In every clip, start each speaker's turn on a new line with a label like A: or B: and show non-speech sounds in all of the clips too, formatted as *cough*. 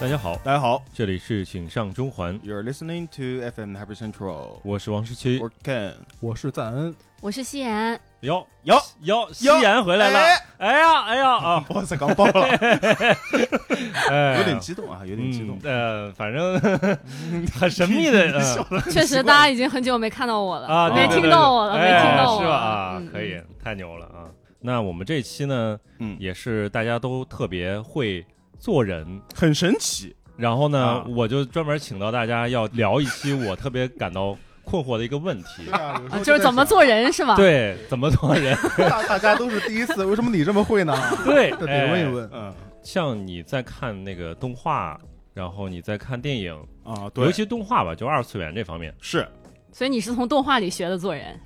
A: 大家好，
B: 大家好
A: 这里是请上中环，
B: ，You're listening to FM Happy Central。
A: 我是王十七。
B: 我 Ken
C: 我是赞恩，，
D: 我是
A: *laughs*
D: 西然，
A: 哟
B: 哟
A: 哟，夕颜回来了！
B: 哎
A: 哎呀哎呀啊！
B: 哇塞，刚爆 *laughs* 了，
A: 哎呀
B: 有点激动啊，有点激动
A: 嗯。呃，反正很神秘的，嗯
D: 确实大家已经很久没看到我了
A: 啊，对
D: 没
A: 对
D: 听
A: 对
D: 到我了，
A: 对
D: 没听到
A: 哎
D: 我
A: 是吧？
D: 了
A: 啊
D: 嗯，
A: 可以，太牛了啊！那我们这期呢，
B: 嗯，
A: 也是大家都特别会做人，
B: 很神奇。
A: 然后呢，
B: 啊
A: 我就专门请到大家要聊一期我特别感到困惑的一个问题
C: *laughs* 啊
D: 啊就是怎么，做人是吧？，
A: 对，怎么做人？
C: 大 *laughs* 大家都是第一次， *laughs* 为什么你这么会呢？
A: 对，
C: 这
A: 哎
C: 得问一。问。
B: 嗯
A: 像你在看那个动画，然后你在看电影，
B: 啊，对
A: 尤，其动画吧，就二次元这方面， *laughs*
B: 是
D: 所以你是从动画里学的做人，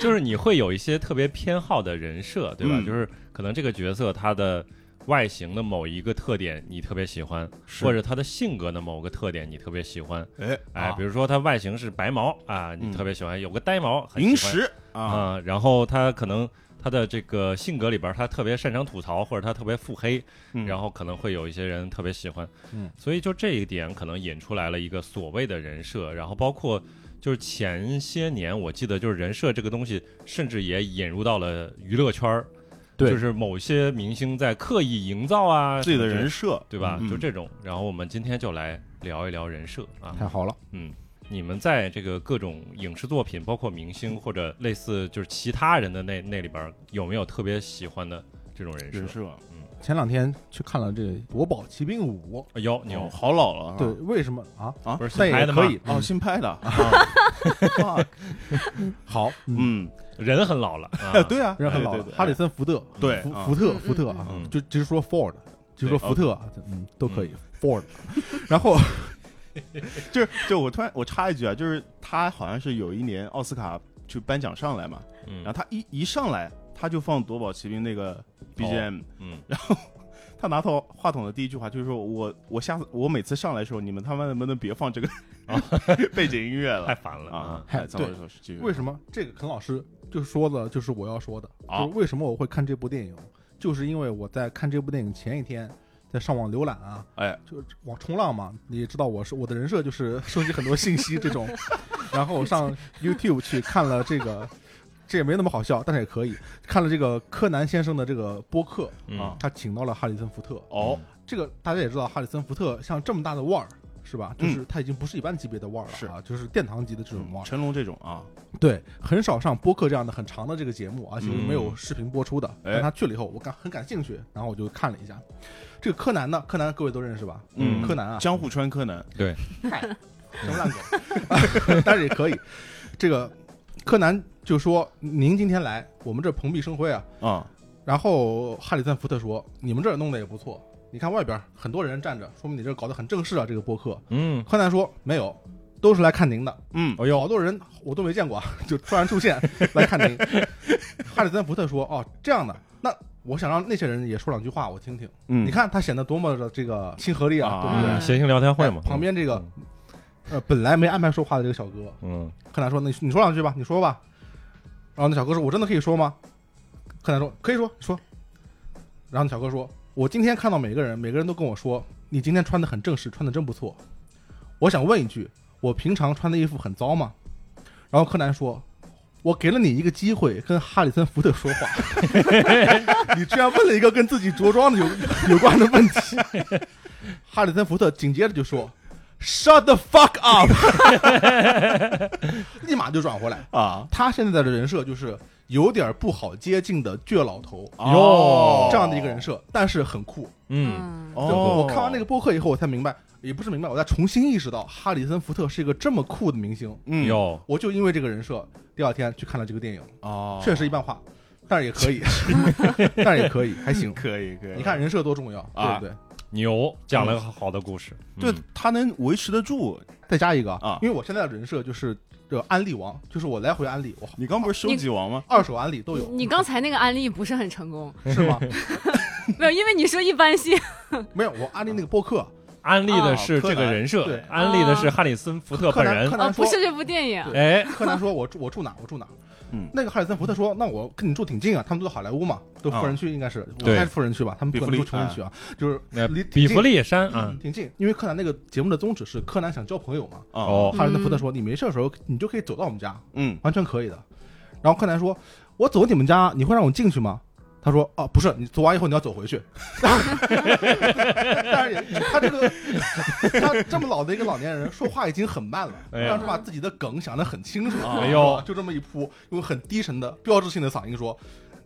A: 就是你会有一些特别偏好的人设，对吧？
B: 嗯
A: 就是可能这个角色他的外形的某一个特点你特别喜欢，
B: 是
A: 或者他的性格的某个特点你特别喜欢。
B: 哎
A: 哎，
B: 啊
A: 比如说他外形是白毛啊，你
B: 嗯
A: 特别喜欢；有个呆毛，很喜欢
B: 银石啊，
A: 啊、然后他可能他的这个性格里边儿，他特别擅长吐槽，或者他特别腹黑，
B: 嗯
A: 然后可能会有一些人特别喜欢，
C: 嗯，
A: 所以就这一点可能引出来了一个所谓的人设，然后包括就是前些年我记得就是人设这个东西，甚至也引入到了娱乐圈儿，
C: 对
A: 就是某些明星在刻意营造啊
B: 自己
A: 什
B: 的
A: 么之类
B: 人设，
A: 对吧？
B: 嗯
A: 就这种，然后我们今天就来聊一聊人设啊，
C: 太哎好了，
A: 嗯，你们在这个各种影视作品，包括明星或者类似就是其他人的那那里边儿，有没有特别喜欢的这种人设？
B: 人设，
C: 前两天去看了这《夺宝奇兵五
A: 哎呦，牛
B: 哦，好老了啊。》，
C: 对，为什么啊？
B: 啊
A: 不，是
C: 但
A: 新拍
C: 也
A: 的吗
C: 可以
B: 哦，
C: 嗯
B: 新拍的，啊
C: 好，嗯，
B: *laughs* 嗯，
A: 人很老了
B: 哎
A: 啊，
B: *laughs* 对啊，
C: 人很老
B: 对
C: 了
B: 对，对
C: 哈里森福特，
B: 对
C: 福
B: 啊
C: 福特
D: 嗯
C: 福特啊
A: 嗯，
C: 就直说 Ford，直说
A: 对
C: 福特，嗯，都可以 Ford，然后
B: 就是就我突然我插一句啊，就是他好像是有一年奥斯卡去颁奖上来嘛，
A: 嗯，
B: 然后他一一上来他就放《夺宝奇兵》那
C: 哦
B: 个 BGM，
A: 嗯，
B: 他拿到话筒的第一句话就是说我我下次我每次上来的时候，你们他妈能不能别放这个
A: 啊
B: *laughs* 背景音乐
A: 太
C: *laughs*
B: 了
A: 烦了
B: 啊
A: 啊！！
C: 嗨
B: 哎张
C: 哦对
B: 老师继续
C: 为什么这个肯老师就说的就是我要说的，
B: 啊
C: 就是为什么我会看这部电影，就是因为我在看这部电影前一天在上网浏览啊，
B: 哎，
C: 就是网冲浪嘛，你也知道我是我的人设就是收集很多信息
B: *laughs*
C: 这种，然后我上 YouTube 去看了这个，这也没那么好笑，但是也可以看了这个柯南先生的这个播客，
A: 嗯
B: 啊
C: 他请到了哈里森福特，
B: 哦，
C: 这个大家也知道，哈里森福特像这么大的腕儿。是吧？就
B: 嗯
C: 是他已经不是一般级别的腕儿了啊，就是殿堂级的这种腕儿。
B: 成龙这种啊，
C: 对，很少上播客这样的很长的这个节目啊，其实
A: 嗯
C: 没有视频播出的。
B: 哎
C: 但他去了以后，我感很感兴趣，然后我就看了一下。这个柯南呢，柯南各位都认识吧？
A: 嗯
C: 柯南啊，
B: 江户川柯南，
C: 什么烂梗， *laughs* 但是也可以。这个柯南就说：“您今天来我们这蓬荜生辉啊。
B: 啊，”
C: 然后哈里森福特说：“你们这儿弄得也不错，你看外边儿很多人站着，说明你这儿搞得很正式啊。”这个播客，
A: 嗯，
C: 柯南说：“没有，都是来看您的。”
B: 嗯，
C: 哎呦，好多人我都没见过啊， *laughs* 就突然出现来看您。哈里森福特说：“哦，这样的，那我想让那些人也说两句话，我听听。
B: 嗯
C: 你看他显得多么的这个亲和力啊，对不对
A: 嗯
D: 啊？
A: 谐星聊天会嘛，
C: 哎旁边这个呃，本来没安排说话的这个小哥，
A: 嗯，
C: 柯南说：‘那你你说两句吧，你说吧。’然后那小哥说：‘我真的可以说吗？’柯南说：‘可以说，你说。’然后那小哥说：‘我今天看到每个人，每个人都跟我说，你今天穿的很正式，穿的真不错。我想问一句，我平常穿的衣服很糟吗？’然后柯南说：‘我给了你一个机会跟哈里森福特说话，你居然问了一个跟自己着装的有 *laughs* 有关的问题。’哈里森福特紧接着就说。Shut the fuck up！立马就转回来，
B: 啊，
C: 他现在的人设就是有点不好接近的倔老头
A: 哟
C: 这样的一个人设，但是很酷。
A: 嗯，
B: 哦，
C: 我看完那个，播客以后，我才明白，也不是明白，我才重新意识到哈里森福特是一个这么酷的明星。
B: 嗯，
A: 有
C: 我就因为这个人设，第二天去看了这个电影，
B: 哦，
C: 确实一般化，但是
B: *laughs*
C: 也可以，但是也可以，还行。
B: 可以可以，
C: 你看人设多重要，对
B: 啊
C: 不对？
A: 牛，讲了个好的故事，
B: 对
A: 嗯
B: 他能维持得住，
C: 再加一个
B: 啊
C: 因为我现在的人设就是这个安利王，就是我来回安利，我
B: 你刚不是收集王吗？
C: 二手安利都
B: *laughs*
C: 有，
D: 你刚才那个案例不是很成功， *laughs*
C: 是吗？
A: *laughs*
D: 没有，因为你说一般性，
B: *laughs*
C: 没有，我安利那个播客，
A: 安利的是
B: 哦
A: 这
B: 柯
A: 个
B: 南
A: 人设，
C: 对
A: 安利的是哈里森福特
C: 柯
A: 本
C: 南
A: 人
C: 柯。
D: 哦，
C: 南
D: *laughs* 不
C: 说，
D: 是这部电影，
A: 哎，
C: 柯南说我住我住哪我住哪，
B: 嗯
C: 那个哈里森福特说那我跟你住挺近啊，他们都在好莱坞嘛，都富人区应该是，我
A: 对
C: 猜是富人区吧，他们不可
B: 嗯
C: 能
B: 比弗利嗯
C: 住穷人区啊，就是
A: 那
C: 离挺
A: 比
C: 近
A: 弗利也山啊
C: 嗯，挺近，因为柯南那个节目的宗旨是柯南想交朋友嘛，
B: 哦，
A: 哦，
C: 哈里森福特说你没事的时候你就可以走到我们家，
B: 嗯，
C: 完全可以的。然后柯南说：“我走你们家，你会让我进去吗？”他说：“啊，不是，你走完以后你要走回去。” *laughs* 但是也他这个他这么老的一个老年人，说话已经很慢了，
A: 哎呀
C: 但是把自己的梗想得很清楚。
A: 哎呦
C: 就这么一铺，用很低沉的标志性的嗓音说：“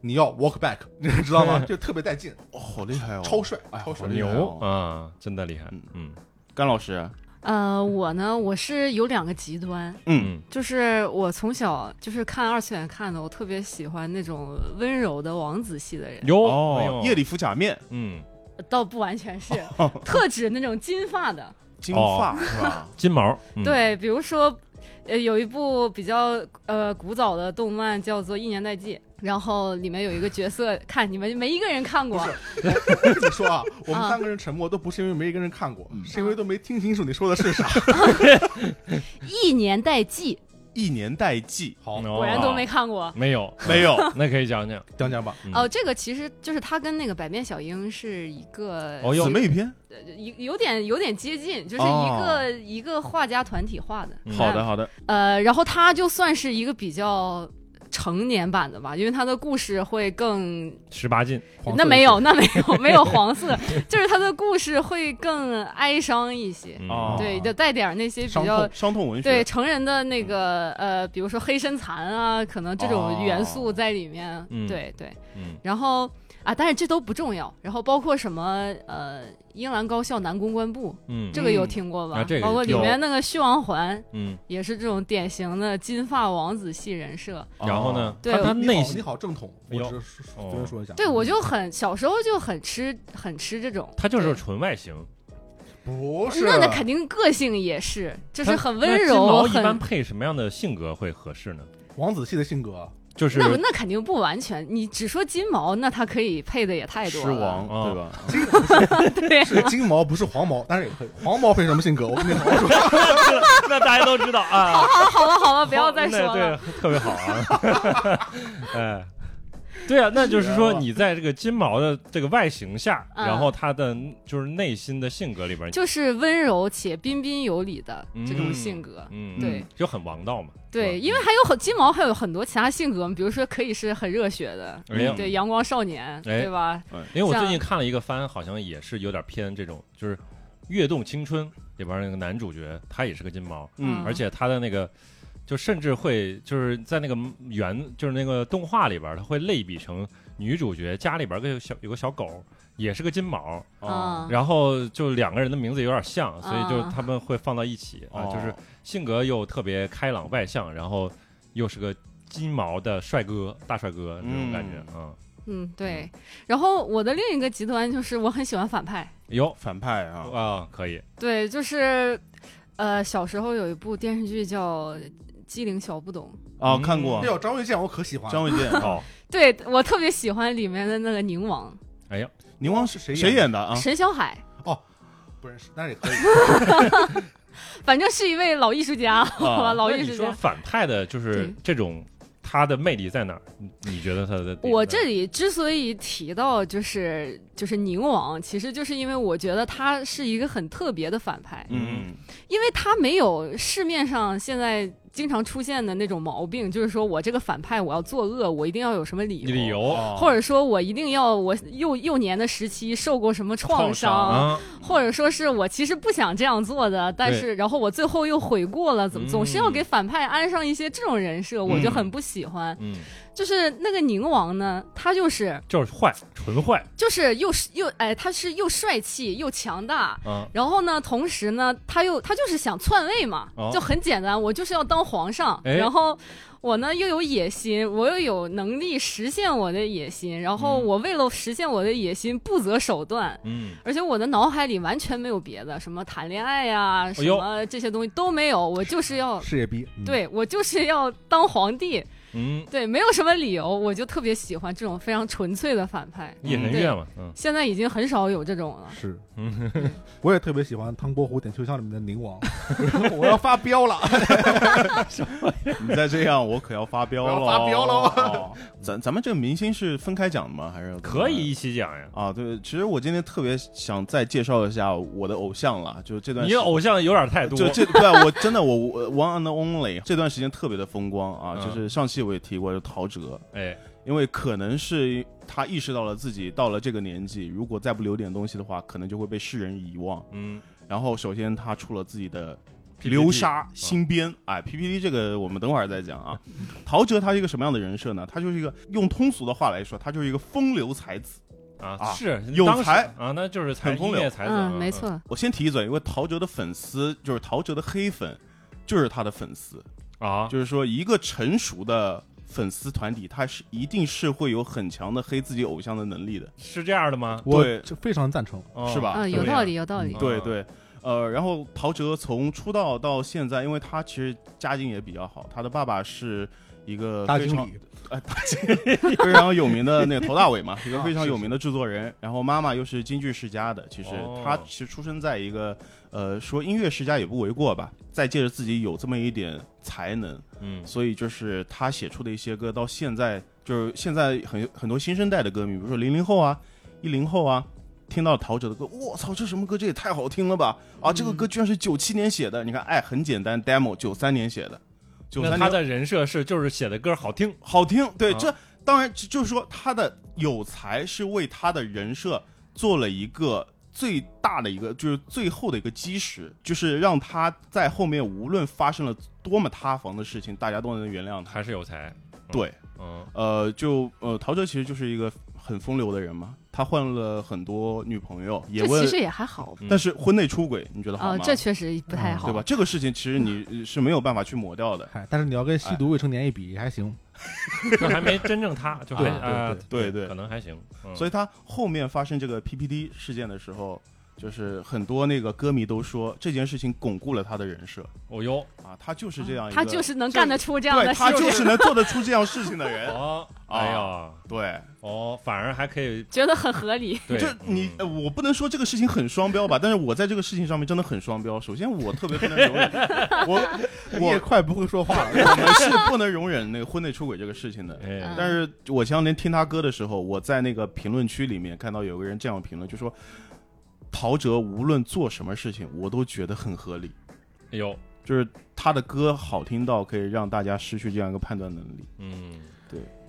C: 你要 walk back，你 *laughs* 知道
A: *laughs*
C: 吗？”就特别带劲，
B: 哦好厉害哦，
C: 超帅，哎超
A: 好
C: 帅。
B: 厉害
A: 牛
B: 哦
A: 啊，真的厉害
B: 嗯。
A: 嗯
B: 甘老师，
D: 呃，我呢，我是有两个极端，
B: 嗯
A: 嗯，
D: 就是我从小就是看二次元看的，我特别喜欢那种温柔的王子系的人，
A: 有
B: 哦，夜
A: 里
B: 里服假面，
A: 嗯，
D: 倒不完全是，
A: 哦
D: 特指那种金发的。
B: 金发是吧？
A: 金毛，嗯，
D: 对，比如说，呃，有一部比较呃古早的动漫叫做《一年代记》，然后里面有一个角色，看你们没一个人看过
C: 不，我跟你说啊，我们
D: 啊
C: 三个人沉默都不是因为没一个人看过，
B: 嗯
C: 是因为都没听清楚你说的
A: *laughs*
C: 是啥。
D: 《一年代记
B: 一年代记
C: 好，
A: 哦
D: 果然都没看过。
A: 没有，
B: *laughs* 没有，
A: 那可以讲讲。
C: 讲讲吧。
A: 嗯
D: 哦，这个其实就是他跟那个百变小樱是一个
A: 哦
B: 姊
A: 哟，
B: 妹篇，
D: 呃有有点有点接近，就是一个、
B: 哦
D: 一个画家团体画的。
A: 嗯
B: 好的，好的，
D: 呃，然后他就算是一个比较成年版的吧，因为他的故事会更
A: 十八禁，
D: 那没有，那没有，没有黄色，就是他的故事会更哀伤一
A: *laughs*
D: 些，
A: 嗯
B: 哦
D: 对，就带点儿那些比
C: 伤
D: 较
C: 痛。
B: 伤痛文学，
D: 对成人的那个呃，比如说黑身残啊，可能这种元素在里面，
A: 哦嗯
D: 对对。
A: 嗯，
D: 然后啊，但是这都不重要。然后包括什么呃，英兰高校男公关部，
A: 嗯
D: 这个有听过吧？
A: 啊这个
D: 包括里
A: 有
D: 面那个虚王环，
A: 嗯，
D: 也是这种典型的金发王子系人设。
B: 哦
A: 然后呢？
D: 对
A: 他他
C: 你
A: 内
C: 好
A: 心
C: 你好正统，
A: 哎
C: 我
A: 呦
C: 只是
A: 哦
C: 随便说一下。
D: 对，我就很小时候就很吃很吃这种，
A: 他就是
D: 对
A: 纯外形，
C: 不是
D: 那那肯定个性也是，就是
A: 他
D: 很
A: 那
D: 温
A: 金
D: 柔，
A: 毛一般
D: 很
A: 配什么样的性格会合适呢？
C: 王子系的性格，
A: 就是
D: 那不那肯定不完全。你只说金毛，那他可以配的也太多
B: 狮
D: 了。
B: 王
A: 哦
B: 对吧？
C: 金不是
D: 对，
C: 是金毛，不是黄毛，但是也可以。黄毛配什么性格？我跟你好
D: *laughs*
C: 好说。
A: 那大家都知道啊，
D: 好了好了，不要再
A: *laughs*
D: 说
A: 那
D: 了。
A: 对，特别好啊，
D: *laughs*
A: 哎。对啊，那就是说你在这个金毛的这个外形下，
D: 嗯
A: 然后他的就是内心的性格里边，
D: 就是温柔且彬彬有礼的这种性格。
A: 嗯，
D: 对
A: 就很王道嘛。
D: 对，
A: 嗯
D: 因为还有很金毛还有很多其他性格，比如说可以是很热血的，
A: 哎呀
D: 嗯对阳光少年，
A: 哎
D: 对吧？
A: 因为我最近看了一个番，好像也是有点偏这种，就是《跃动青春》里边那个男主角，他也是个金毛，
B: 嗯
A: 而且他的那个，就甚至会就是在那个原就是那个动画里边，他会类比成女主角家里边个小有个小狗，也是个金毛，
B: 哦
D: 嗯，
A: 然后就两个人的名字有点像，所以就
D: 啊
A: 他们会放到一起啊，
B: 哦
A: 就是性格又特别开朗外向，然后又是个金毛的帅哥大帅哥那种感觉啊，
D: 嗯，对。然后我的另一个极端就是我很喜欢反派，
A: 哟
B: 反派啊，
A: 啊可以，
D: 对，就是，呃，小时候有一部电视剧叫《机灵小不懂
B: 啊
A: 嗯
B: 看过
C: 哎呦，张卫健我可喜欢了。
B: 张卫健，
A: 好，》，
D: 对我特别喜欢里面的那个宁王、
B: 宁王
C: 是谁
B: 谁
C: 演
B: 演的啊？
D: 沈小海，
C: 不认识，但是也可以。
D: 反正是一位老艺术家，好吧，
B: 啊
D: *laughs* 老
A: 那
D: 艺
A: 你
D: 术
A: 说
D: 家。
A: 反派的，就是
D: 对
A: 这种他的魅力在哪儿？你你觉得他的点在哪儿？
D: 我这里之所以提到就是就是宁王，其实就是因为我觉得他是一个很特别的反派，
B: 嗯，
D: 因为他没有市面上现在经常出现的那种毛病，就是说我这个反派我要作恶，我一定要有什么理由，
A: 理
B: 哦
A: 由
C: 啊
D: 或者说我一定要我幼幼年的时期受过什么
B: 创伤
A: 啊，
D: 或者说是我其实不想这样做的，但是然后我最后又悔过了，怎么
A: 嗯
D: 总是要给反派安上一些这种人设，我就
A: 嗯
D: 很不喜欢。
A: 嗯，
D: 就是那个宁王呢，他就是
A: 就是坏，纯坏
D: 就是又是又哎，他是又帅气又强大。
A: 啊，
D: 然后呢，同时呢，他又他就是想篡位嘛，
A: 哦
D: 就很简单，我就是要当皇上。
A: 哎
D: 然后我呢又有野心，我又有能力实现我的野心。然后
A: 嗯
D: 我为了实现我的野心不择手段，
A: 嗯，
D: 而且我的脑海里完全没有别的，什么谈恋爱呀、什
A: 哎呦
D: 么这些东西都没有，我就是要，
C: 事业逼，嗯，
D: 对我就是要当皇帝。
A: 嗯，
D: 对，没有什么理由，我就特别喜欢这种非常纯粹的反派。
A: 夜神月嘛，嗯，
D: 现在已经很少有这种了。
C: 是
A: 嗯，
C: *laughs* 我也特别喜欢《唐伯虎点秋香》里面的宁王， *laughs* 我要发飙了。
B: 你再这样，嗯我可要发飙
C: 我要
B: 了，
C: 发飙了
B: 哦！咱咱们这个明星是分开讲的吗？还是
A: 可以一起讲呀。
B: 啊？对，其实我今天特别想再介绍一下我的偶像了，就这段时
A: 你偶像有点太多，
B: 嗯就这对啊我真的我我 one and only 这段时间特别的风光啊，
A: 嗯
B: 就是上期我也提过，就陶喆，
A: 哎，
B: 因为可能是他意识到了自己到了这个年纪，如果再不留点东西的话，可能就会被世人遗忘。
A: 嗯，
B: 然后首先他出了自己的
A: PPT
B: 流
A: 嗯
B: 沙新编，哎，PPT 这个我们等会儿再讲啊。陶喆他是一个什么样的人设呢？他就是一个用通俗的话来说，他就是一个风流才子。
A: 啊
B: 啊
A: 是
B: 有
A: 当时
B: 才
A: 啊，那就是才
B: 很风
A: 音
B: 流
A: 乐才子，啊
D: 嗯，没，错，
B: 我先提一嘴，因为陶喆的粉丝就是陶喆的黑粉，就是他的粉丝，
A: 啊，
B: 就是说一个成熟的。粉丝团体，他是一定是会有很强的黑自己偶像的能力的，
A: 是这样的吗？
C: 我
B: 对
C: 这非常赞成。
A: 哦
B: 是吧
D: 嗯，有
A: 对呀
D: 道理，有道理。
B: 对
A: 啊
B: 对，呃，然后陶喆从出道到现在，因为他其实家境也比较好，他的爸爸是一个
C: 大
B: 非
C: 经
B: 常
C: 理，
B: 呃大经理 *laughs* 非常有名的那个头大伟
C: *laughs*
B: 嘛，一个
C: 啊
B: 非常
C: 是
B: 有
C: 是
B: 名的制作人。然后妈妈又是京剧世家的，其实
A: 哦
B: 他其实出生在一个呃说音乐世家也不为过吧。再借着自己有这么一点才能，
A: 嗯
B: 所以就是他写出的一些歌，到现在就是现在很很多新生代的歌迷，比如说零零后啊、一零后啊，听到陶喆的歌，我操，这什么歌？这也太好听了吧！啊，这个
A: 嗯
B: 歌居然是九七年写的，你看，哎，很简单，demo 九三年写的，九
A: 那
B: 三
A: 他
B: 年
A: 的人设是就是写的歌好听，
B: 好听，对，
A: 啊
B: 这当然就就是说他的有才是为他的人设做了一个。最大的一个就是最后的一个基石，就是让他在后面无论发生了多么塌房的事情，大家都能原谅他。
A: 还是有才，
B: 对，
A: 嗯
B: 呃，就呃，陶喆其实就是一个很风流的人嘛，他换了很多女朋友，也
D: 这
B: 问
D: 其，实也还好
A: 嗯
B: 但是婚内出轨，你觉得好
D: 啊，
B: 吗？
D: 这确实不太
C: 嗯
D: 好
B: 对吧？。这个事情其实你呃是没有办法去抹掉的。
C: 嗨，但是你要跟吸毒未成年一比，还行。
A: 嗯那还没真正他，就还
C: 对
A: 啊
C: 对
B: 对对
A: 可能还行，嗯
B: 所以他后面发生这个 PPT 事件的时候，就是很多那个歌迷都说这件事情巩固了他的人设
A: 哦哟，
B: 啊，他就是这样一个，
D: 嗯他就是能干得出这样的
B: 对，
D: 事
B: 他
D: 情，
B: 就是能做得出这样事情
A: *laughs*
B: 的人。
A: 哦，
B: 啊
A: 哎呀，
B: 对，
A: 哦，反而还可以，
D: 觉得很合理。
A: 对，
B: 就你，呃
A: 嗯
B: 我不能说这个事情很双标吧，但是我在这个事情上面真的很双标。首先，我特别不能容
C: *laughs*
B: 忍，我
C: 你也
B: 我
C: 快不会说话了。
B: 我们是不能容忍那个婚内出轨这个事情的。
C: 嗯
A: 哎，
B: 但是我前两天听他歌的时候，我在那个评论区里面看到有个人这样评论，就说陶喆无论做什么事情，我都觉得很合理，
A: 哎呦，
B: 就是他的歌好听到可以让大家失去这样一个判断能力。
A: 嗯，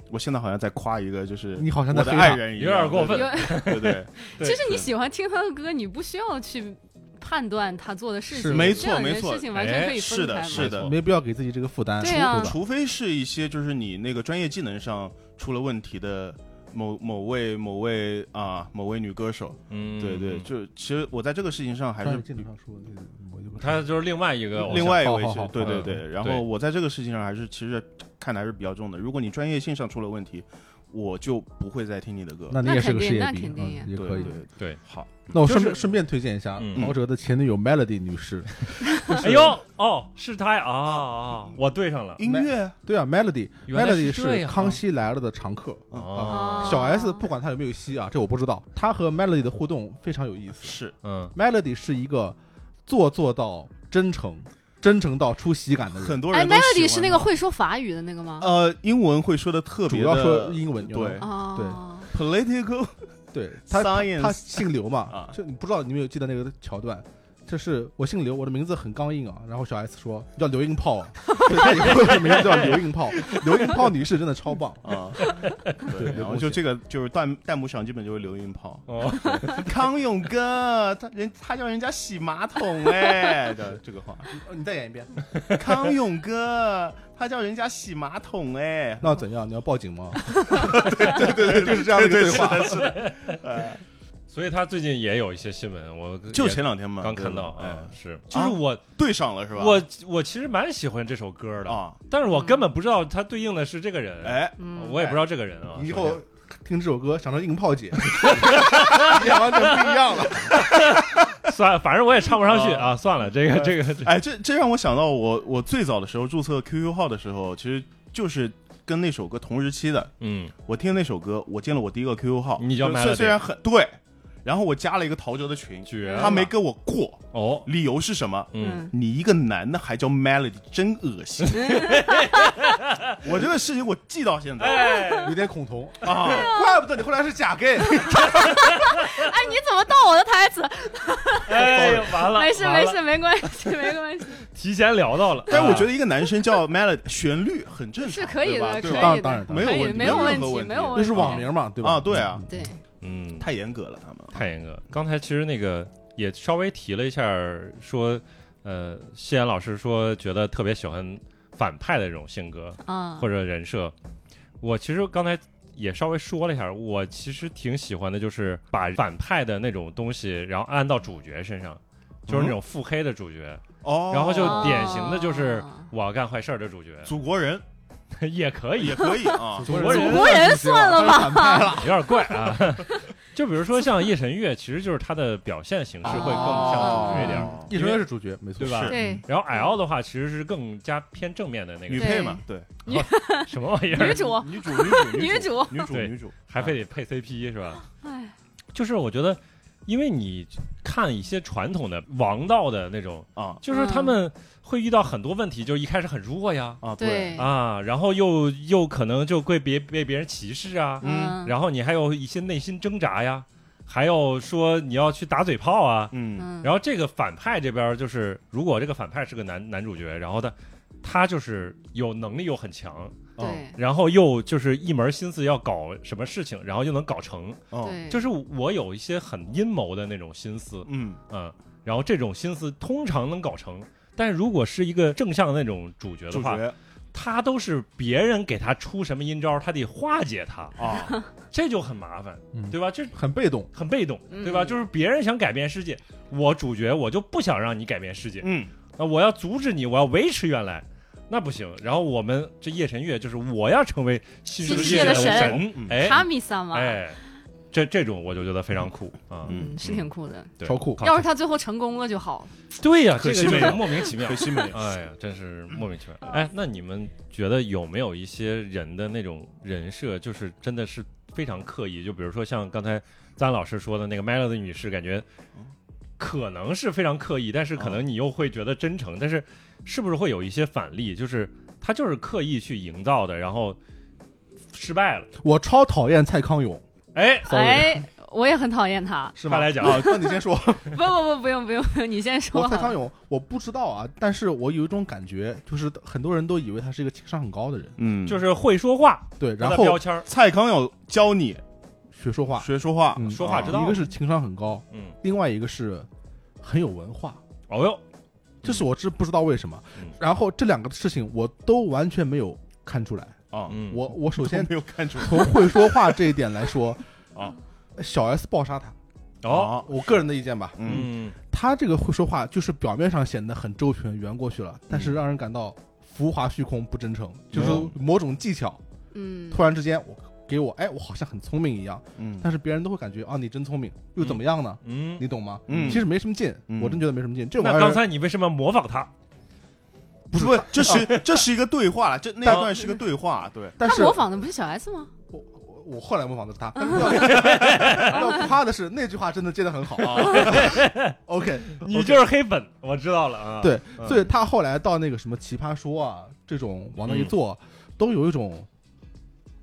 B: 我现在好像在夸一个，就是
C: 你好像在
B: 哎我
C: 黑
B: 的
C: 他
B: 爱人一样，
A: 有点过分
D: 有，
B: 对，对 *laughs* 对
C: *laughs*
A: 对
D: 其实你喜欢听他的歌，你不需要去判断他做的事
C: 是
D: 情，
B: 没错
D: 这两件
B: 没错
D: 事情完全可以
B: 哎
D: 分
B: 是
D: 开
B: 的
D: 嘛。
B: 是的
C: 没必要给自己这个负担，
D: 对啊
C: 吧
B: 除非是一些就是你那个专业技能上出了问题的某某位某位啊某位女歌手，
A: 嗯，
B: 对对，就其实我在这个事情上还
C: 专
B: 是
C: 业经理上说，这个我就不
A: 他就是另外一个偶像，
B: 另外一位
C: 哦好好
B: 是
C: 好
B: 对对
A: 嗯
B: 对，然
A: 对
B: 后我在这个事情上还是其实看的还是比较重的。如果你专业性上出了问题，我就不会再听你的歌。
C: 那你也是个
D: 那肯定
C: 事业
D: 那
C: 兵
D: 肯，定呀
C: 嗯，也
B: 对
C: 可
B: 对
C: 以。
B: 对，
A: 对，
B: 好，
C: 那我
A: 就是
C: 顺便顺便推荐一下
A: 嗯
C: 陶喆的前女友 Melody 女士，
A: 哎呦，哦，是他呀，啊啊，我对上了，
B: 音乐
C: 对啊，Melody
A: 原来
C: Melody
A: 是这
C: 是
A: 样
C: 《康熙来了》的常客。
B: 嗯啊
A: 哦，
C: 小 S
D: 哎
C: 不管她有没有吸啊，这我不知道。她和 Melody 的互动非常有意思。
B: 是
A: 嗯，，
C: Melody 是一个做作到真诚、真诚到出喜感的人，
B: 很多
D: 哎
B: 人都喜欢
D: ，Melody 是那个会说法语的那个吗？
B: 呃英文会说的特
C: 主
B: 别
C: 要
B: 的
C: 说英文。有没有
B: 对
D: 哦，
B: political
C: 对，她 *laughs* 他
B: science
C: 姓刘嘛
B: 啊，
C: 就你不知道你有没有记得那个桥段，就是我姓刘，我的名字很刚硬啊。然后小 S 说你叫刘硬炮啊， *laughs* 对，他以后的名字叫刘硬炮。刘硬炮女士真的超棒，
B: 啊，
C: 对
B: 对，然后
C: 刘
B: 就
C: 仲
B: 这个就是弹弹幕上基本就是刘云炮
A: 哦，
B: *laughs*
A: *laughs*
B: 康永哥，他人他叫人家洗马桶哎 *laughs* 的这个话，
C: 你再演一遍。
B: 康永哥，他叫人家洗马桶 *laughs* 哎，
C: 那怎样？你要报警吗？对对
B: *laughs*
C: 对，就是这样的一个对话。
A: *laughs* 所以他最近也有一些新闻，我
B: 呃就
A: 也
B: 前两天嘛，
A: 刚看到
B: 对吧
A: 啊
B: 哎，，
A: 是，就是
B: 啊
A: 我
B: 对上了是吧？
A: 我我其实蛮喜欢这首歌的，
B: 啊，
A: 但是我根本不知道它对应的是这个人，
B: 哎，
D: 嗯，
A: 我也不知道这个人啊。
C: 你以
A: 首
C: 后
A: 先
C: 听这首歌，想成硬炮姐，演完全不一样了。
A: *laughs* 算了，反正我也唱不上去
B: 啊
A: 啊，算了，这个
B: 哎
A: 这个这
B: 哎，这这让我想到我我最早的时候注册 QQ 号的时候，其实就是跟那首歌同时期的，
A: 嗯，
B: 我听那首歌，我建了我第一个 QQ 号，
A: 你叫
B: 就
A: Melody
B: 虽虽然很对，然后我加了一个陶喆的群，
A: 绝了
B: 他没跟我过，
A: 哦，
B: 理由是什么？
A: 嗯，
D: 嗯，
B: 你一个男的还叫 Melody，真恶
A: *laughs*
B: 心！我这个事情我记到现在
D: 嗯
A: 哎，
C: 有点恐
D: *laughs*
C: 同，
B: 啊，
C: 怪不得你后来是假 gay，
B: 嗯
D: 哎，你怎么盗我的台词？
B: *laughs*
A: 哎呦，完了，
D: 没事
A: 完
D: 没
A: 了
D: 事，，没关系没关系，
A: 提前聊到了。
B: 但我觉
A: 啊
B: 得一个男生叫 Melody，旋律很正常，
D: 是可以
B: 对吧
D: 的，可
B: 对
D: 以
B: 吧
D: 的，
C: 当然当然
D: 可以
B: 没有问题没有任何
D: 没有问题，
B: 问题
D: 没有
C: 那
D: 问
C: 是
D: 题，
C: 网名嘛，对吧？
B: 啊，对啊，
D: 对，
A: 嗯，
B: 太严格了，他们
A: 太严格了。刚才其实那个也稍微提了一下儿，说，呃，谢岩老师说觉得特别喜欢反派的这种性格
D: 啊
A: 或，者人设。我其实刚才也稍微说了一下儿，我其实挺喜欢的，就是把反派的那种东西，然后按到主角身上，就是那种腹黑的主角，
B: 哦，
A: 然后就
D: 哦
A: 典型的就是我要干坏事儿的主角
B: 祖国人
A: 嗯 *laughs* 也可以
B: 也，可以
A: *laughs*
B: 啊，
C: 祖
A: 哎国人
D: 祖国人算了吧
C: 吧，
A: *laughs* 有点怪啊。就比如说像叶神月，其实就是他的表现形式会更像主角一点儿。
B: 哦
C: 一生是主角，没错，
A: 对
B: 嗯
A: 吧
D: 对
A: 然后 L 的话，其实是更加偏正面的那
B: 女
A: 个
B: 配嘛，对，
A: *laughs* 什么玩意
D: 女
A: 儿，
D: 主，
B: 女主女主
D: 女主，
B: 女主
A: 对
B: 女主，
A: 还非得配 CP 是吧？
D: 哎，
A: 就是我觉得，因为你看一些传统的王道的那种，
B: 啊
A: 就是他们会遇到很多问题，就是一开始很弱呀
B: 啊对，
D: 对，
A: 啊，然后又又可能就会别被别人歧视啊，
B: 嗯
A: 然后你还有一些内心挣扎呀，还有说你要去打嘴炮啊，
B: 嗯
D: 嗯，
A: 然后这个反派这边儿就是，如果这个反派是个男男主角，然后他他就是有能力又很强，
B: 哦
D: 对
A: 然后又就是一门心思要搞什么事情，然后又能搞成，
B: 哦
D: 对，
A: 就是我有一些很阴谋的那种心思，
B: 嗯
A: 嗯，然后这种心思通常能搞成。但如果是一个正向的那种主角的
B: 主
A: 话，
B: 角
A: 他都是别人给他出什么阴招，他得化解他，
B: 啊
A: 这就很麻烦，
C: 嗯
A: 对吧？这
C: 很被动，
A: 很被动，对吧？
D: 嗯
A: 就是别人想改变世界，我主角我就不想让你改变世界， *laughs*
B: 嗯
A: 啊，我要阻止你，我要维持原来，那不行。然后我们这夜神月就是我要成为新
D: 世
A: 界
D: 界的
A: 神，
B: 神嗯
D: 卡
A: 哎
D: 米萨嘛，
A: 哎，这这种我就觉得非常酷啊，
B: 嗯
D: 嗯，是挺酷的。
A: 对
C: 超酷
A: 靠
D: 要是他最后成功了就好。
A: 对呀、
B: 可
A: 这
B: 惜
A: 个
B: 没
A: 就是
B: 有
A: 莫名其妙
B: 可。惜没有
A: 哎呀，真是莫名其妙。哎，那你们觉得有没有一些人的那种人设，就是真的是非常刻意？就比如说像刚才张老师说的那个 Melody 女士，感觉可能是非常刻意，但是可能你又会觉得真诚，但是是不是会有一些反例？就是他就是刻意去营造的，然后失败了。
C: 我超讨厌蔡康永，
A: 哎，
D: 哎，我也很讨厌
A: *laughs*
D: 他。
C: 是吗？
A: 他来讲
C: 啊，那你先说。
D: 不不不，不用不用， *laughs* 你先说
C: 我
D: 好
C: 蔡康
D: 了。
C: 永，我不知道啊，但是我有一种感觉，就是很多人都以为他是一个情商很高的人，
B: 嗯
A: 就是是会说话，
C: 对，
A: 他
C: 然
A: 的标
C: 后
A: 签儿
B: 蔡康永教你啊
C: 学说话，
B: 学说话
C: 嗯
A: 啊说话之道
C: 一个是情商很高，
A: 嗯，
C: 另外一个是很有文化，
A: 哦哟，
C: 这是我是不知道为什么
A: 嗯。
C: 然后这两个事情我都完全没有看出来。
B: 啊，
A: 嗯，
C: 我我首
B: 我
C: 先
B: 没有看出来
C: *laughs* 从会说话这一点来说
B: 啊，
C: 小 S 爆杀他，
A: *laughs* 哦，
B: 啊
C: 我个人的意见吧，
B: 嗯
A: 嗯，
C: 他这个会说话就是表面上显得很周全圆过去了，
A: 嗯
C: 但是让人感到浮华虚空不真诚，就是
B: 嗯
C: 某种技巧。
D: 嗯，
C: 突然之间我给我哎，我好像很聪明一样，
B: 嗯
C: 但是别人都会感觉啊，你真聪明，又怎么样呢？
A: 嗯，
C: 你懂吗？
B: 嗯
C: 其实没什么劲，
B: 嗯
C: 我真觉得没什么劲。这玩
A: 那
C: 意
A: 刚
C: 儿
A: 才你为什么要模仿他？嗯
C: 不是
B: 不，这是这是一个对话了，这那一段是个对话，啊对，
C: 但
D: 他
C: 是
D: 模仿的不是小 S 吗？
A: 嗯
C: 我我我后来模仿的是
D: *laughs*
C: 他，但是要要夸的是那句话真的接的很好。OK，
A: *laughs* 你就是黑粉，我知道了啊。
C: 对，
A: 嗯
C: 所以他后来到那个什么《奇葩说》啊，这种往那一坐，
A: 嗯
C: 都有一种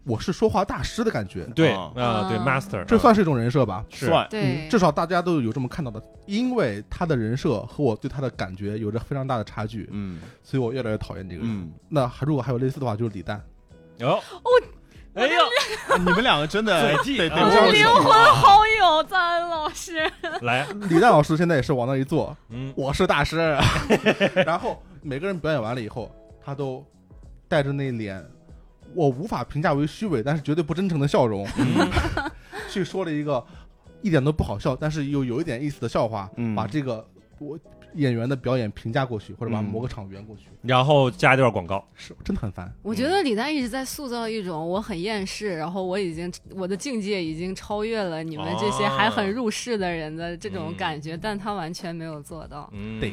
C: 我是说话大师的感觉。
A: 对
B: 啊
A: 啊，对
D: 啊
A: master，
C: 这
A: 啊
C: 算是一种人设吧？嗯
A: 是
B: 算
D: 对，
C: 至少大家都有这么看到的，因为他的人设和我对他的感觉有着非常大的差距，
B: 嗯
C: 所以我越来越讨厌这个人。
B: 嗯，
C: 那还如果还有类似的话，就是李诞。
A: 哦，哎呦，
B: 你们两个真的
A: *laughs* 嘴技
B: 得得
A: 啊
B: 握
D: 我
B: 手
D: 灵魂好友赞恩老
A: 嗯
D: 师，
A: *laughs* 来，
C: 李诞老师现在也是往那一坐，
A: 嗯，
C: 我是大师。 *laughs* 然后每个人表演完了以后，他都带着那脸，我无法评价为虚伪，但是绝对不真诚的笑容，
B: 嗯
C: *laughs* 去说了一个一点都不好笑，但是又有一点意思的笑话，
B: 嗯
C: 把这个我演员的表演评价过去，或者把
B: 嗯
C: 某个场圆过去，
A: 然后加一段广告，
C: 是真的很烦。
D: 我觉得李诞一直在塑造一种我很厌世，然后我已经我的境界已经超越了你们这些还很入世的人的这种感觉，但他完全没有做到。
A: 嗯，
C: 对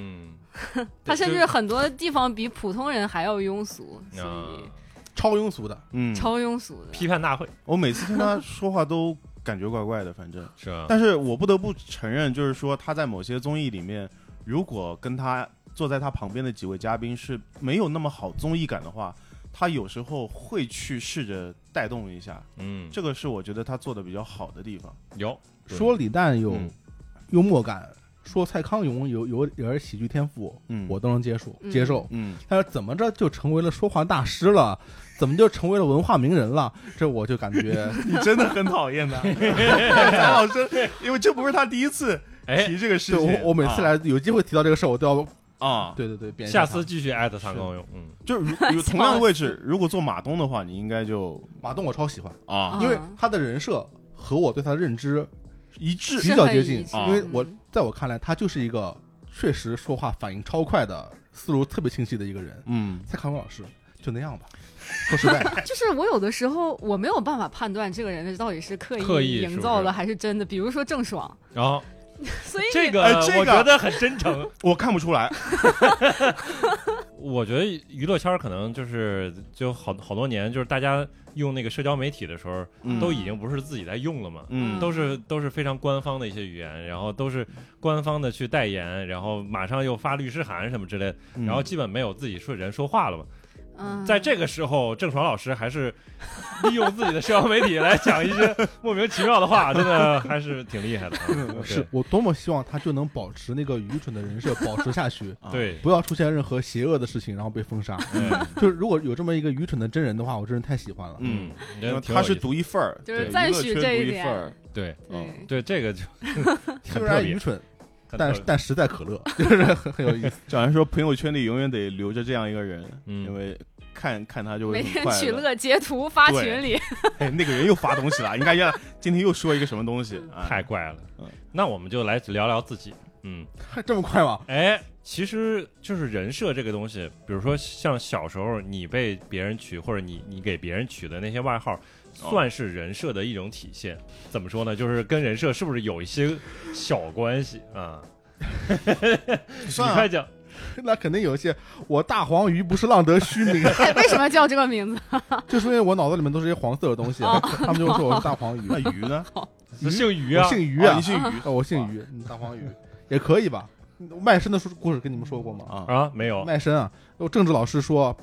A: 对，
D: *laughs* 他甚
A: 就
D: 至很多地方比普通人还要庸俗，所以
A: 啊
C: 超庸俗的，
B: 嗯，
D: 超庸俗的。
A: 批判大会
B: 我每次听他说话都感觉怪怪的，反正。
A: 是啊吧？
B: 但是我不得不承认，就是说他在某些综艺里面，如果跟他坐在他旁边的几位嘉宾是没有那么好综艺感的话，他有时候会去试着带动一下，
A: 嗯，
B: 这个是我觉得他做的比较好的地方。
A: 有对
C: 说李诞有
B: 嗯
C: 幽默感，说蔡康永有有有点喜剧天赋，
B: 嗯，
C: 我都能接受
D: 嗯
C: 接受。
B: 嗯
C: 但是怎么着就成为了说话大师了？怎么就成为了文化名人了？这我就感觉
A: *laughs*
B: 你真的很讨厌 *laughs* 他，张老师，因为这不是他第一次
A: 哎，
B: 提这个事
C: 对
B: 情。
C: 我我每次来有机会提到这个事儿，我都要
B: 啊，
C: 对对对，贬一
A: 啊下
C: 他
A: 次继续艾特唐高勇，嗯，
B: 就是如有同样的位置，如果做马东的话，你应该就
C: 马东我超喜欢，
B: 啊
D: 啊
C: 因为他的人设和我对他的认知
B: 一致
C: 比较
D: 是很
C: 接
D: 一
C: 近
D: 致，
B: 啊
C: 因为我
D: 嗯
C: 在我看来，他就是一个确实说话反应超快的，思路特别清晰的一个人。
B: 嗯
C: 蔡康永老师就那样吧，说实
A: *laughs*
C: 在，
D: 就是我有的时候我没有办法判断这个人到底是刻意
A: 刻意是不是
D: 营造的还是真的，比如说郑爽，
A: 然后
D: 所以
A: 这个
B: 哎这个
A: 我觉得很真诚，
B: *laughs* 我看不出来。
A: 我觉得娱乐圈可能就是就好好多年，就是大家用那个社交媒体的时候，
B: 嗯
A: 都已经不是自己在用了嘛，
B: 嗯
A: 都是都是非常官方的一些语言，然后都是官方的去代言，然后马上又发律师函什么之类的，
B: 嗯
A: 然后基本没有自己说人说话了嘛。
D: 嗯，
A: 在这个时候，郑爽老师还是利用自己的社交媒体来讲一些莫名其妙的话，真的还是挺厉害的啊。对
C: 嗯是我多么希望他就能保持那个愚蠢的人设保持下去， *laughs*
B: 啊
A: 对，
C: 不要出现任何邪恶的事情，然后被封杀。
A: 嗯 *laughs*
C: 就是如果有这么一个愚蠢的真人的话，我真是太喜欢了。
B: 嗯，
A: 真的
B: 因为
A: 挺
B: 他
A: 有
B: 是
A: 意思
B: 独一份儿，
D: 就是
B: 对
D: 赞
B: 娱乐
D: 许
B: 圈
D: 这一
B: 独
D: 点
B: 份儿
A: 对
D: 对，
A: 哦对这个就很
C: 虽
A: 特
C: 然
A: 别
C: 愚，蠢，
A: 很
C: 但
A: 特别
C: 但实在可乐， *laughs* 就是很很有意思。
B: 小然说朋友圈里永远得留着这样一个人，
A: 嗯
B: 因为看看他就会
D: 每
B: 很
D: 天
B: 快
D: 取。乐截图发
B: 对
A: *laughs*
D: 群里，
B: 哎，那个人又发东西了，你看一下，今天又说一个什么东西？哎
A: 太怪了
B: 嗯。
A: 那我们就来聊聊自己，嗯。
C: 还这么快吗？
A: 哎，其实就是人设这个东西，比如说像小时候你被别人取，或者你你给别人取的那些外号，
B: 哦
A: 算是人设的一种体现。怎么说呢？就是跟人设是不是有一些小关系啊？你
B: 算
A: 快
B: 啊
A: 讲，
C: 那肯定有一些，我大黄鱼不是浪得虚名，啊
D: *laughs* 哎，为什么叫这个名字？
C: 就是因为我脑子里面都是些黄色的东西，啊他们就说我是大黄鱼。
B: 那鱼
C: *laughs*
B: 呢？
A: 是姓于
C: 我
A: 啊，
C: 姓于啊，
B: 哦你姓于
C: 哦我姓于，嗯大黄鱼也可以吧？卖身的说故事跟你们说过吗？
B: 啊，
A: 啊，没有，
C: 卖身啊，我政治老师说，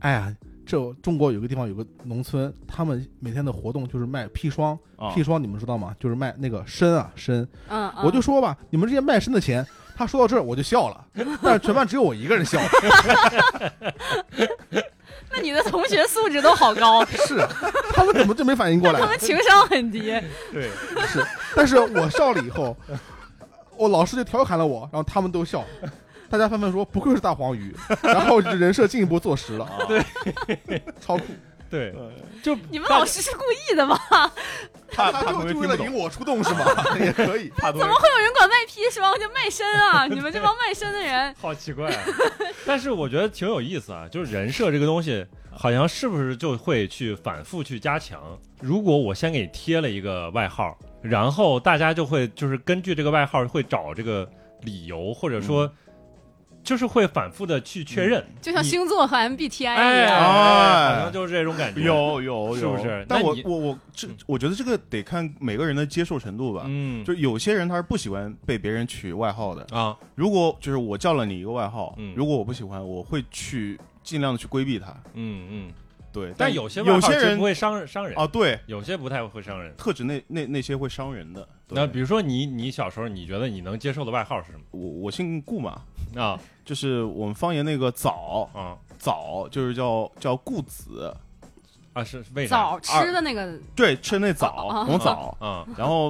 C: 哎呀，这中国有个地方有个农村，他们每天的活动就是卖砒霜，
B: 啊
C: 砒霜你们知道吗？就是卖那个参啊参，
D: 嗯，嗯
C: 我就说吧，你们这些卖身的钱。他说到这儿我就笑了，但是全班只有我一个人笑。
D: 那你的同学素质都好高，
C: 是，他们怎么就没反应过来
D: *laughs* 他？们情商
A: *laughs*
D: 很低，
A: 对，
C: 是，但是我笑了以后， *laughs* 我老师就调侃了我，然后他们都笑，大家纷纷说不愧是大黄鱼，然后人设进一步坐实了，
B: 啊呃
A: 对
C: 超酷。
A: 对，
C: 就
D: 你们老师是故意的吗？
B: 怕怕
C: 他
B: 同学
C: 就
B: 听
C: 为
B: 不
C: 了
B: 懂
C: 引，我出动是吗？也可以。
B: 怕同
D: 怎
B: 学
D: 么会有人管卖砒霜就卖身啊？你们这帮卖身的人，
A: 好奇怪、 *laughs* 啊。但是我觉得挺有意思啊，就是人设这个东西，好像是不是就会去反复去加强？如果我先给你贴了一个外号，然后大家就会就是根据这个外号会找这个理由，或者说就是会反复的去确认。
D: *laughs* 就像星座和 MBTI 一
A: 哎，
D: 样。
B: 哎
A: 好像就是这种感 *laughs* 觉。，
B: 有有有，
A: 是不是
B: 但
A: 那
B: 我
A: 你
B: 我我这
A: 嗯
B: 我觉得这个得看每个人的接受程度吧。
A: 嗯，
B: 就有些人他是不喜欢被别人取外号的，
A: 啊，
B: 如果就是我叫了你一个外号，
A: 嗯
B: 如果我不喜欢，我会去尽量的去规避它。
A: 嗯嗯。
B: 对，
A: 但有
B: 有
A: 些外
B: 有
A: 号
B: 些
A: 其实
B: 人
A: 不会伤伤人，哦
B: 啊，对，
A: 有些不太会伤人。
B: 特指那那那些会伤人的。对
A: 那比如说你，你小时候你觉得你能接受的外号是什
B: 我我姓顾嘛，
A: 么？啊
B: 就是我们方言那个枣
A: 啊
B: 枣，就是叫叫顾子，
A: 啊！是为啥？
D: 枣吃的那个，
B: 对，吃那枣
D: 啊
B: 红枣，
A: 啊，
B: 然后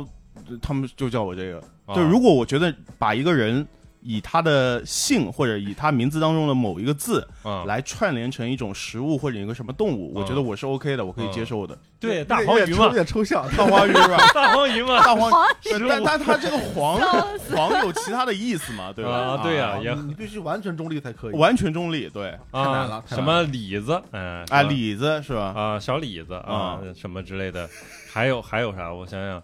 B: 呃他们就叫我这个。
A: 啊
B: 就如果我觉得把一个人以他的姓或者以他名字当中的某一个字
A: 啊，
B: 来串联成一种食物或者一个什么动物，我觉
A: 哦
B: 得我是 OK 的，我可以接受的。
A: *laughs*
C: *laughs*
A: 对大黄鱼
C: 有
A: 嘛，
C: 点抽象。 *laughs*
B: 大花鱼是吧？
A: 大黄鱼
B: *laughs*
A: 嘛，
B: 大黄，
A: 食物
B: 但但它这个黄
D: 笑
B: 黄有其他的意思嘛，对吧？
A: 啊对呀
B: 啊
A: 也
C: 你你必须完全中立才可以。
B: 完全中立，对，
A: 啊
C: 太难了太难了
A: 什么李子，嗯，
B: 啊，
A: 是吧
B: 李子是吧？
A: 啊，小李子啊，什么之类的，还有还有啥？我想想，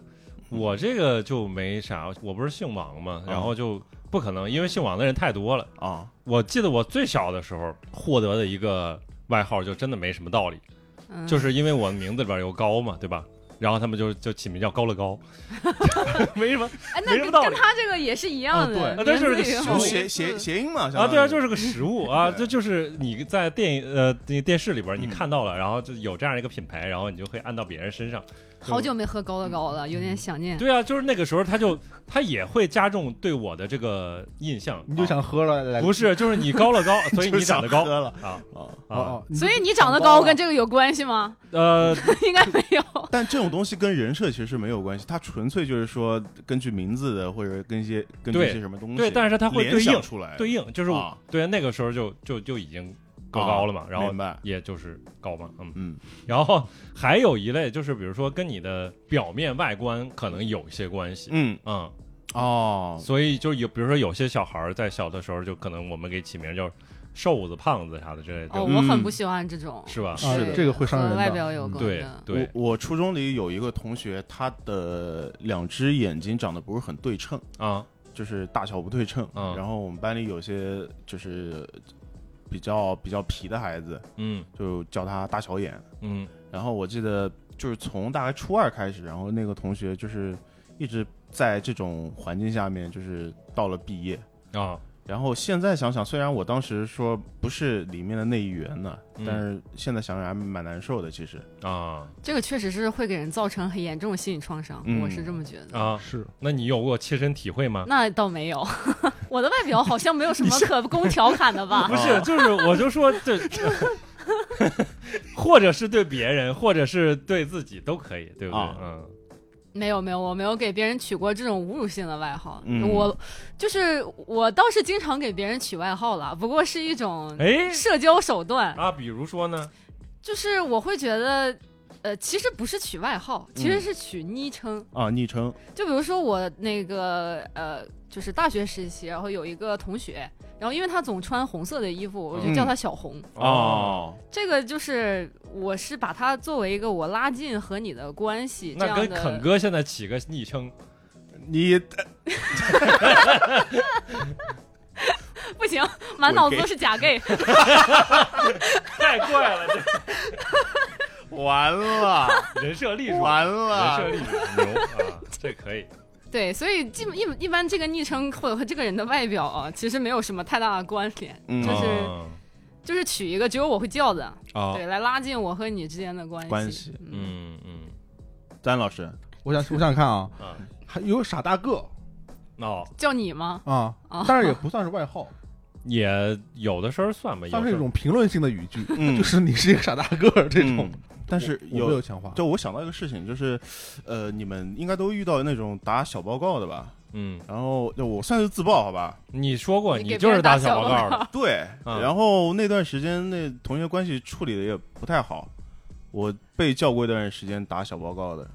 A: 我这个就没啥，我不是姓王嘛，
B: 啊
A: 然后就不可能，因为姓王的人太多了。
B: 啊，
A: 我记得我最小的时候获得的一个外号，就真的没什么道理，
D: 嗯
A: 就是因为我名字里边有高嘛，对吧？然后他们就就起名叫高乐高， *laughs* 没什么
D: 哎，
A: 没
D: 那
A: 什么
D: 跟
A: 道理
D: 跟他这个也是一样的，
B: 啊
A: 对啊这就是个
D: 名字
A: 习
D: 也
B: 就
A: 俗
D: 好
B: 谐谐谐音嘛，
A: 啊，
B: 相当于
A: 对啊，就是个食物啊，
B: 对
A: 这就是你在电影呃那电视里边你
B: 嗯
A: 看到了，然后就有这样一个品牌，然后你就会按到别人身上。
D: 好久没喝高乐高了，有点想念。
A: 对啊，就是那个时候他就他也会加重对我的这个印象，
C: 你就想喝了来，
A: 不是就是你高乐高，所以
B: 嗯就
A: 你
B: 是
A: 长得
B: 想
A: 高
B: 喝了
A: 啊
B: 啊。
C: 哦
A: 啊
C: 哦，你
D: 所以你长得高跟这个有关系吗？ *laughs*
A: 呃
D: 应该没有。
B: 但这种东西跟人设其实没有关系，它纯粹就是说根据名字的，或者跟一些根据一
A: 对
B: 些什么东西，
A: 对，但是它会对
B: 联想
A: 应
B: 出来，
A: 对应，就是我
B: 啊
A: 对那个时候就就就已经够高了嘛，然后
B: 明白，
A: 也就是高嘛，嗯。
B: 嗯
A: 然后还有一类就是，比如说跟你的表面外观可能有一些关系，
B: 嗯
A: 嗯，
B: 哦，
A: 所以就有，比如说有些小孩儿在小的时候，就可能我们给起名叫瘦子、胖子啥的之类的，
D: 哦，
A: 就
D: 我很不喜欢这种，
A: 是吧？
B: 是的
D: 对
C: 这个会伤人的
D: 和外表有关
A: 对
D: 的。
A: 对，
B: 我我初中里有一个同学，他的两只眼睛长得不是很对称，
A: 啊
B: 就是大小不对称。
A: 嗯
B: 然后我们班里有些就是比较比较皮的孩子，
A: 嗯
B: 就叫他大小眼。
A: 嗯
B: 然后我记得就是从大概初二开始，然后那个同学就是一直在这种环境下面，就是到了毕业。
A: 啊，
B: 然后现在想想，虽然我当时说不是里面的那一员呢，
A: 嗯
B: 但是现在想想还蛮难受的。其实，
A: 啊
D: 这个确实是会给人造成很严重的心理创伤，
B: 嗯
D: 我是这么觉得。
A: 啊，
C: 是
A: 那你有过切身体会吗？
D: 那倒没有， *laughs* 我的外表好像没有什么可供调侃的
A: *laughs*
D: 吧
A: *laughs* 不？是，就是我就说这， *laughs* 或者是对别人，或者是对自己都可以，对不对？
B: 啊
A: 嗯
D: 没有没有，我没有给别人取过这种侮辱性的外号。
B: 嗯
D: 我就是我倒是经常给别人取外号了，不过是一种
A: 哎
D: 社交手段，
A: 啊，比如说呢，
D: 就是我会觉得。呃，其实不是取外号，其
A: 嗯
D: 实是取昵称。
B: 啊，昵称
D: 就比如说我那个呃，就是大学时期，然后有一个同学，然后因为他总穿红色的衣服，我就
A: 嗯
D: 叫他小红。
B: 啊
A: 哦，
D: 这个就是我是把它作为一个我拉近和你的关系这
A: 那
D: 样
A: 跟
D: 的。
A: 肯哥现在起个昵称，
B: 你
D: 不行，满脑子都是假 gay。
A: 太怪了，
B: *laughs* 完了，
A: 这人设立住，
B: 完
A: 人
B: 了
A: 设，立住，牛啊，这可以，
D: 对，所以基本一一般这个昵称或者和这个人的外表啊，其实没有什么太大的关联，
B: 嗯
D: 就是、
A: 哦
D: 就是取一个只有我会叫的，
A: 哦，
D: 对，来拉近我和你之间的关系。
B: 关系
D: 嗯，
A: 嗯嗯，
B: 詹老师，
C: 我想我想看啊
A: 啊，
C: 还有傻大个
A: 哦，
D: 叫你吗？
C: 啊
D: 啊，
C: 但是也不算是外号，
A: 也有的时候算吧，有
C: 算是
A: 时
C: 一
A: 候
C: 种评论性的语句，
B: 嗯
C: 就是你是一个傻大个儿这种
B: 嗯。但是
C: 我我
B: 有
C: 没有，强化，
B: 就我想到一个事情，就是，呃，你们应该都遇到那种打小报告的吧？
A: 嗯，
B: 然后就我算是自报好吧？
A: 你说过
D: 你
A: 你
D: 给
A: 就
D: 别
A: 是
D: 人
A: 打
D: 打
A: 小
D: 小
A: 报告
D: 报
A: 的，
B: 对，
A: 嗯
B: 然后那段时间那同学关系处理的也不太好，我被叫过一段时间打小报告的，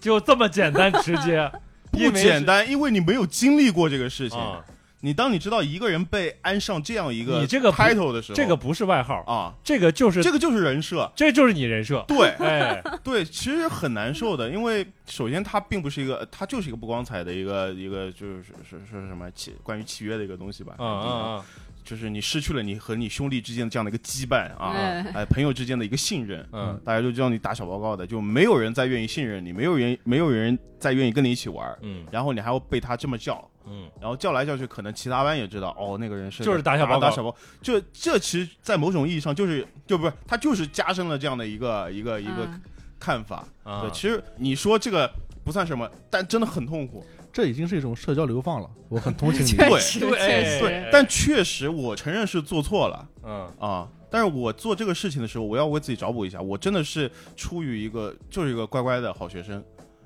A: 就这么简单直 *laughs* 接，
B: 不
A: 因为
B: 简
A: 是
B: 单，因为你没有经历过这个事情。
A: 啊，
B: 你当你知道一个人被安上这样一个
A: 你这个不
B: title 的时候，
A: 这个不是外号，
B: 啊，
A: 这个就是
B: 这个就是人设。
A: 这就是你人设，
B: 对，
A: 哎，
B: 对，其实很难受的，因为首先它并不是一个，它就是一个不光彩的一个一个就是是是什么契关于契约的一个东西吧，
A: 啊啊 *laughs* 啊，
B: 就是你失去了你和你兄弟之间的这样的一个羁绊啊，
D: 嗯
B: 哎，朋友之间的一个信任，
A: 嗯
B: 大家就叫你打小报告的，就没有人再愿意信任你，没有人没有人再愿意跟你一起玩儿，
A: 嗯
B: 然后你还要被他这么叫，
A: 嗯，
B: 然后叫来叫去，可能其他班也知道，哦，那个人是
A: 就是打小报告
B: 打小报，这这其实，在某种意义上就是就不是他就是加深了这样的一个一个一个
D: 嗯
B: 看法。
A: 啊
B: 对，其实你说这个不算什么，但真的很痛苦。
C: 这已经是一种社交流放了，我很同情你。
D: 确
B: 对
D: 实
A: 对
D: 确
A: 哎
D: 实，
B: 对，但确实我承认是做错了
A: 嗯
B: 啊。但是我做这个事情的时候，我要为自己找补一下。我真的是出于一个就是一个乖乖的好学生，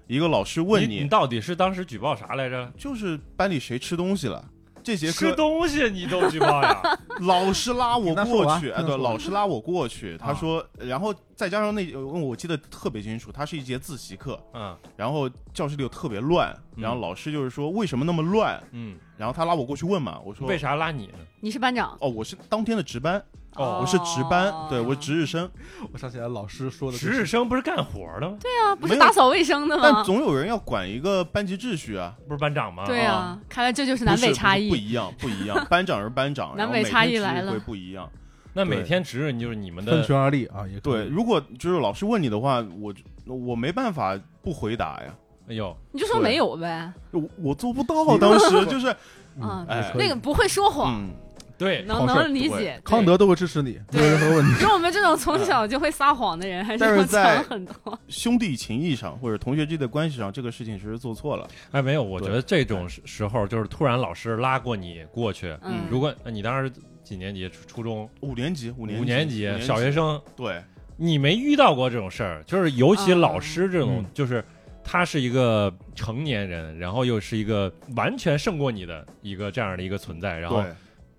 B: 一个老师问
A: 你
B: 你，
A: 到底是当时举报啥来着？
B: 就是班里谁吃东西了，这节
A: 吃
B: 课
A: 东西你都举报呀？
D: *laughs*
B: 老师拉我过去，
C: 你那说吧
B: 哎，
C: 那
B: 对，
C: 说吧
B: 老师拉我过去，他
C: 啊
B: 说，然后再加上那，呃我记得特别清楚，它是一节自习课，
A: 嗯
B: 然后教室里又特别乱，
A: 嗯
B: 然后老师就是说为什么那么乱，
A: 嗯，
B: 然后他拉我过去问嘛，我说
A: 为啥拉你呢？
D: 你是班长，
B: 哦，我是当天的值班，
A: 哦
B: 我是值班，对我是值日生，
C: *laughs* 我想起来老师说的
A: 值日生不是干活的吗？
D: 对啊，不
B: 没有
D: 是打扫卫生的
B: 但
D: 吗？
B: 总有人要管一个班级秩序啊，
A: 不是班长吗？
D: 对啊，看来这就
B: 不
D: 是南
B: 是
D: 北
B: 不是
D: 差
B: 不
D: 异。
B: 一
D: *laughs*
B: 样，不一样，班长是班长，
D: 南
B: 然后
D: 北
B: 每
D: 差
B: 天秩
D: 异
B: 序
D: 来了
B: 会不一样。
A: 那
B: 对
A: 每天值日就是你们
C: 分
A: 的
C: 权而立啊，也可
B: 对，
C: 以。
B: 如果就是老师问你的话，我我没办法不回答呀，
A: 哎呦，
D: 你就说
B: 对
D: 没有呗，
B: 我我做不到，当时就是
D: 嗯
B: 哎
C: 也可以
D: 那个不会说谎，
B: 嗯，
A: 对，
D: 能
C: 好事
D: 能理
B: 对
D: 解。
C: 康德都会支持你，没有任何问题。
D: *laughs* 对，就我们这种从小就会撒谎的人，还
B: 但是
D: 要
B: 在
D: 强很多。
B: 兄弟情谊上或者同学之间的关系上，这个事情其实做错了，
A: 哎，没有，我
B: 对
A: 觉得这种时时候就是突然老师拉过你过去，
D: 嗯，
A: 如果你当时几年级？初初中
B: 五年级，五年
A: 五
B: 年
A: 年级，小学生，
B: 对，
A: 你没遇到过这种事儿，就是尤其
D: 啊
A: 老师这种
C: 嗯，
A: 就是他是一个成年人，然后又是一个完全胜过你的一个这样的一个存在，然后
B: 对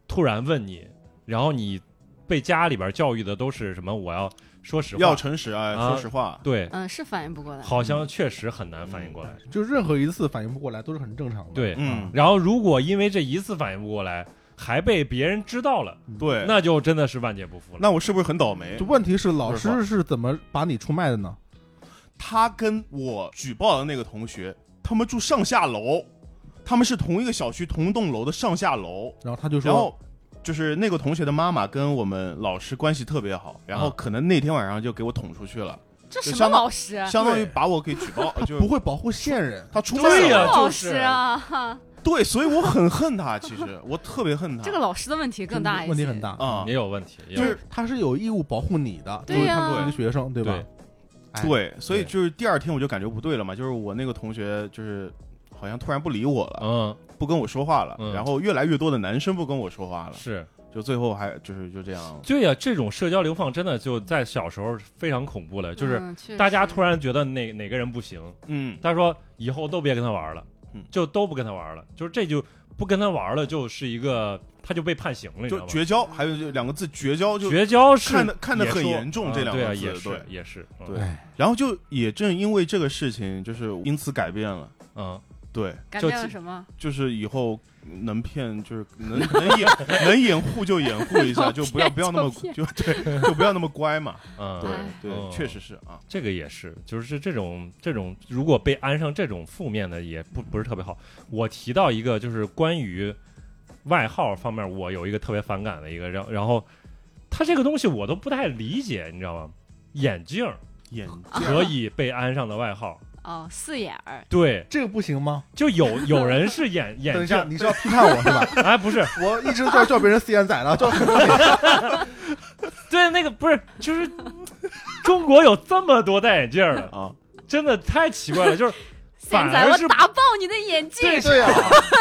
A: 突然问你，然后你被家里边教育的都是什么？我要说实
B: 要
A: 话，
B: 诚实哎，
A: 啊
B: 说实话，
A: 对，
D: 嗯，是反应不过来。
A: 好像确实很难反应过来，
C: *laughs* 就任何一次反应不过来都是很正常的。
A: 对。
B: 嗯，
A: 然后如果因为这一次反应不过来，还被别人知道了，
B: 对，
A: 那就真的是万劫不复了。
B: 那我是不是很倒霉
C: 就？问题是老
B: 不
C: 师是怎么把你出卖的呢？
B: 他跟我举报的那个同学，他们住上下楼，他们是同一个小区同栋楼的上下楼，
C: 然后他就
B: 然
C: 说，
B: 后。就是那个同学的妈妈跟我们老师关系特别好，然后
A: 啊
B: 可能那天晚上就给我捅出去了，
D: 这
B: 就
D: 什么
B: 相当
D: 老师？啊
B: 相当于把我给举报，就
C: 不会保护线人，
B: 他出卖
A: 对
B: 了
A: 呀
B: 我，
A: 就
D: 老
A: 是
D: 师啊，
B: 对，所以我很恨他，其实 *laughs* 我特别恨他。
D: *laughs* 这个老师的问题更大一些，
C: 问题很。大。
B: 啊
A: 也，有问题，也有
C: 就是他是有义务保护你的，
D: 对
C: 因为
D: 呀
C: 他们是一个学生，对吧？哎
B: 对，所以
C: 对
B: 就是第二天我就感觉不对了嘛，就是我那个同学就是好像突然不理我了，
A: 嗯
B: 不跟我说话了，
A: 嗯
B: 然后越来越多的男生不跟我说话了，
A: 是
B: 就最后还就是就这样。
A: 对呀、这种社交流放真的就在小时候非常恐怖了，就是
D: 嗯确
A: 大家
D: 实
A: 突然觉得哪哪个人不行，
B: 嗯，
A: 他说以后都别跟他玩了
B: 嗯，
A: 就都不跟他玩了，就是这就不跟他玩了，就是一个他就被判刑了，你知
B: 就
A: 道吗？
B: 绝交，还有就两个字绝交就。
A: 绝交是
B: 看得看得
A: 也
B: 很
A: 说
B: 严重
A: 嗯
B: 这两
A: 对
B: 个
A: 啊，
B: 字
A: 也是
B: 对
A: 也是，嗯
B: 对
C: 哎，
B: 然后就也正因为这个事情，就是因此改变了。
A: 嗯，
B: 对，
D: 改
A: 就
D: 变了
A: 自
D: 什么？
B: 就是以后能骗，就是能能掩能掩护就掩护一下，就不要不要那么
D: *laughs* 骗
B: 就对，就不要那么
A: *laughs*
B: 乖嘛。
A: 嗯
B: 对
D: 哎
B: 对，
A: 嗯
B: 确实是啊。
A: 这个也是，就是这种这种，如果被安上这种负面的，也不不是特别好。我提到一个，就是关于外号方面，我有一个特别反感的一个，然然后它这个东西我都不太理解，你知道吗？眼镜儿
B: 眼睛
A: 可以被安上的外号，
D: 哦，四眼儿，
A: 对，
C: 这个不行吗？
A: 就有有人是
C: *laughs*
A: 眼眼
C: 等一
A: 镜
C: 下，
A: 儿，
C: 你是要批判我是吧？
A: 哎，不是，
C: 我一直叫叫别人四眼仔了，叫 *laughs* 什么？
A: 对，那个不是，就是中国有这么多戴眼镜儿的，
B: 啊，
A: 真的太奇怪了，
D: *laughs*
A: 就是
D: 四眼
A: 反
D: 仔，
A: 而
D: 我
A: 是
D: 打爆你的眼睛！
A: 对
C: 对呀，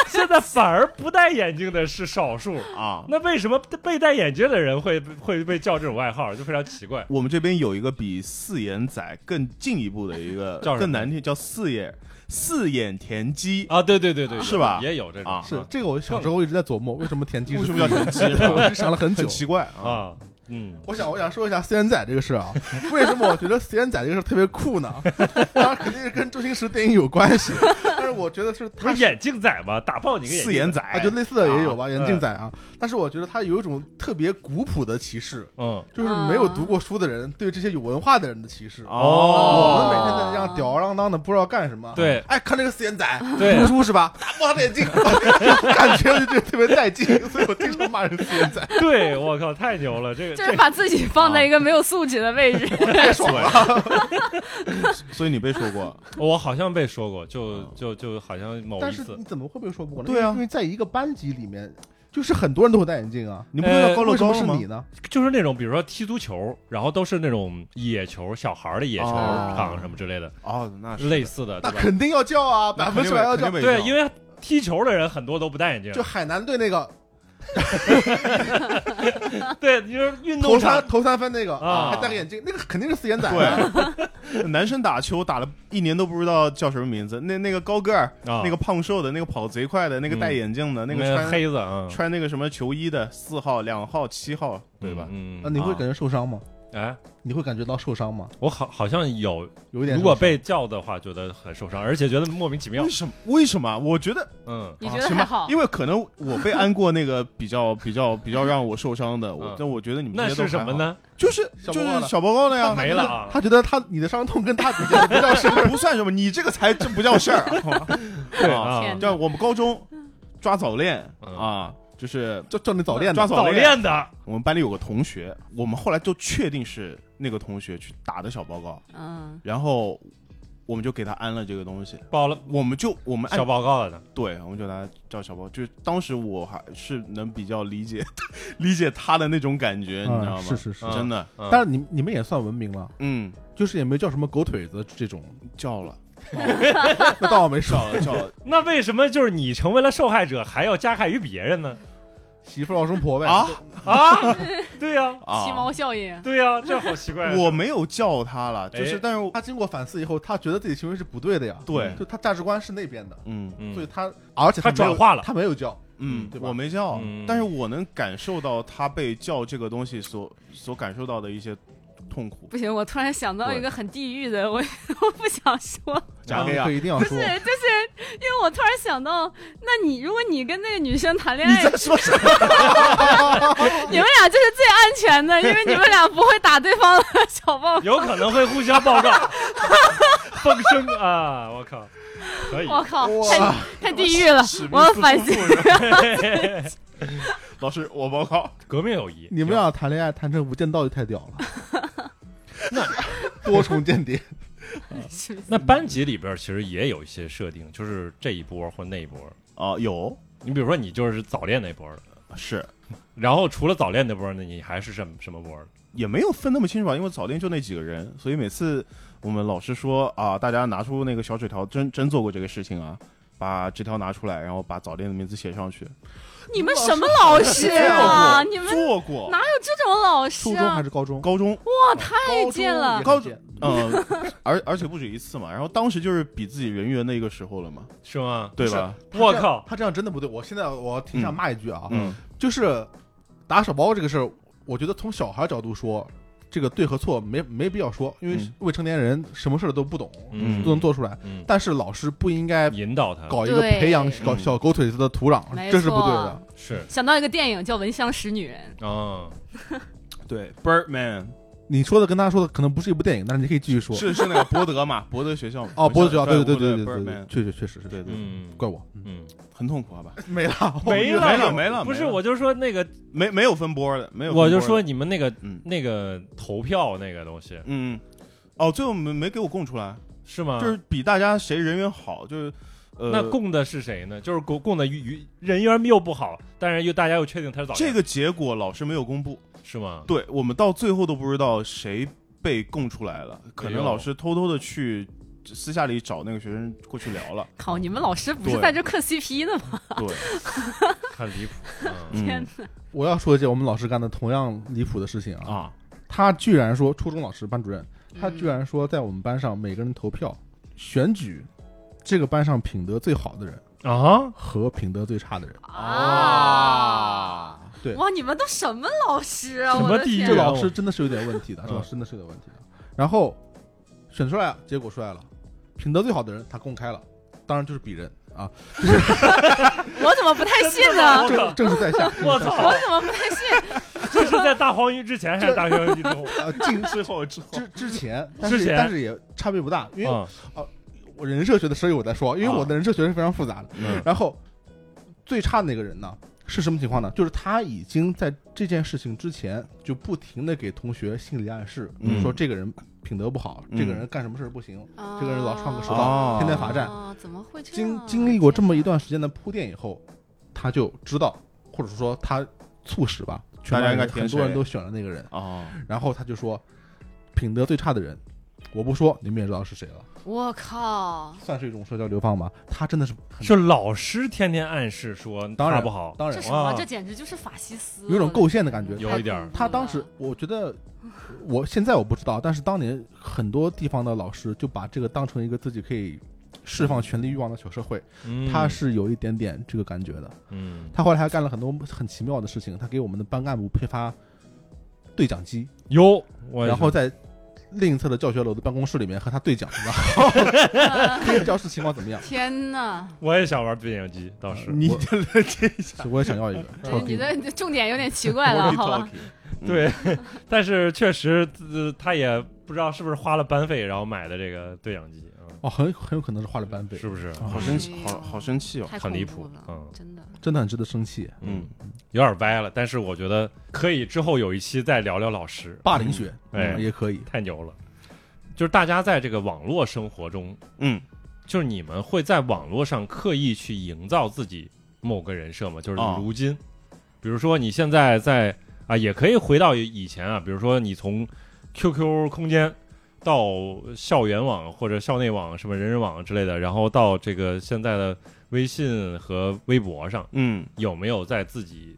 A: 现在反而不戴眼镜的是少数。
B: 啊，
A: 那为什么被戴眼镜的人会会被叫这种外号，就非常奇怪。
B: 我们这边有一个比四眼仔更进一步的一个，
A: 叫什么
B: 更难听，叫四眼四眼田鸡
A: 啊，对对对对，
B: 是吧
A: 也有这种
B: 啊，
C: 是这个，我小时候一直在琢磨，为什么田鸡
B: 为
C: 是
B: 什么叫田鸡？
C: *laughs* 我是想了很久
B: *laughs* 很。奇怪啊。
A: 啊，嗯，
C: 我想，我想说一下四眼仔这个事啊，为什么我觉得四眼仔这个事特别酷呢？ *laughs* 当然肯定是跟周星驰电影有关系，但是我觉得是
A: 不
C: 他
A: 是眼镜仔吗？打爆你个
B: 四
A: 眼
B: 眼
A: 镜，
B: 仔
C: 啊，就类似的也有吧，眼镜
A: 嗯
C: 仔啊，但是我觉得他有一种特别古朴的歧视，
A: 嗯，
C: 就是没有读过书的人对这些有文化的人的歧视。我们
A: 哦
C: 每天在那样吊儿郎当的，不知道干什么。
A: 对
C: 哎，看那个四眼仔，
A: 对
C: 读书是吧？大帽子眼镜， *laughs* 感觉就特别
B: *laughs*
C: 带劲，所以我经常骂人四眼仔，
A: 对我靠，太牛了， *laughs* 这个
D: 就
A: 这
D: 是把自己放在一个没有素质的位置。
C: 太爽了。
B: 所以你被说过，
A: *laughs* 我好像被说过，就就就好像某
C: 但
A: 一
C: 是
A: 次
C: 你，怎么会被说不过呢？
B: 对啊
C: 因为在一个班级里面，就是很多人都会戴眼镜啊。
B: 你不是叫高
C: 为
A: 呃
B: 乐
C: 什
B: 高
C: 么
B: 了
C: 是
B: 吗
C: 你？呢？
A: 就是那种比如说踢足球，然后都是那种野球，小孩儿的野球
B: 哦
A: 场什么之类的，
B: 哦，那是
A: 类啊似的，
C: 那
A: 对吧？
C: 肯定要叫啊，
B: 那
C: 百
B: 肯
C: 分
B: 定
C: 之
B: 会
C: 百要
B: 肯
C: 叫
B: 定。被
A: 对，
B: 叫
A: 因为踢球的人很多都不戴眼镜
C: 就，海南队那个
A: 对，就是运
C: 投
A: 动
C: 三
A: 场
C: 投三分那个，
A: 啊
C: 还戴个眼镜，那个肯定是四眼仔啊。
B: *laughs* 对男生打球打了一年都不知道叫什么名字，那那个高个儿，
A: 啊
B: 那个胖瘦的，那个跑贼快的，那个戴眼镜的，那个穿
A: 黑子啊，
B: 穿那个什么球衣的，四号、两号、七号，对吧？
A: 嗯，
C: 啊，
A: 嗯
C: 你会感觉受伤吗？
A: 哎。
C: 你会感觉到受伤吗？
A: 我好好像有，
C: 有一点
A: 如
C: 受伤。
A: 果被叫的话，觉得很受伤，而且觉得莫名其妙
B: 为。什么？为什么？我觉得
A: 嗯，
D: 你
B: 啊
D: 觉得
B: 行
D: 还
B: 吧
D: 好？
B: 因为可能我被安过那个比较 *laughs* 比较比较让我受伤的，我
A: 嗯
B: 但我觉得你们
A: 那
B: 这些
A: 是
B: 都
A: 什
B: 还
A: 么
B: 好？
A: 呢？
B: 就是
C: 小
B: 就
C: 报告
B: 是
C: 了
B: 小报告了哎呀，，
A: 没了啊！
C: 他觉得他你的伤痛跟他比较不叫事儿
B: 不算什么，你这个才真不叫事儿。好吗
A: 对
B: 啊
A: 啊
D: 天，
B: 像我们高中抓早恋
A: 嗯
B: 啊，就是
C: 就就那早
B: *laughs*
C: 恋的
B: 抓
A: 早
B: 恋。
A: 恋的，
B: 我们班里有个同学，我们后来就确定是那个同学去打的小报告，
D: 嗯，
B: 然后我们就给他安了这个东西，
A: 报了
B: 我们就我们按
A: 嗯小报告了的，
B: 对，我们就拿它叫小包。就是当时我还是能比较理解理解他的那种感觉，你知道吗？
C: 嗯是是是
B: 真的，
A: 嗯
C: 但是你你们也算文明了，
B: 嗯，
C: 就是也没叫什么狗腿子这
D: *laughs*
C: 种，
B: 叫了，
C: 那倒没
B: 叫
C: 少。
B: 了，叫了
A: 那为什么就是你成为了受害者，还要加害于别人呢？
C: *laughs* 媳妇儿要生婆呗
B: 啊
A: 啊，对呀、
B: 啊！
D: 鸡毛效应，
A: 对呀、这好奇怪。啊
B: 我没有叫他了，就是，
A: 哎
B: 但是我
C: 他经过反思以后，他觉得自己行为是不对的呀。
B: 对
C: 就他价值观是那边的，
B: 嗯
A: 嗯
C: 所以他而且
A: 他
C: 没有
A: 转化了
C: 他没有叫，
B: 嗯，
C: 对吧
B: 我没叫
A: 嗯，
B: 但是我能感受到他被叫这个东西所所感受到的一些痛苦。
D: 不行，我突然想到一个很地狱的，我 *laughs* 我不想说，
B: 加黑
C: 这
B: 啊
C: 个！嗯一定要
D: 不是，
C: 说
D: 就。是因为我突然想到，那你如果你跟那个女生谈恋
B: 你
D: 爱
B: 在，说什么？
D: 你们俩就是最安全的，因为你们俩不会打对方的 *laughs* 小报告。
A: 有可能会互相报告， *laughs* 风声啊！我靠，可以，
D: 我靠，太
C: 哇，
D: 太地狱 *laughs* 了
B: 史密，斯
D: 我要反省。 *laughs*
B: 老师，我报告。
A: 革命友谊，
C: *laughs* 你们俩谈恋爱谈成无间道就太屌了，
B: *laughs*
C: 那多重
D: *laughs*
C: 间谍，
A: 那班级里边其实也有一些设定，就是这一波或那一波。
B: 啊，有
A: 你比如说，你就是早恋那波的，
B: 是
A: 然后除了早恋那波呢，你还是什么什么波的？
B: 也没有分那么清楚吧，因为早恋就那几个人，所以每次我们老师说啊，大家拿出那个小纸条，真真做过这个事情啊，把纸条拿出来，然后把早恋的名字写上去。
D: 你们什么老师啊？你们
B: 做过
D: 哪有这种老
C: 初
D: 师
C: 中
D: 啊
C: 还？是高中？
B: 高中，
D: 哇，太贱了！
B: 高
C: 中也很
B: 嗯，而而且不止一次嘛。然后当时就是比自己人缘的一个时候了嘛，
A: 是吗？
B: 对吧？
C: 贱，
A: 我
C: 他这样
A: 靠，
C: 他这样真的不对。我现在我挺想骂一句啊，
B: 嗯，
C: 就是打小报告这个事儿，我觉得从小孩角度说，这个对和错没没必要说，因为
B: 嗯
C: 未成年人什么事儿都不懂，
A: 嗯
C: 都能做出来。
A: 嗯，
C: 但是老师不应该
A: 引导他
C: 搞一个培养
D: 对
B: 嗯
C: 搞小狗腿子的土壤
D: 没，
C: 这是不对
D: 错
C: 的。
A: 是
D: 想到一个电影叫《闻香识女人》，
A: 啊，
B: 对，Birdman
C: 你说的跟他说的可能不是一部电影，但是你可以继续说。
B: 是是那个博德嘛，博德学校嘛。
C: 哦，波子学校，对对对对对对，
B: ，Birdman，
C: 确实确实是，
B: 对对，
A: 嗯
C: 怪我
A: 嗯，
B: 很痛苦，好啊吧？
C: 没了
A: 没了
B: *laughs* 没了啊没了，
A: 不是，我就说那个，
B: 没没有分波的，没有，
A: 我就说，你们那个
B: 嗯
A: 那个投票那个东西
B: 嗯，哦，最后没没给我供出来。
A: 是吗？
B: 就是比大家谁人缘好，就是
A: 嗯
B: 呃，
A: 那供的是谁呢？就是供供的与与人缘又不好，但是又大家又确定他是早恋
B: 这个结果老师没有公布，
A: 是吗？
B: 对我们到最后都不知道谁被供出来了，可
A: 哎
B: 能
A: 呦
B: 老师偷偷的去私下里找那个学生过去聊了，
D: 靠，你们老师不是
B: 对
D: 在这磕 CP 呢吗？
B: *laughs* 对，
A: 很离谱。嗯
B: 嗯
D: 天哪！
C: 我要说一件我们老师干的同样离谱的事情啊，
B: 啊，
C: 他居然说初中老师班主任，他
D: 嗯
C: 居然说在我们班上每个人投票选举这个班上品德最好的人
A: 啊，
C: 和品德最差的人。
D: 啊！
C: 对
D: 嗯哇，你们都什么老师啊？
A: 什么
D: 我的
A: 地狱
D: 天
C: 这
A: 对
D: 啊！
A: 啊
C: 老师真的是有点问题
A: *laughs*
C: 的，
A: 嗯
C: 这老师真的是有点问题的。然后选出来，结果出来了，品德最好的人他公开了，当然就是鄙人啊，
D: 我怎么不太信呢？
C: 正正是在下
A: *laughs* 我操
D: *laughs* 我！怎么不太信？
A: 这是在大黄鱼之前还是大黄鱼之后？
C: 啊，进
B: 最后之后
C: 之之前，但是
A: 之前
C: 但是也差别不大，因为
A: 啊，
C: 我人设学的，所以我在说，因为
B: 啊
C: 我的人设学是非常复杂的。
B: *laughs* 嗯
C: 然后最差那个人呢是什么情况呢？就是他已经在这件事情之前就不停的给同学心理暗示，
B: 嗯
C: 说这个人品德不好，
B: 嗯
C: 这个人干什么事儿不行，
D: 这
C: *laughs* 这个人老上课迟
B: 啊
A: 哦
C: 到，天天罚站。
D: 啊，怎么会这
C: 经
D: 样？
C: 经历过这么一段时间的铺垫以后，他就知道，或者说他促使吧，
B: 大家应该
C: 全班
B: 填
C: 人很多
B: 谁
C: 人都选了那个人，
B: 哦，
C: 然后他就说，品德最差的人，我不说你们也知道是谁了，
D: 天哪！我靠，
C: 算是一种社交流放吧。他真的是很
A: 是老师天天暗示说
C: 当
A: 他
C: 然
A: 不好，
C: 当
D: 这
C: 然
D: 什么？
A: 哇
D: 这简直就是法西斯，
C: 有种构陷的感觉
D: 我。的
A: 有
D: 天
A: 一点儿
D: 太恐怖
C: 他当
B: 嗯
D: 了
C: 时我觉得，我现在我不知道，但是当年很多地方的老师就把这个当成一个自己可以释放权力欲望的小社会，
A: 嗯
C: 他是有一点点这个感觉的。
A: 嗯
C: 他后来还干了很多很奇妙的事情，他给我们的班干部配发对讲机，
A: 有，我
C: 然后在另一侧的教学楼的办公室里面和他对讲，然 *laughs* 后看教室情况怎么样。
D: 嗯 *laughs* 天哪！
A: 我也想玩对讲机，倒是
B: 你
C: 我
B: 的了这一下
C: 是我也想要一个，
D: 对，你的
A: *laughs*
D: 你的重点有点奇怪了，好吧？
A: 对，但是确实、呃他也不知道是不是花了班费然后买的这个对讲机，嗯，
C: 哦，很很有可能是花了班费，啊
A: 是不是？
B: 好生气，好好生气哦。
D: 太
A: 很
D: 恐
A: 离
D: 怖
A: 谱
D: 了，
A: 嗯
D: 真的。 *laughs*
C: 真的很值得生气。
A: 嗯，有点歪了，但是我觉得可以之后有一期再聊聊老师，
C: 霸凌学，
A: 哎
C: 嗯也可以。
A: 太牛了。就是大家在这个网络生活中，
B: 嗯，
A: 就是你们会在网络上刻意去营造自己某个人设吗？就是
B: 啊
A: 如今，比如说你现在在啊，也可以回到以前啊，比如说你从 QQ 空间到校园网或者校内网、什么人人网之类的，然后到这个现在的微信和微博上，
B: 嗯，
A: 有没有在自己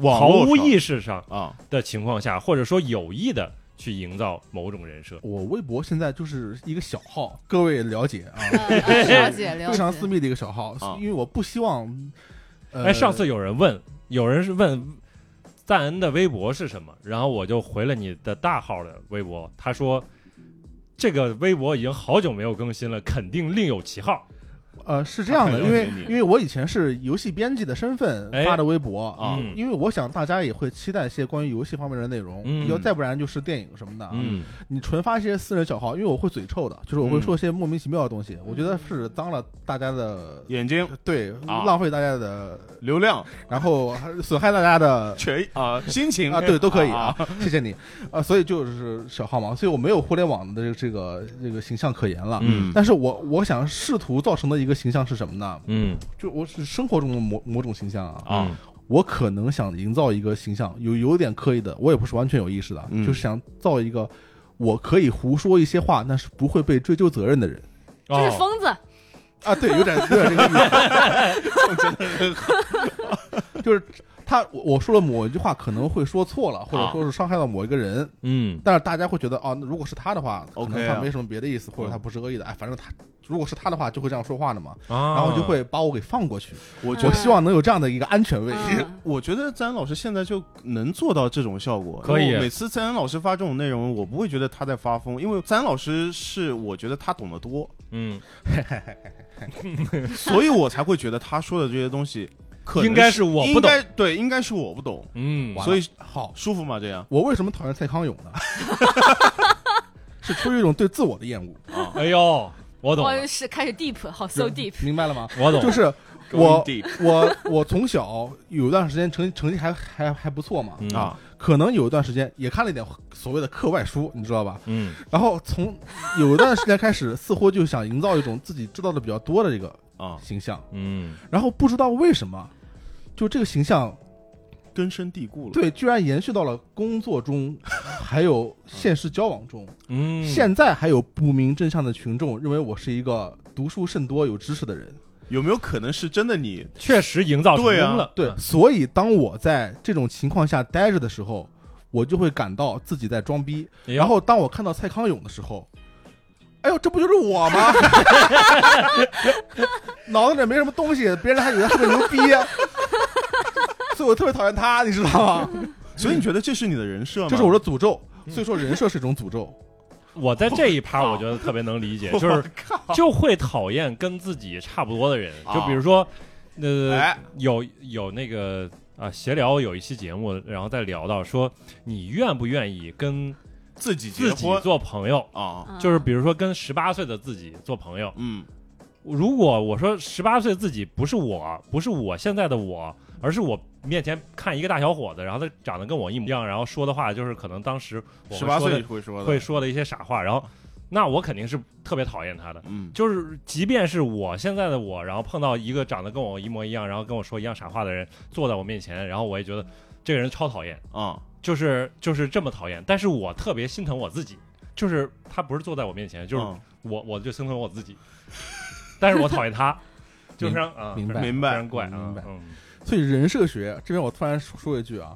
B: 网
A: 毫
B: 络
A: 无
B: 上
A: 意识上
B: 啊，
A: 的情况下，或者说有意的去营造某种人设？
C: 我微博现在就是一个小号，各位 *laughs* 了解啊，
D: 嗯嗯了解了解，
C: *laughs* 非常私密的一个小号
B: 啊，
C: 因为我不希望。呃
A: 哎，上次有人问，有人是问赞恩的微博是什么，然后我就回了你的大号的微博，他说这个微博已经好久没有更新了，肯定另有其号。
C: 呃是这样
B: 他
C: 的，因
B: 很了
C: 为
B: 解你
C: 因为我以前是游戏编辑的身份
A: 哎
C: 发的微博
B: 啊
A: 嗯
C: 因为我想大家也会期待一些关于游戏方面的内容，
A: 嗯
C: 要再不然就是电影什么的啊。
A: 嗯
C: 你纯发一些私人小号，因为我会嘴臭的，就是我会说一些莫名其妙的东西，我觉得是脏了大家的，
B: 眼睛
C: 对，
B: 啊
C: 浪费大家的，
B: 流量
C: 然后还损害大家的
B: 全啊心情
C: 啊，对，都可以
B: 啊
C: 啊，谢谢你啊，所以就是小号嘛，所以我没有互联网的这个这个这个形象可言了。
A: 嗯
C: 但是我我想试图造成的一个形象是什么呢？
A: 嗯
C: 就我是生活中的某某种形象啊，
B: 啊
A: 嗯
C: 我可能想营造一个形象，有有点刻意的，我也不是完全有意识的，
B: 嗯
C: 就是想造一个我可以胡说一些话，但是不会被追究责任的人
D: 这
A: 哦
D: 是疯子，
C: *laughs* 啊，对，有点有点这个意思， *laughs* 就是他我我说了某一句话可能会说错了，或者说是伤害到某一个人，
A: 嗯
C: 但是大家会觉得啊，那如果是他的话，可
B: OK
C: 能他
B: 啊
C: 没什么别的意思，或者他不是恶意的，哎，反正他如果是他的话就会这样说话的嘛，
A: 啊，
C: 然后就会把我给放过去，
B: 我觉得
C: 我
D: 嗯
C: 希望能有这样的一个安全位。
D: 嗯
B: 我觉得詹老师现在就能做到这种效果，
A: 可以
B: 因为每次詹老师发这种内容，我不会觉得他在发疯，因为詹老师是我觉得他懂得多，
A: 嗯，
B: 所以我才会觉得他说的这些东西可能
A: 应该是我不
B: 应
A: 懂
B: 该，对，应该是我不懂，
A: 嗯
C: 完了
B: 所以
C: 好，
B: 舒服吗？这样
C: 我为什么讨厌蔡康永
B: *laughs*
C: 呢？是出于一种对自我的厌恶，
B: 啊，
A: 哎呦，我懂了
D: 我哦是开始 deep，好 so deep，
C: 明白了吗？
A: 我懂了，
C: 就是我
B: Going deep
C: 我我从小有一段时间成成绩还还还不错嘛，
A: 嗯
B: 啊，
C: 可能有一段时间也看了一点所谓的课外书，你知道吧？
A: 嗯
C: 然后从有一段时间开始，似乎就想营造一种自己知道的比较多的这个
B: 啊，
C: 形象，
A: 嗯
C: 然后不知道为什么，就这个形象
B: 根深蒂固了。
C: 对居然延续到了工作中，还有现实交往中。
A: 嗯，
C: 现在还有不明真相的群众认为我是一个读书甚多、有知识的人。
B: 有没有可能是真的你？
A: 确实营造成
B: 对啊
A: 功了，
C: 对，所以当我在这种情况下待着的时候，我就会感到自己在装逼。
A: 嗯，
C: 然后当我看到蔡康永的时候，哎呦，这不就是我吗？ *laughs* 脑子里没什么东西，别人还以为他特别牛逼。啊 *laughs* 所以我特别讨厌他，你知道吗？
B: 所以你觉得这是你的人设吗？
C: 这是我的诅咒。所以说，人设是一种诅咒。
A: 我在这一趴 *laughs* 我觉得特别能理解，就是就会讨厌跟自己差不多的人，
B: 啊
A: 就比如说，呃，
B: 哎，
A: 有有那个啊，闲聊有一期节目，然后再聊到说，你愿不愿意跟
B: 自己结
A: 自己
B: 婚
A: 做朋友？
B: 啊，
D: 嗯
A: 就是比如说跟十八岁的自己做朋友，
B: 嗯
A: 如果我说十八岁自己不是我，不是我现在的我，而是我面前看一个大小伙子，然后他长得跟我一模一样，然后说的话就是可能当时我会
B: 十八
A: 说的
B: 岁会说的，
A: 会说的一些傻话，然后那我肯定是特别讨厌他的。
B: 嗯
A: 就是即便是我现在的我，然后碰到一个长得跟我一模一样，然后跟我说一样傻话的人坐在我面前，然后我也觉得这个人超讨厌，
B: 啊
A: 就是就是这么讨厌。但是我特别心疼我自己，就是他不是坐在我面前，就是
B: 嗯
A: 我我就心疼我自己，但是我讨厌
C: *laughs*
A: 他，就是让啊
C: 明白
A: 非常怪
C: 明
A: 啊
C: 白，
A: 嗯
C: 所以人设学这边我突然说说一句啊，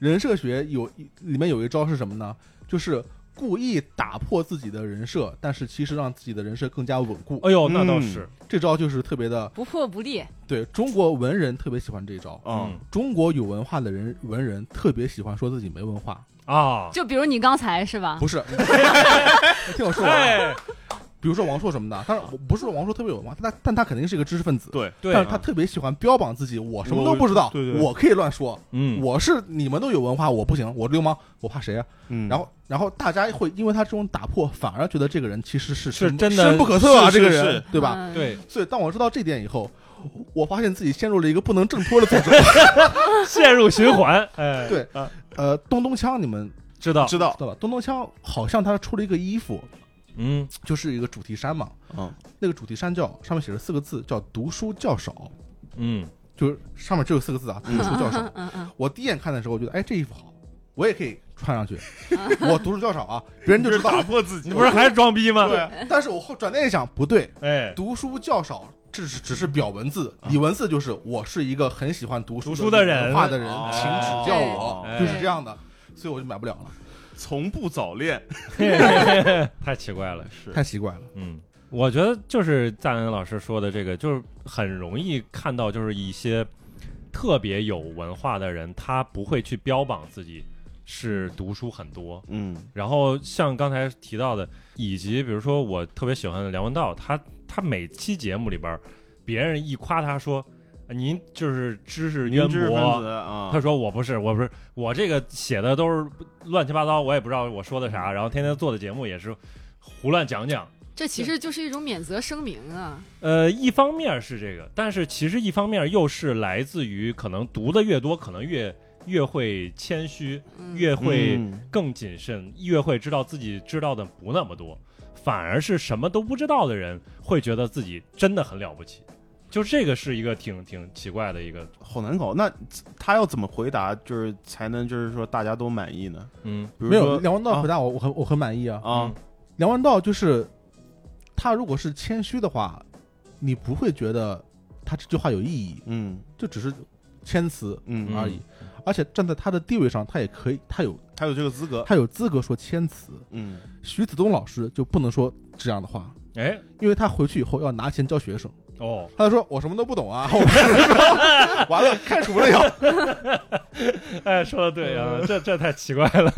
C: 人设学有里面有一招是什么呢？就是故意打破自己的人设，但是其实让自己的人设更加稳固。
A: 哎呦那倒
B: 嗯
A: 是，
C: 这招就是特别的，
D: 不破不立，
C: 对中国文人特别喜欢这招。
B: 嗯
C: 中国有文化的人，文人特别喜欢说自己没文化，
A: 啊，
C: *laughs*
D: 就比如你刚才是吧？
C: 不是？听我说完啊，
A: 哎，
C: 比如说王朔什么的，当然我不是说王朔特别有文化，但但他肯定是一个知识分子，
B: 对，
A: 对
C: 但
A: 啊，
C: 是他特别喜欢标榜自己，我什么都
B: 我
C: 不知道，
B: 对对
C: 我可以乱说，
A: 嗯，
C: 我是你们都有文化，我不行，我流氓，我怕谁啊？
B: 嗯，
C: 然后，然后大家会因为他这种打破，反而觉得这个人其实是
A: 是
C: 深
A: 真的
C: 深不可测啊，
B: 是
C: 这个
B: 是
C: 人
B: 是
C: 对吧？*laughs*
D: 嗯？
A: 对，
C: 所以当我知道这点以后，我发现自己陷入了一个不能挣脱的诅咒。
A: 陷入循环，哎，
C: 对
A: 啊，
C: 呃，东东枪你们
A: 知道，
B: 知道
C: 知，道吧？东东枪好像他出了一个衣服，
A: 嗯，
C: 就是一个主题衫嘛，
B: 嗯，
C: 那个主题衫叫上面写着四个字叫“读书较少
A: 嗯，”，
C: 就是上面只有四个字啊，“读
B: 嗯
C: 书较少”
D: 嗯嗯嗯，
C: 我第一眼看的时候，我觉得哎，这衣服好，我也可以穿上去。我读书较少啊，别人就知
B: *laughs*
C: 道
B: 打。破自己，
A: 你不是还是装逼吗？
B: 对啊，
C: 但是我后转念一想，不对，
A: *laughs* 哎，
C: 读书较少，这是只是表文字，里文字就是我是一个很喜欢读书、
A: 读书的人
C: 文化的人，
B: 哦哎
C: 请指教我，
A: 对
C: 就是这样的，所以我就买不了了，
B: 从不早恋，
A: 太奇怪了，
B: 是
C: 太奇怪了。
A: 嗯。我觉得就是赞恩老师说的这个，就是很容易看到，就是一些特别有文化的人，他不会去标榜自己是读书很多，
B: 嗯
A: 然后像刚才提到的，以及比如说我特别喜欢的梁文道，他他每期节目里边儿，别人一夸他说呃您就是知识渊
B: 知识分
A: 博，
B: 子啊，
A: 他说我不是，我不是，我这个写的都是乱七八糟，我也不知道我说的啥，然后天天做的节目也是胡乱讲讲。
D: 这其实就是一种免责声明啊。
A: 呃，一方面是这个，但是其实一方面又是来自于可能读的越多，可能越越会谦虚，
D: 嗯，
A: 越会、
B: 嗯
A: 更谨慎，越会知道自己知道的不那么多，反而是什么都不知道的人会觉得自己真的很了不起。就这个是一个挺挺奇怪的一个，
B: 好难搞。那他要怎么回答，就是才能就是说大家都满意呢？
A: 嗯
B: 比如
C: 没有
B: 说
C: 梁文道回答我，我很我很满意啊。
B: 啊，
C: 梁文道就是他，如果是谦虚的话，你不会觉得他这句话有意义，
B: 嗯
C: 就只是谦辞
B: 嗯，
C: 而已。而且站在他的地位上，他也可以，他有
B: 他有这个资格，
C: 他有资格说谦辞。
B: 嗯，
C: 徐子东老师就不能说这样的话，
A: 哎
C: 因为他回去以后要拿钱教学生。
A: 哦，
C: 他就说：“我什么都不懂啊，我不是说 *laughs* 完了开除了要。
A: *laughs* 哎，说的对啊，这这太奇怪了，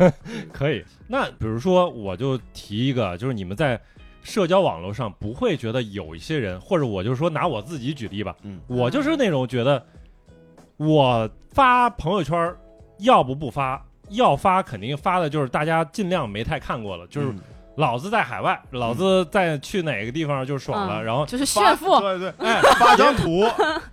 A: 可以。那比如说，我就提一个，啊就是你们在社交网络上不会觉得有一些人，或者我就说拿我自己举例吧，
B: 嗯
A: 我就是那种觉得我发朋友圈儿，要不不发，要发肯定发的就是大家尽量没太看过了，就是
B: 嗯
A: 老子在海外，老子在去哪个地方就爽了，
D: 嗯
A: 然后
D: 就是炫
B: 发
D: 富，
B: 对对，
A: 哎，
B: 发张
A: *laughs*
B: 图，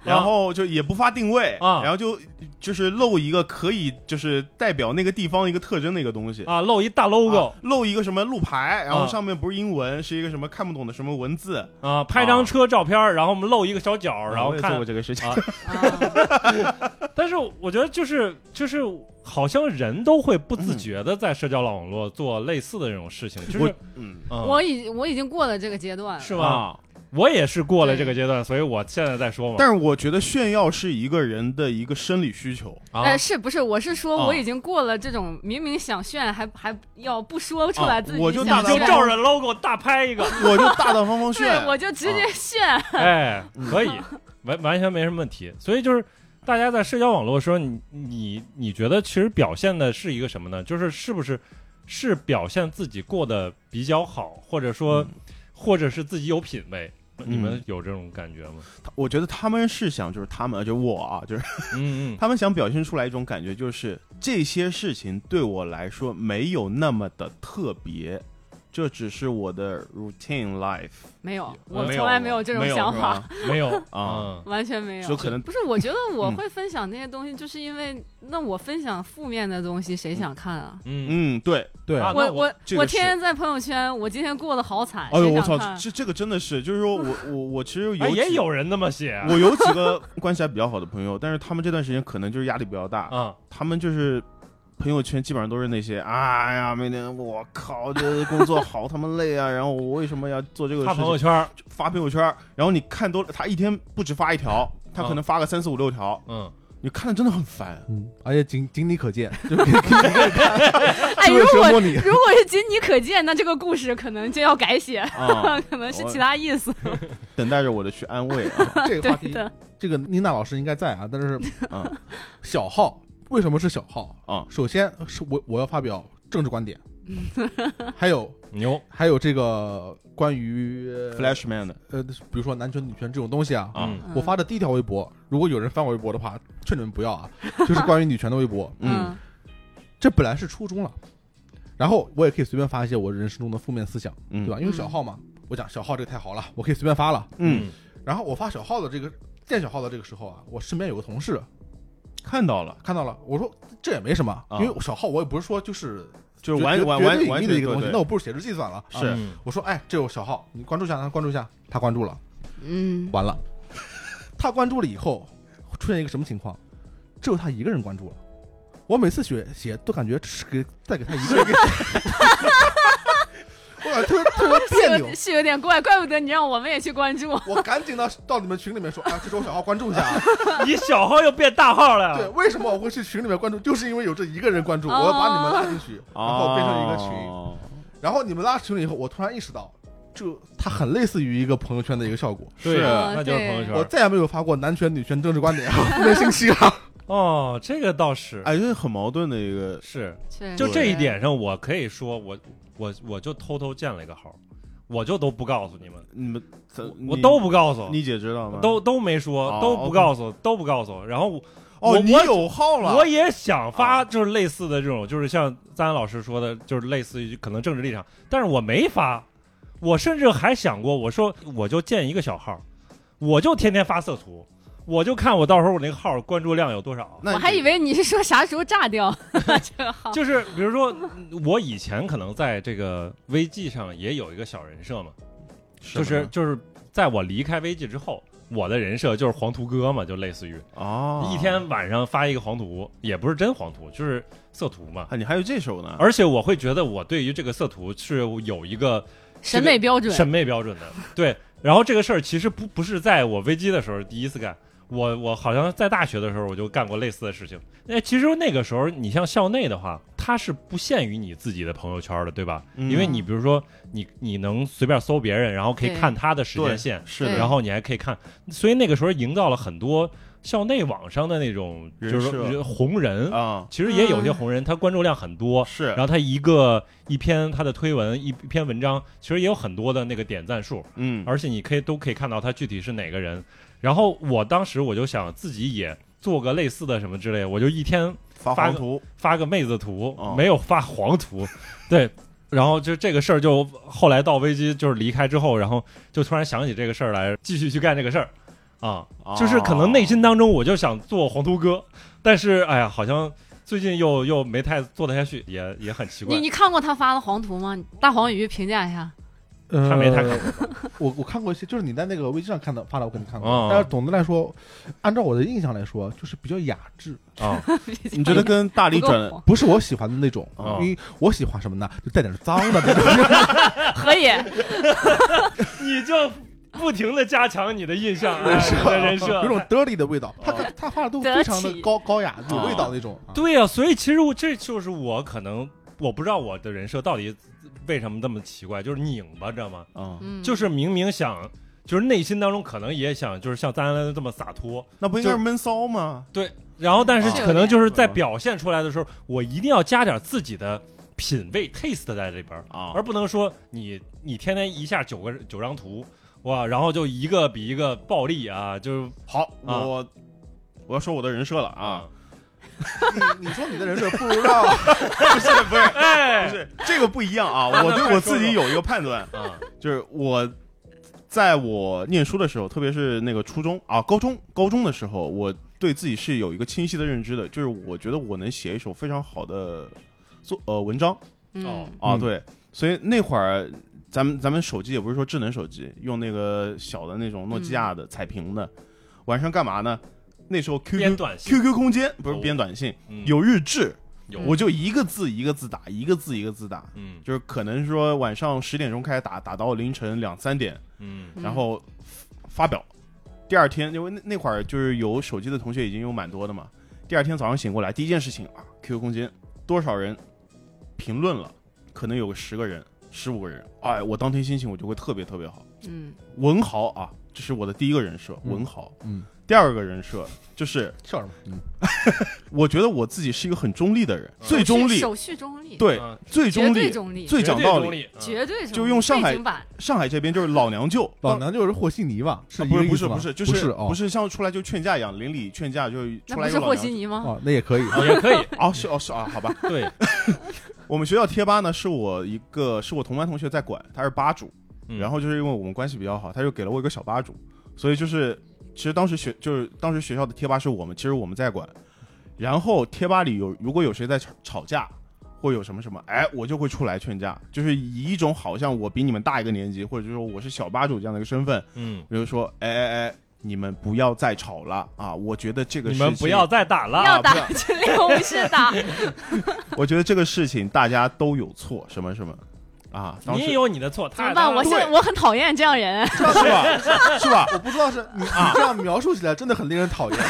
B: 然后就也不发定位
A: 嗯啊
B: 然后就就是露一个可以就是代表那个地方一个特征的一个东西。
A: 啊露一大 logo
B: 啊露一个什么路牌，然后
A: 啊
B: 上面不是英文，是一个什么看不懂的什么文字。
A: 啊，拍张车照片儿，然后我们露一个小脚儿，然后
B: 我也做
A: 看
B: 过这个事情
A: 啊，
D: 啊
A: 但是我觉得就是就是，好像人都会不自觉的在社交网络做类似的这种事情，就是
B: 嗯，
A: 嗯
D: *laughs*
A: 啊
D: 我已我已经过了这个阶段了。
A: 是
B: 是
A: 吗？我也是过了这个阶段，所以我现在在说嘛。
B: 啊但是我觉得炫耀是一个人的一个生理需求，
A: 啊
D: 哎，是不是？我是说，
B: 啊
D: 我已经过了这种明明想炫，还还要不说出
B: 啊
D: 来自己
B: 我就
D: 想
B: 大
A: 就
B: 胆
D: 炫
A: 照着 logo 大拍一个，
B: *laughs* 我就大大
A: *laughs*
B: 方方炫
D: 对，。我就直接炫。
A: 哎，可以，完完全没什么问题。所以就是大家在社交网络的时候，你你你觉得其实表现的是一个什么呢？就是是不是是表现自己过得比较好，或者说、或者是自己有品位？你们有这种感觉吗？
B: 我觉得他们是想，就是他们，就我啊，就是
A: 嗯嗯
B: 他们想表现出来一种感觉，就是这些事情对我来说没有那么的特别，这只是我的 routine life
D: 没有，
A: 我
D: 我
A: 没有
D: 从来没有这种
A: 没有
D: 想
B: 是
D: 法，
B: 吧？
A: *laughs* 没有嗯
B: 啊，
D: *laughs* 完全没
B: 就
D: 有。
B: 可能
D: 不是，我觉得我
B: 嗯
D: 会分享那些东西，就是因为那我分享负面的东西，谁想看啊？
A: 嗯
B: 嗯，对，”
C: 对，
A: 啊那
D: 我
A: 我
D: 我
B: 这个
D: 我
B: 是
D: 天天在朋友圈，我今天过得好惨，
B: 哎呦
D: 谁
B: 我
D: 想
B: 操，
D: 啊看？
B: 这这个真的是，就是说我我我其实
A: *laughs* 哎，
B: 有
A: 也
B: 几
A: 有人那么写啊
B: 我有几个关系还比较好的朋友，但是他们这段时间可能就是压力比较大，
A: 啊，
B: 他们就是朋友圈基本上都是那些，哎呀，每天我靠，这工作好他妈累啊，然后我为什么要做这个
A: 发
B: 事
A: 朋友
B: 情？
A: 圈儿，
B: 发朋友圈，然后你看都，他一天不止发一条，他可能发个三四五六条，
A: 嗯，
B: 你看的真的很烦。
C: 嗯，而且仅仅你可见，就可以可以
D: 哎，
C: 就 *laughs*
D: 如
C: 是折
D: 果
C: 磨你。
D: 如果是仅你可见，那这个故事可能就要改写，
B: 啊，
D: 可能是
B: 我
D: 其他意思。
B: 等待着我的去
A: *laughs*
B: 安慰啊，
C: 这个话题，
D: 对的，
C: 这个妮娜老师应该在啊，但是
B: 嗯
C: 小号为什么是小号
B: 啊
C: 首先是我我要发表政治观点，
B: 啊
C: 还有
A: 牛，
C: 还有这个关于
B: Flashman 的
C: 呃，比如说男权女权这种东西啊，
B: 啊，
A: 嗯
D: 嗯
C: 我发的第一条微博，如果有人翻我微博的话，劝你们不要啊，就是关于女权的微博。
B: 嗯
D: 嗯
C: 这本来是初衷了，然后我也可以随便发一些我人生中的负面思想，
B: 嗯
C: 对吧？因为小号嘛，我讲小号这个太好了，我可以随便发了。
B: 嗯，
C: 然后我发小号的这个见小号的这个时候啊，我身边有个同事
B: 看到了，
C: 看到了，我说这也没什么，
B: 啊
C: 因为小号我也不是说就是
B: 就是完完完完
C: 完
B: 全
C: 的
B: 对
C: 一个东西
B: 对，
C: 那我不如写日记算了。啊
B: 是
A: 嗯
C: 我说哎，这有小号，你关注一下，他关注一下，他关注了。
D: 嗯，
C: 完了，他关注了以后，出现一个什么情况？只有他一个人关注了。我每次写写都感觉是给在给他一个
B: *laughs*
C: 人给，我感觉特别特别别
D: 是
C: 扭
D: 有。是有点怪，怪不得你让我们也去关注。
C: 我赶紧的到你们群里面说，啊，这是我小号关注一下。
B: *laughs*
C: 啊。
A: 你小号又变大号
C: 对，
A: 了，
C: 为什么我会去群里面关注？就是因为有这一个人关注，我要把你们拉进去，然后变成一个群。
B: 哦
C: 然后你们拉群里以后，我突然意识到，就它很类似于一个朋友圈的一个效果。
A: 对
B: 是
A: 啊，那
D: 哦
A: 就是
D: 对
A: 朋友圈
C: 我
A: 儿。
C: 再也没有发过男权、女权、政治观点、啊负面信息了。
A: 哦，这个倒是
B: 哎，这很矛盾的一个，
A: 是，
D: 确实
A: 就这一，点上，我可以说，我我我就偷偷建了一个号，我就都不告诉你们，
B: 你们咱
A: 我
B: 呃你
A: 都不告诉，
B: 你姐知道吗？
A: 都都没说
B: 哦，
A: 都不告诉，都不告诉。然后我
B: 哦，
A: 我
B: 你
A: 我
B: 有号了，啊
A: 我也想发，就是类似的这种，就是像赞恩老师说的，就是类似于可能政治立场，但是我没发，我甚至还想过，我说我就建一个小号，我就天天发色图，我就看我到时候我那个号关注量有多少。
B: 那
D: 我还以
B: 为
D: 为你是说啥时候炸掉这个号。
A: 就是比如说，我以前可能在这个微记上也有一个小人设嘛，就是就是在我离开微记之后，我的人设就是黄图哥嘛，就类似于
B: 哦，
A: 一天晚上发一个黄图，也不是真黄图，就是色图嘛。
B: 啊，你还有这首呢？
A: 而且我会觉得我对于这个色图是有一个
D: 审美标准，
A: 审美标准的，对。然后这个事儿其实不不是在我危机的时候第一次干，我我好像在大学的时候我就干过类似的事情。那其实那个时候你像校内的话，它是不限于你自己的朋友圈的，对吧？
B: 嗯
A: 因为你比如说你你能随便搜别人，然后可以
D: 对
A: 看他的时间线，
B: 是
D: 对
B: 的，
A: 然后你还可以看，所以那个时候营造了很多校内网上的那种就
B: 人
A: 是说
B: 设
A: 红人，
B: 啊
A: 其实也有些
D: 嗯
A: 红人他关注量很多，
B: 是
A: 然，后他一个一篇他的推文一一篇文章，其实也有很多的那个点赞数，
B: 嗯，
A: 而且你可以都可以看到他具体是哪个人。然后我当时我就想自己也做个类似的什么之类，我就一天
B: 发
A: 发
B: 黄
A: 个
B: 图
A: 发个妹子图，
B: 哦
A: 没有发黄图， *laughs* 对。然后就这个事儿，就后来到危机就是离开之后，然后就突然想起这个事儿来，继续去干这个事儿，啊，
B: 哦
A: 就是可能内心当中我就想做黄图哥，但是哎呀，好像最近又又没太做得下去，也也很奇怪
D: 你。你看过他发的黄图吗？大黄鱼评价一下。 *laughs*
A: 他没太看
C: *laughs* 我我看过一些，就是你在那个微信上看到发的，我肯定看过。
A: 哦
C: 但是总的来说，按照我的印象来说，就是比较雅致，
A: 啊，
B: 你觉得跟大
D: 不
B: 力
D: 够
B: 转
D: *laughs* 黄
C: 不是我喜欢的那种。
A: 哦
C: 因为我喜欢什么呢？就带点脏的那种。
D: 可以？
A: 你就不停的加强你的印象，哎你的人设
C: 有种 dirty 的味道，他他画的都非常的高高雅，有味道那种。啊
A: 对呀、所以其实我这就是我可能我不知道我的人设到底为什么那么奇怪，就是拧巴，知道吗？
B: 啊，
D: 嗯，
A: 就是明明想，就是内心当中可能也想，就是像咱这么洒脱，
B: 那不应该是闷骚吗？
A: 然后但是
B: 啊
A: 可能就是在表现出来的时候，我一定要加点自己的品味 taste 在里边儿，
B: 啊
A: 而不能说你你天天一下九个九张图。哇，然后就一个比一个暴力啊，就是
B: 好，
A: 啊
B: 我我要说我的人设了啊，，
C: 你你说你的人设不如让
B: 不是不是不
A: 哎，
B: 是，这个不一样啊，我对我自己有一个判断，
A: 啊，
B: 就是我在我念书的时候，特别是那个初中啊、高中、高中的时候，我对自己是有一个清晰的认知的，就是我觉得我能写一首非常好的作呃文章
A: 哦
D: 嗯，
B: 啊，
C: 嗯
B: 对，所以那会儿咱们咱们手机也不是说智能手机，用那个小的那种诺基亚的彩屏的，晚上干嘛呢？那时候
A: 编
B: QQ
A: 短信
B: QQ 空间不是
A: 哦
B: 编短信，
A: 嗯
B: 有日志，
A: 有
B: 我就一个字一个字打，一个字一个字打。
A: 嗯
B: 就是可能说晚上十点钟开始打，打到凌晨两三点，
A: 嗯
D: 嗯
B: 然后发表。第二天，因为那那会儿就是有手机的同学已经有蛮多的嘛。第二天早上醒过来，第一件事情啊，QQ 空间多少人评论了，可能有个十个人、十五个人。哎，我当天心情我就会特别特别好，
D: 嗯
B: 文豪啊，这是我的第一个人设，
C: 嗯
B: 文豪。
C: 嗯，
B: 第二个人设就是，
C: 笑什么？嗯
B: 我觉得我自己是一个很中立的人，最中立，
D: 嗯手续中立，
B: 对，
A: 嗯
B: 最中
D: 绝对
B: 立，
D: 中立，
B: 最讲
A: 绝对
B: 道
A: 中
B: 理。
A: 立，嗯
D: 绝对中立
B: 就用上海
D: 背景板
B: 上海这边就是老娘舅，
C: 老娘就是和稀泥吧？是
B: 啊
C: 一
B: 不
C: 个
B: 是
C: 意
B: 不
C: 思
B: 是
C: 吧
B: 不是，就
C: 不
B: 是
C: 哦
B: 不是像出来就劝架一样，邻里劝架就是出
D: 那不
B: 来一
D: 是
B: 个老
D: 和稀
B: 娘舅。
D: 泥吗？
C: 哦，那也可 *laughs* 以。
A: 啊也可以，
B: 哦，是哦是啊，好吧。 *laughs*
A: 对，
B: 我们学校贴吧呢，是我一个是我同班同学在管，他是吧主，
A: 嗯
B: 然后就是因为我们关系比较好，他就给了我一个小吧主，所以就是其实当时学就是当时学校的贴吧是我们，其实我们在管，然后贴吧里有如果有谁在吵吵架。或有什么什么，哎，我就会出来劝架，就是以一种好像我比你们大一个年级，或者就是说我是小吧主这样的一个身份，
A: 嗯，
B: 比如说，哎哎哎，你们不要再吵了啊！我觉得这个
A: 你
B: 事
A: 们不要
B: 情，
A: 再打了，
D: *laughs*
A: 啊
D: 要
A: 不
B: 啊
D: 打就用是打，
B: *laughs* 我觉得这个事情大家都有错，什么什么啊？当
A: 你
B: 时
A: 也有你的错，
D: 怎
A: 他
D: 么办？我现在
A: 对
D: 我很讨厌这样
B: *laughs*
D: 人，
B: 是吧？是吧？
C: 我不知道是啊你你这样描述起来真的很令人讨厌。
A: *laughs*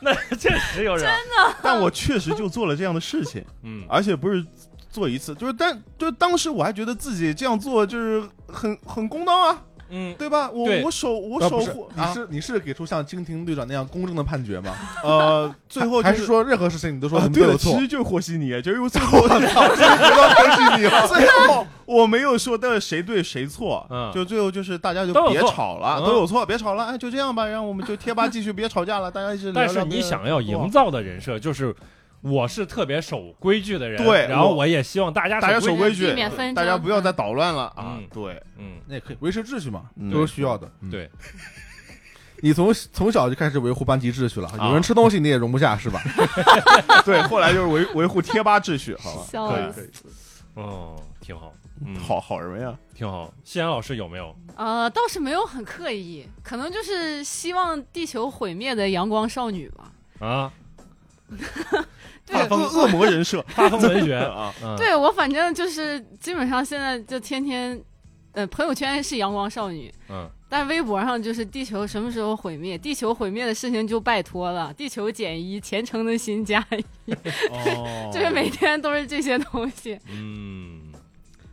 A: 那确实有人，
B: 但我确实就做了这样的事情，
A: 嗯，
B: 而且不是做一次，就是但就是当时我还觉得自己这样做就是很很公道啊，
A: 嗯，
B: 对吧？我
A: 对
B: 我守我
C: 啊
B: 守
C: *laughs* 不是
B: 护
C: 你
B: 啊，
C: 是你是给出像蜻蜓队长那样公正的判决 *laughs* 吗？
B: 呃，最后就
C: 还哦是说任何事情你都说
B: 啊
C: 你们
B: 对
C: 都
B: 了，
C: 有
B: 其
C: 错？
B: 实就是和稀泥，就是因为最后
A: *laughs*
C: 恭喜你 *laughs* 啊！
B: 最后我没有说，但是谁对谁错，
A: 嗯
B: 就最后就是大家就
A: 都有
B: 别
A: 错
B: 吵了，
A: 嗯
B: 都有错，别吵了，哎，就这样吧，让我们就贴吧继续别吵架了，大家一直聊
A: 但
B: 聊
A: 是
B: 别
A: 你
B: 的
A: 想要营造的人设就是。我是特别守规矩的人，
B: 对
A: 然后
B: 我
A: 我也希望大家
B: 大家守
A: 矩，
B: 规矩
D: 避免嗯纷，争
B: 大家不要再捣乱了啊
A: 嗯！
B: 对，
A: 嗯，
C: 那也可以维持秩序嘛，
B: 嗯
C: 都是需要的。嗯
A: 对，
C: *laughs* 你从从小就开始维护班级秩序了，
A: 啊
C: 有人吃东西你也容不下是吧？
B: 对，后来就是维维护贴吧秩序，好吧？
D: *laughs* 笑
B: 可以
D: 死
B: 可以，
A: 哦，挺好，嗯，，
B: 好好什么呀？
A: 挺好。西安老师有没有？
D: 呃，倒是没有很刻意，可能就是希望地球毁灭的阳光少女吧。
B: *laughs*
A: 啊，
D: 对
B: 恶 *laughs* 恶魔人设
A: 大风
B: *laughs*
A: 文学， *laughs*
B: 啊，
A: 嗯，
D: 对我反正就是基本上现在就天天，呃，朋友圈是阳光少女，
A: 嗯，
D: 但微博上就是地球什么时候毁灭？地球毁灭的事情就拜托了，地球减一，虔诚的心加 *laughs* 一，
B: 哦
D: *laughs* 就是每天都是这些东西。
A: 嗯。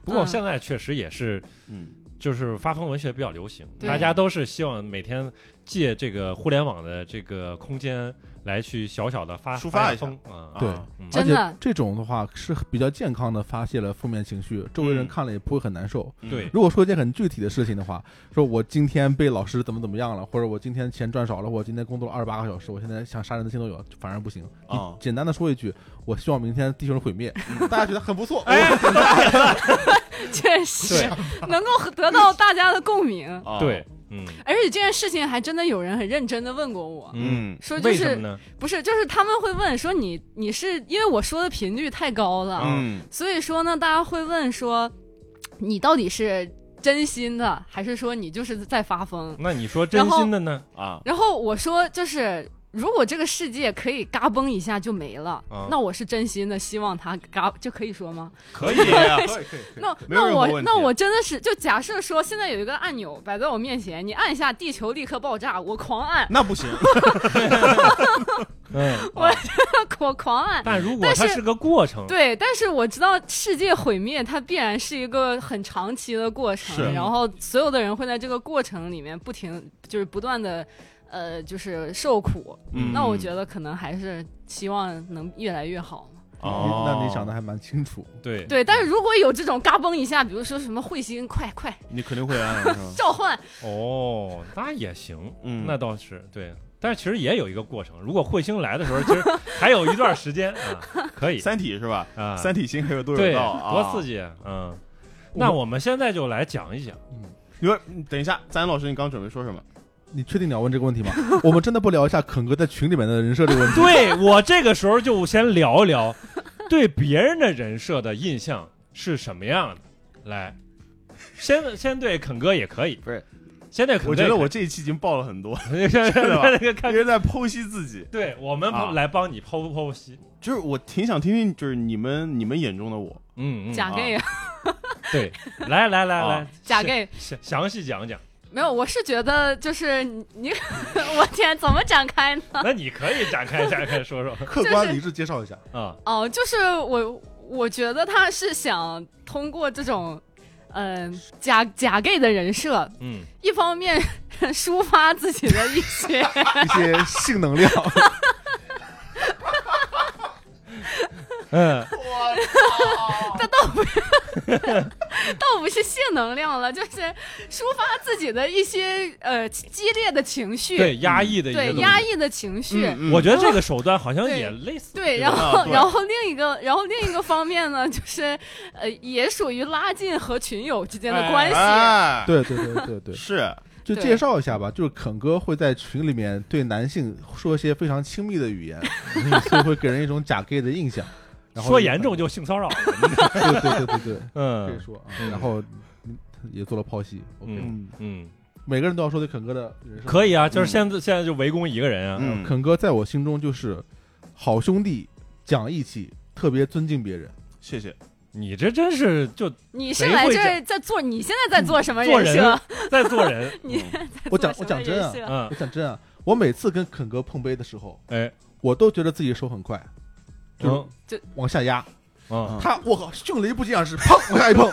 A: 不过现在确实也是，
B: 嗯
A: 就是发疯文学比较流行，
D: 对
A: 大家都是希望每天借这个互联网的这个空间来去小小的发
B: 抒发一下
A: 疯啊，
C: 对
B: 啊
A: 嗯
D: 真的
C: 而且这种的话是比较健康的发泄了负面情绪，周围人
A: 嗯
C: 看了也不会很难受。
B: 嗯
A: 对
C: 如果说一件很具体的事情的话，说我今天被老师怎么怎么样了，或者我今天钱赚少了，我今天工作了二十八个小时，我现在想杀人的心都有，反而不行。你
B: 啊
C: 简单的说一句，我希望明天地球人毁灭，大家觉得很不错。
D: 确实
A: 对
D: 能够得到大家的共鸣，
B: 啊
A: 啊嗯对，，嗯
D: 而且这件事情还真的有人很认真的问过我，
A: 嗯，
B: 嗯
D: 说就
A: 为什么
D: 是
A: 呢？
D: 不是就是他们会问说你你是因为我说的频率太高了，
B: 嗯
D: 所以说呢，大家会问说，你到底是真心的，还是说你就是在发疯？
A: 那你说真心的
D: *laughs*
A: 呢？
B: 啊，
D: 然后我说，就是如果这个世界可以嘎嘣一下就没了，
A: 啊
D: 那我是真心的希望它嘎，这可以说吗？
B: 可 *laughs* 以
A: *laughs*
B: 啊，
D: 那
B: 没有
D: 那
B: 任何
D: 我
B: 问题
D: 那我真的是，就假设说现在有一个按钮摆在我面前，你按一下，地球立刻爆炸，我狂按， *laughs*
B: 那不行，
A: 嗯，
D: 我狂按。
A: 但如果它
D: 但是
A: 是个过程，
D: 对，但是我知道世界毁灭它必然是一个很长期的过
B: 是
D: 程，然后所有的人会在这个过程里面不停，就是不断的，呃，就是受苦。
A: 嗯
D: 那我觉得可能还是希望能越来越好嘛。
B: 哦
C: *laughs* 那你想的还蛮清楚。
A: 对
B: 嗯
D: 对，但是如果有这种嘎嘣一下，比如说什么彗星，快快
B: 你肯定会按是吧
D: 召唤，
A: 哦，那也行，
B: *laughs* 嗯
A: 那倒是对。但是其实也有一个过程，如果彗星来的时候，其实还有一段时间啊，可以
B: 三体是吧？
A: 啊，
B: 三体星还有多
A: 对，
B: 有道啊，
A: 多刺激，嗯。那我们现在就来讲
B: *laughs*
A: 一讲，
B: 你说，等一下，赞恩老师，你刚准备说什么？
C: 你确定你要问这个问题吗？我们真的不聊一下肯哥在群里面的人设这个问题？
A: 对我这个时候就先聊一聊对别人的人设的印象是什么样的。来，先先对肯哥也可以，
B: 不是，
A: 先对肯哥
B: 我
A: 也可以。
B: 觉得我这一期已经爆了很多，
A: 现在
B: 的吧
A: 那个
B: 一 *laughs*
A: 看，
B: 直在剖析自己。
A: 对我们
B: 啊
A: 来帮你剖不剖析？
B: 就是我挺想听听，就是你们你们眼中的我，
A: 嗯嗯，
D: 假 gay，
A: 对，来来来
B: 啊
A: 来，
D: 假
A: 详
D: gay，
A: 详详细讲讲。
D: 没有，我是觉得就是你，你 *laughs* 我天，怎么展开呢？
A: 那你可以展
D: *laughs*
A: 开展开说说
C: 客观理智介绍一下，
A: 啊，
D: 哦，就是我，我觉得他是想通过这种，嗯、假假 gay 的人设，
A: 嗯
D: 一方面 *laughs* 抒发自己的一 *laughs* 些
C: 一些性能量，
A: 嗯，
D: 倒不是性能量了，就是抒发自己的一些呃激烈的情绪，
A: 对，压抑的一些
D: 对
A: 东西
D: 压。抑的情绪。
B: 嗯
A: 我觉得这个手段好像
D: 对
A: 也类似，对
D: 对，然后、
B: 啊对
D: 然后另一个，然后另一个方面呢，就是，呃，也属于拉近和群友之间的关系。
B: 哎，
C: 对对对对对，
B: 是，
C: 就
D: 对
C: 介绍一下吧，就是肯哥会在群里面对男性说一些非常亲密的
A: *laughs*
C: 语言，所以会给人一种假 gay 的印象。然后
A: 说严重就性骚扰
C: *laughs*
A: 了。
C: 对对对对对，可以
A: 嗯
C: 说啊。然后嗯也做了剖析，OK，
A: 嗯
B: 嗯
A: 嗯，
C: 每个人都要说对肯哥的人生。
A: 可以啊，就是
B: 嗯
A: 现在现在就围攻一个人啊。
B: 嗯，
C: 肯哥在我心中就是好兄弟，讲义气，特别尊敬别人。
B: 谢谢。
A: 你这真是就
D: 你是
A: 谁
D: 来
A: 会
D: 这
A: 这
D: 儿在做？你现在在做什么
A: 做
D: 人设。
A: 人？在做人
D: 你
B: 嗯
C: 我讲
D: 做
C: 我
D: 什
C: 讲
D: 么
C: 真啊
D: 人，设
A: 嗯
C: 我，讲真啊，我每次跟肯哥碰杯的时候，
A: 哎，
C: 我都觉得自己手很快，
A: 嗯
C: 往下压。
A: 嗯，
C: 他我靠，迅雷不及掩耳，砰往下一碰，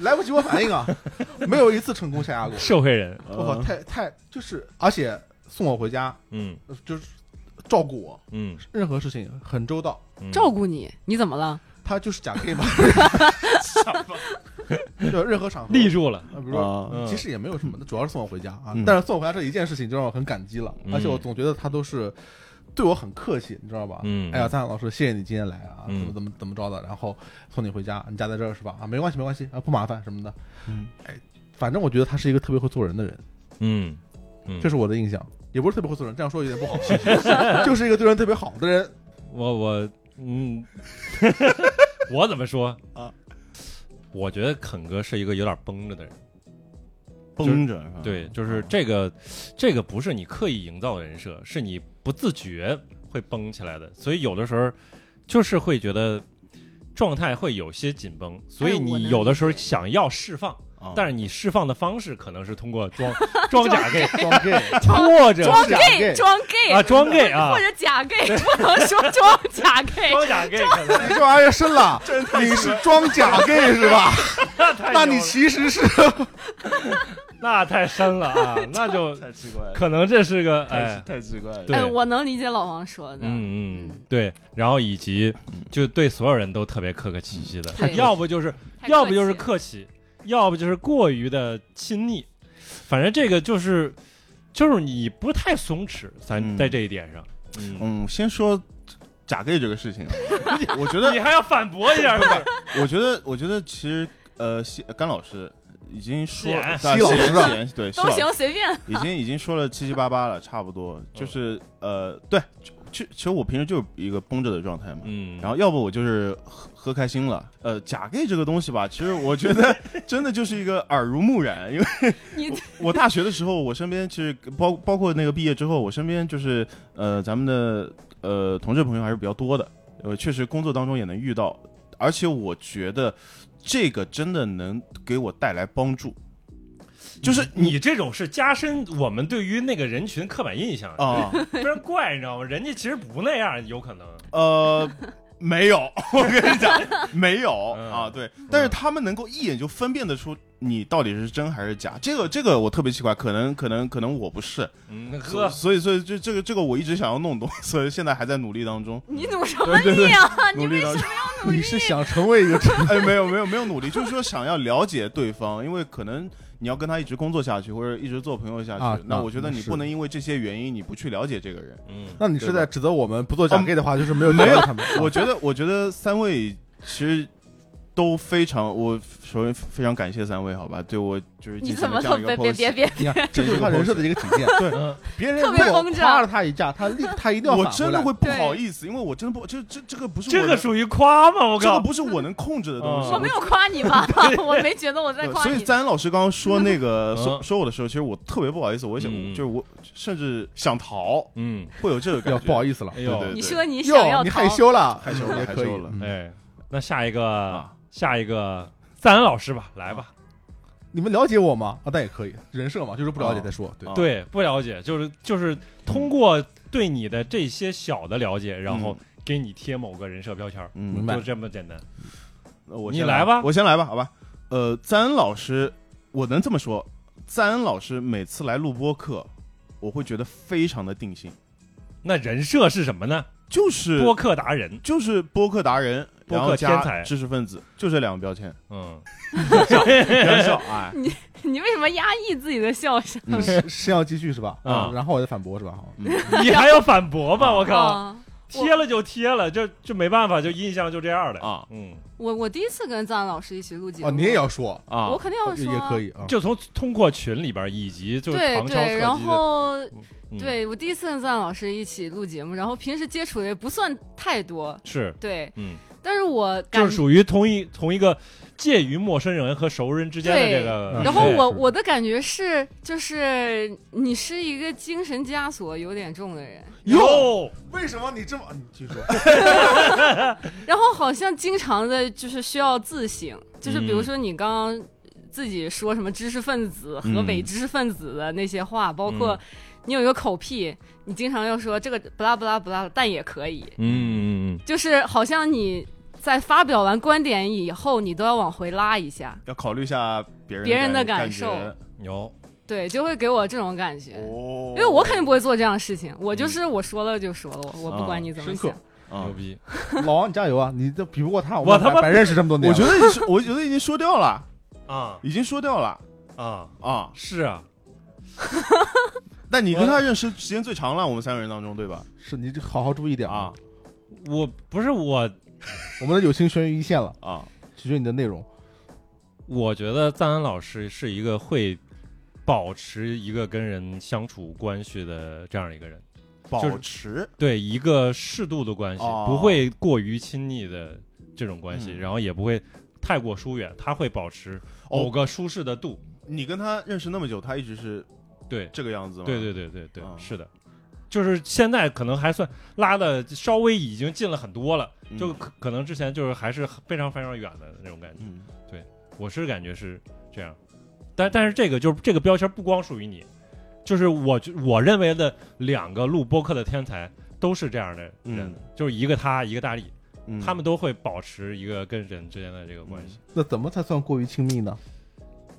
C: 来不及我反应啊，没有一次成功下压过。
A: 社会人。
B: 嗯
C: 我靠，太太就是，而且送我回家
A: 嗯
C: 呃就是照顾我，
A: 嗯，
C: 任何事情很周到。
A: 嗯
D: 照顾你，你怎么了？
C: 他就是假 gay 嘛， *laughs* 就任何场合，
A: 立住了。
C: 啊比如说。
B: 啊，
A: 嗯
C: 其实也没有什么，那主要是送我回家啊。
B: 嗯
C: 但是送我回家这一件事情就让我很感激了，
A: 嗯
C: 而且我总觉得他都是对我很客气，你知道吧？
A: 嗯
C: 哎呀，赞老师，谢谢你今天来啊，怎
A: 嗯
C: 么怎么怎么着的，然后送你回家，你家在这儿是吧？啊，没关系没关系啊，不麻烦什么的。
B: 嗯，
C: 哎，反正我觉得他是一个特别会做人的人，
A: 嗯嗯，
C: 这是我的印象，也不是特别会做人，这样说有
A: *laughs*
C: 点不好，就是一个对人特别好的人。
A: 我我嗯， *laughs* 我怎么说
B: 啊？
A: 我觉得肯哥是一个有点绷着的人，
B: 绷着，是吧
A: 对，就是这个，这个不是你刻意营造的人设，是你不自觉会绷起来的，所以有的时候就是会觉得状态会有些紧绷，所
D: 哎
A: 以
D: 我
A: 你
D: 能
A: 有的时候想要释放，
B: 啊
A: 但是你释放的方式可能是通过
D: *laughs*
A: 装装假 gay，
C: 装
A: *laughs*
C: gay，
A: 或者
D: 装
C: 假 gay
D: gay，装 gay
A: 啊装 gay 啊
D: *laughs* 或者假 gay，不能说装假 gay。
A: 装假 gay 可
D: *laughs*
A: 能
C: 你这玩意儿深了，你是装假 gay 是吧？
A: 太
C: 那
A: 牛
C: 你
A: 了
C: 其实是
A: 那太深了啊，那就
B: *laughs* 太奇怪了，
A: 可能这是个
B: 太
A: 哎，
B: 太奇怪了。
A: 对
D: 哎，我能理解老王说的。
A: 嗯嗯
D: 嗯
A: 对，然后以及就对所有人都特别客客气气的
D: 太客，气
A: 要不就是
D: 太
A: 要不就是
D: 客气了
A: 客气，要不就是过于的亲昵，反正这个就是就是你不太松弛，咱
B: 嗯
A: 在这一点上，嗯，
B: 嗯，先说假 gay 这个事情啊，我觉得 *laughs*
A: 你还要反驳一下是吧？
B: 我觉得，我觉得其实呃，西甘老师已经说
A: 西
B: 啊
A: 安
B: 西
C: 西老师啊
B: 西安对，西
D: 都
B: 老师
D: 行，随便。
B: 已经已经说了七七八八了，差不多就是呃，对，其其实我平时就是一个绷着的状态嘛。
A: 嗯，
B: 然后，要不我就是喝喝开心了。呃，假 gay 这个东西吧，其实我觉得真的就是一个耳濡目染。因为
D: 你
B: 我大学的时候，我身边其实包包括那个毕业之后，我身边就是呃咱们的呃同志朋友还是比较多的。呃，确实工作当中也能遇到，而且我觉得这个真的能给我带来帮助。就是
A: 你这种是加深我们对于那个人群刻板印象，
B: 啊，
A: 非常怪，你知道吗？人家其实不那样，有可能。
B: 呃，没有， *laughs* 我跟你讲，没有
A: 嗯
B: 啊，对，但是他们能够一眼就分辨得出你到底是真还是假，这个这个我特别奇怪，可能可能可能我不是，
A: 嗯，呵，
B: 所以所以这这个这个我一直想要弄懂， *laughs* 所以现在还在努力当中，
D: 你努什么力啊？你
B: 努力
D: 为
B: 当
D: 什
B: 中 *laughs*
D: 么？
A: 哎
D: 努力
C: 你是想成为一个
B: 哎，没有没有没有努力，就是说想要了解对方，因为可能你要跟他一直工作下去，或者一直做朋友下去，
C: 啊
B: 那
C: 那
B: 我觉得你
C: 是
B: 不能因为这些原因你不去了解这个人。
A: 嗯，
C: 那你是
B: 对吧嗯
C: 在指责我们不做假 gay 的话， *laughs* 就是没有没有他们。
B: 我觉得，我觉得三位其实都非常，我首先非常感谢三位，好吧？对我就是
D: 你
B: 进行
D: 怎么
B: 了这
D: 特
B: 样一个
D: 别别
B: pose
D: 别别？
C: 你
B: *laughs*
C: 看，这就是他人设的一个体现。对，
A: 嗯
C: 别人
D: 特别
C: 如果
D: 绷着
C: 夸了他一下，他
D: *laughs*
C: 立他一定要
B: 我
C: 返回
B: 真的
C: 来
B: 会不好意思，因为我真的不，这这这个不是
A: 这
B: 我
A: 个
B: 能
A: 属于夸吗？我
B: 这个
A: 靠，
B: 不是我能控制的东西。
A: 嗯
D: 我没有夸你吧？我没觉得我在
B: 对
D: 夸
B: 所以
D: 你。
B: 赞恩老师刚刚说那个
A: 嗯
B: 说说我的时候，其实我特别不好意思，我想
A: 嗯嗯
B: 就是我甚至想逃，
A: 嗯，
B: 会有这
C: *laughs*
B: 个感
C: 要
B: 觉。
C: 不好意思了。
A: 哎
B: 对对
A: 呦
B: 对，
D: 你说你想
C: 哟，
D: 要
C: 你
D: 逃
C: 害，羞了，
B: 害羞
C: 嗯
B: 了，
C: 也
B: 害
C: 可
B: 羞
C: 以。
B: 了。
A: 哎，那下一个
B: 啊，
A: 下一个赞恩老师吧，来吧。
C: 你们了解我吗？啊，但也可以，人设嘛，就是不了解
B: 哦
C: 再说。对
B: 哦，
A: 对，不了解，就是就是通过对你的这些小的了解，然后给你贴某个人设标签儿，
B: 嗯
C: 明，白
A: 就这么简单。
B: 那我
A: 你
B: 先
A: 来吧
B: 我先来吧，好吧。呃，赞恩老师，我能这么说，赞恩老师每次来录播课，我会觉得非常的定心，
A: 那人设是什么呢？
B: 就是
A: 播客达人，
B: 就是播客达人，
A: 播客
B: 然后加
A: 天才
B: 知识分子，就这两个标
A: *laughs*
B: 签，
A: 嗯，
B: 很少哎。
D: 你为什么压抑自己的笑声？
B: 嗯
C: 是 *laughs* 是要继续是吧？
A: 啊
C: 然后我再反驳是吧？好
A: 嗯你还要反驳吗？我靠，
D: 啊
A: 贴了就贴了，这这没办法，就印象就这样了
B: 啊。
A: 嗯，
D: 我我第一次跟赞老师一起录节目，
C: 哦，你也要说，
B: 啊
D: 我肯定要
C: 也
D: 说
C: 也
D: 啊
C: 可以啊。
A: 就从通过群里边以及就是
D: 对
A: 旁敲侧击
D: 对，
A: 的，
D: 然后
A: 嗯
D: 对我第一次跟赞老师一起录节目，然后平时接触的也不算太多，
A: 是
D: 对，
A: 嗯，
D: 但是我感
A: 就是属于同一同一个介于陌生人和熟人之间的
D: 对
A: 这个。哎
C: 嗯
D: 然后
A: 对
D: 我
C: 是
D: 我的感觉是，就是你是一个精神枷锁有点重的人，
A: 哟，
C: 为什么你这么？你继续说。 *laughs*
D: 然后好像经常的就是需要自省，就是比
A: 嗯
D: 如说你刚刚自己说什么知识分子、
B: 嗯
D: 河北知识分子的那些话，包括
A: 嗯
D: 你有一个口癖，你经常要说这个不啦不啦不啦，但也可以，
A: 嗯嗯
D: 就是好像你在发表完观点以后，你都要往回拉一下，
B: 要考虑一下别人
D: 别人的
B: 感
D: 感受
B: 感
A: 嗯，有，
D: 对，就会给我这种感觉
B: 觉。哦，
D: 因为我肯定不会做这样的事情，我就是我说了就说了，我我
B: 啊
D: 不管你怎么
C: 嗯深刻
D: 想。
B: 啊
A: 牛，逼！
C: 老王，你加油啊！你这比不过他，
A: 我
C: 们
A: 他妈
C: 白白认识这么多年
B: 我
C: 了。
B: 觉得已经我觉得已经说掉了，
A: 啊
B: 已经说掉了
A: 啊，
B: 啊。
A: 是啊，
B: 但你跟他认识时间最长了，我们三个人当中对吧？
C: 是你这好好注意点
B: 啊！
A: 我不是我，
C: 我们的友情悬于一线了，
B: 啊，
C: 取决于你的内容。
A: 我觉得赞恩老师是一个会保持一个跟人相处关系的这样一个人，
B: 保持
A: 对一个适度的关系，
B: 哦
A: 不会过于亲密的这种关系，
B: 嗯
A: 然后也不会太过疏远，他会保持某
B: 哦，
A: 个舒适的度。
B: 你跟他认识那么久，他一直是
A: 对，
B: 这个样子吗？
A: 对对对对对，
B: 哦
A: 是的。就是现在可能还算拉的稍微已经近了很多了，
B: 嗯
A: 就可可能之前就是还是非常非常远的那种感觉。
B: 嗯，
A: 我是感觉是这样，但但是这个就是这个标签不光属于你，就是我觉我认为的两个录播客的天才都是这样的人，
B: 嗯
A: 就是一个他一个大力，
B: 嗯
A: 他们都会保持一个跟人之间的这个关系。
C: 那怎么才算过于亲密呢？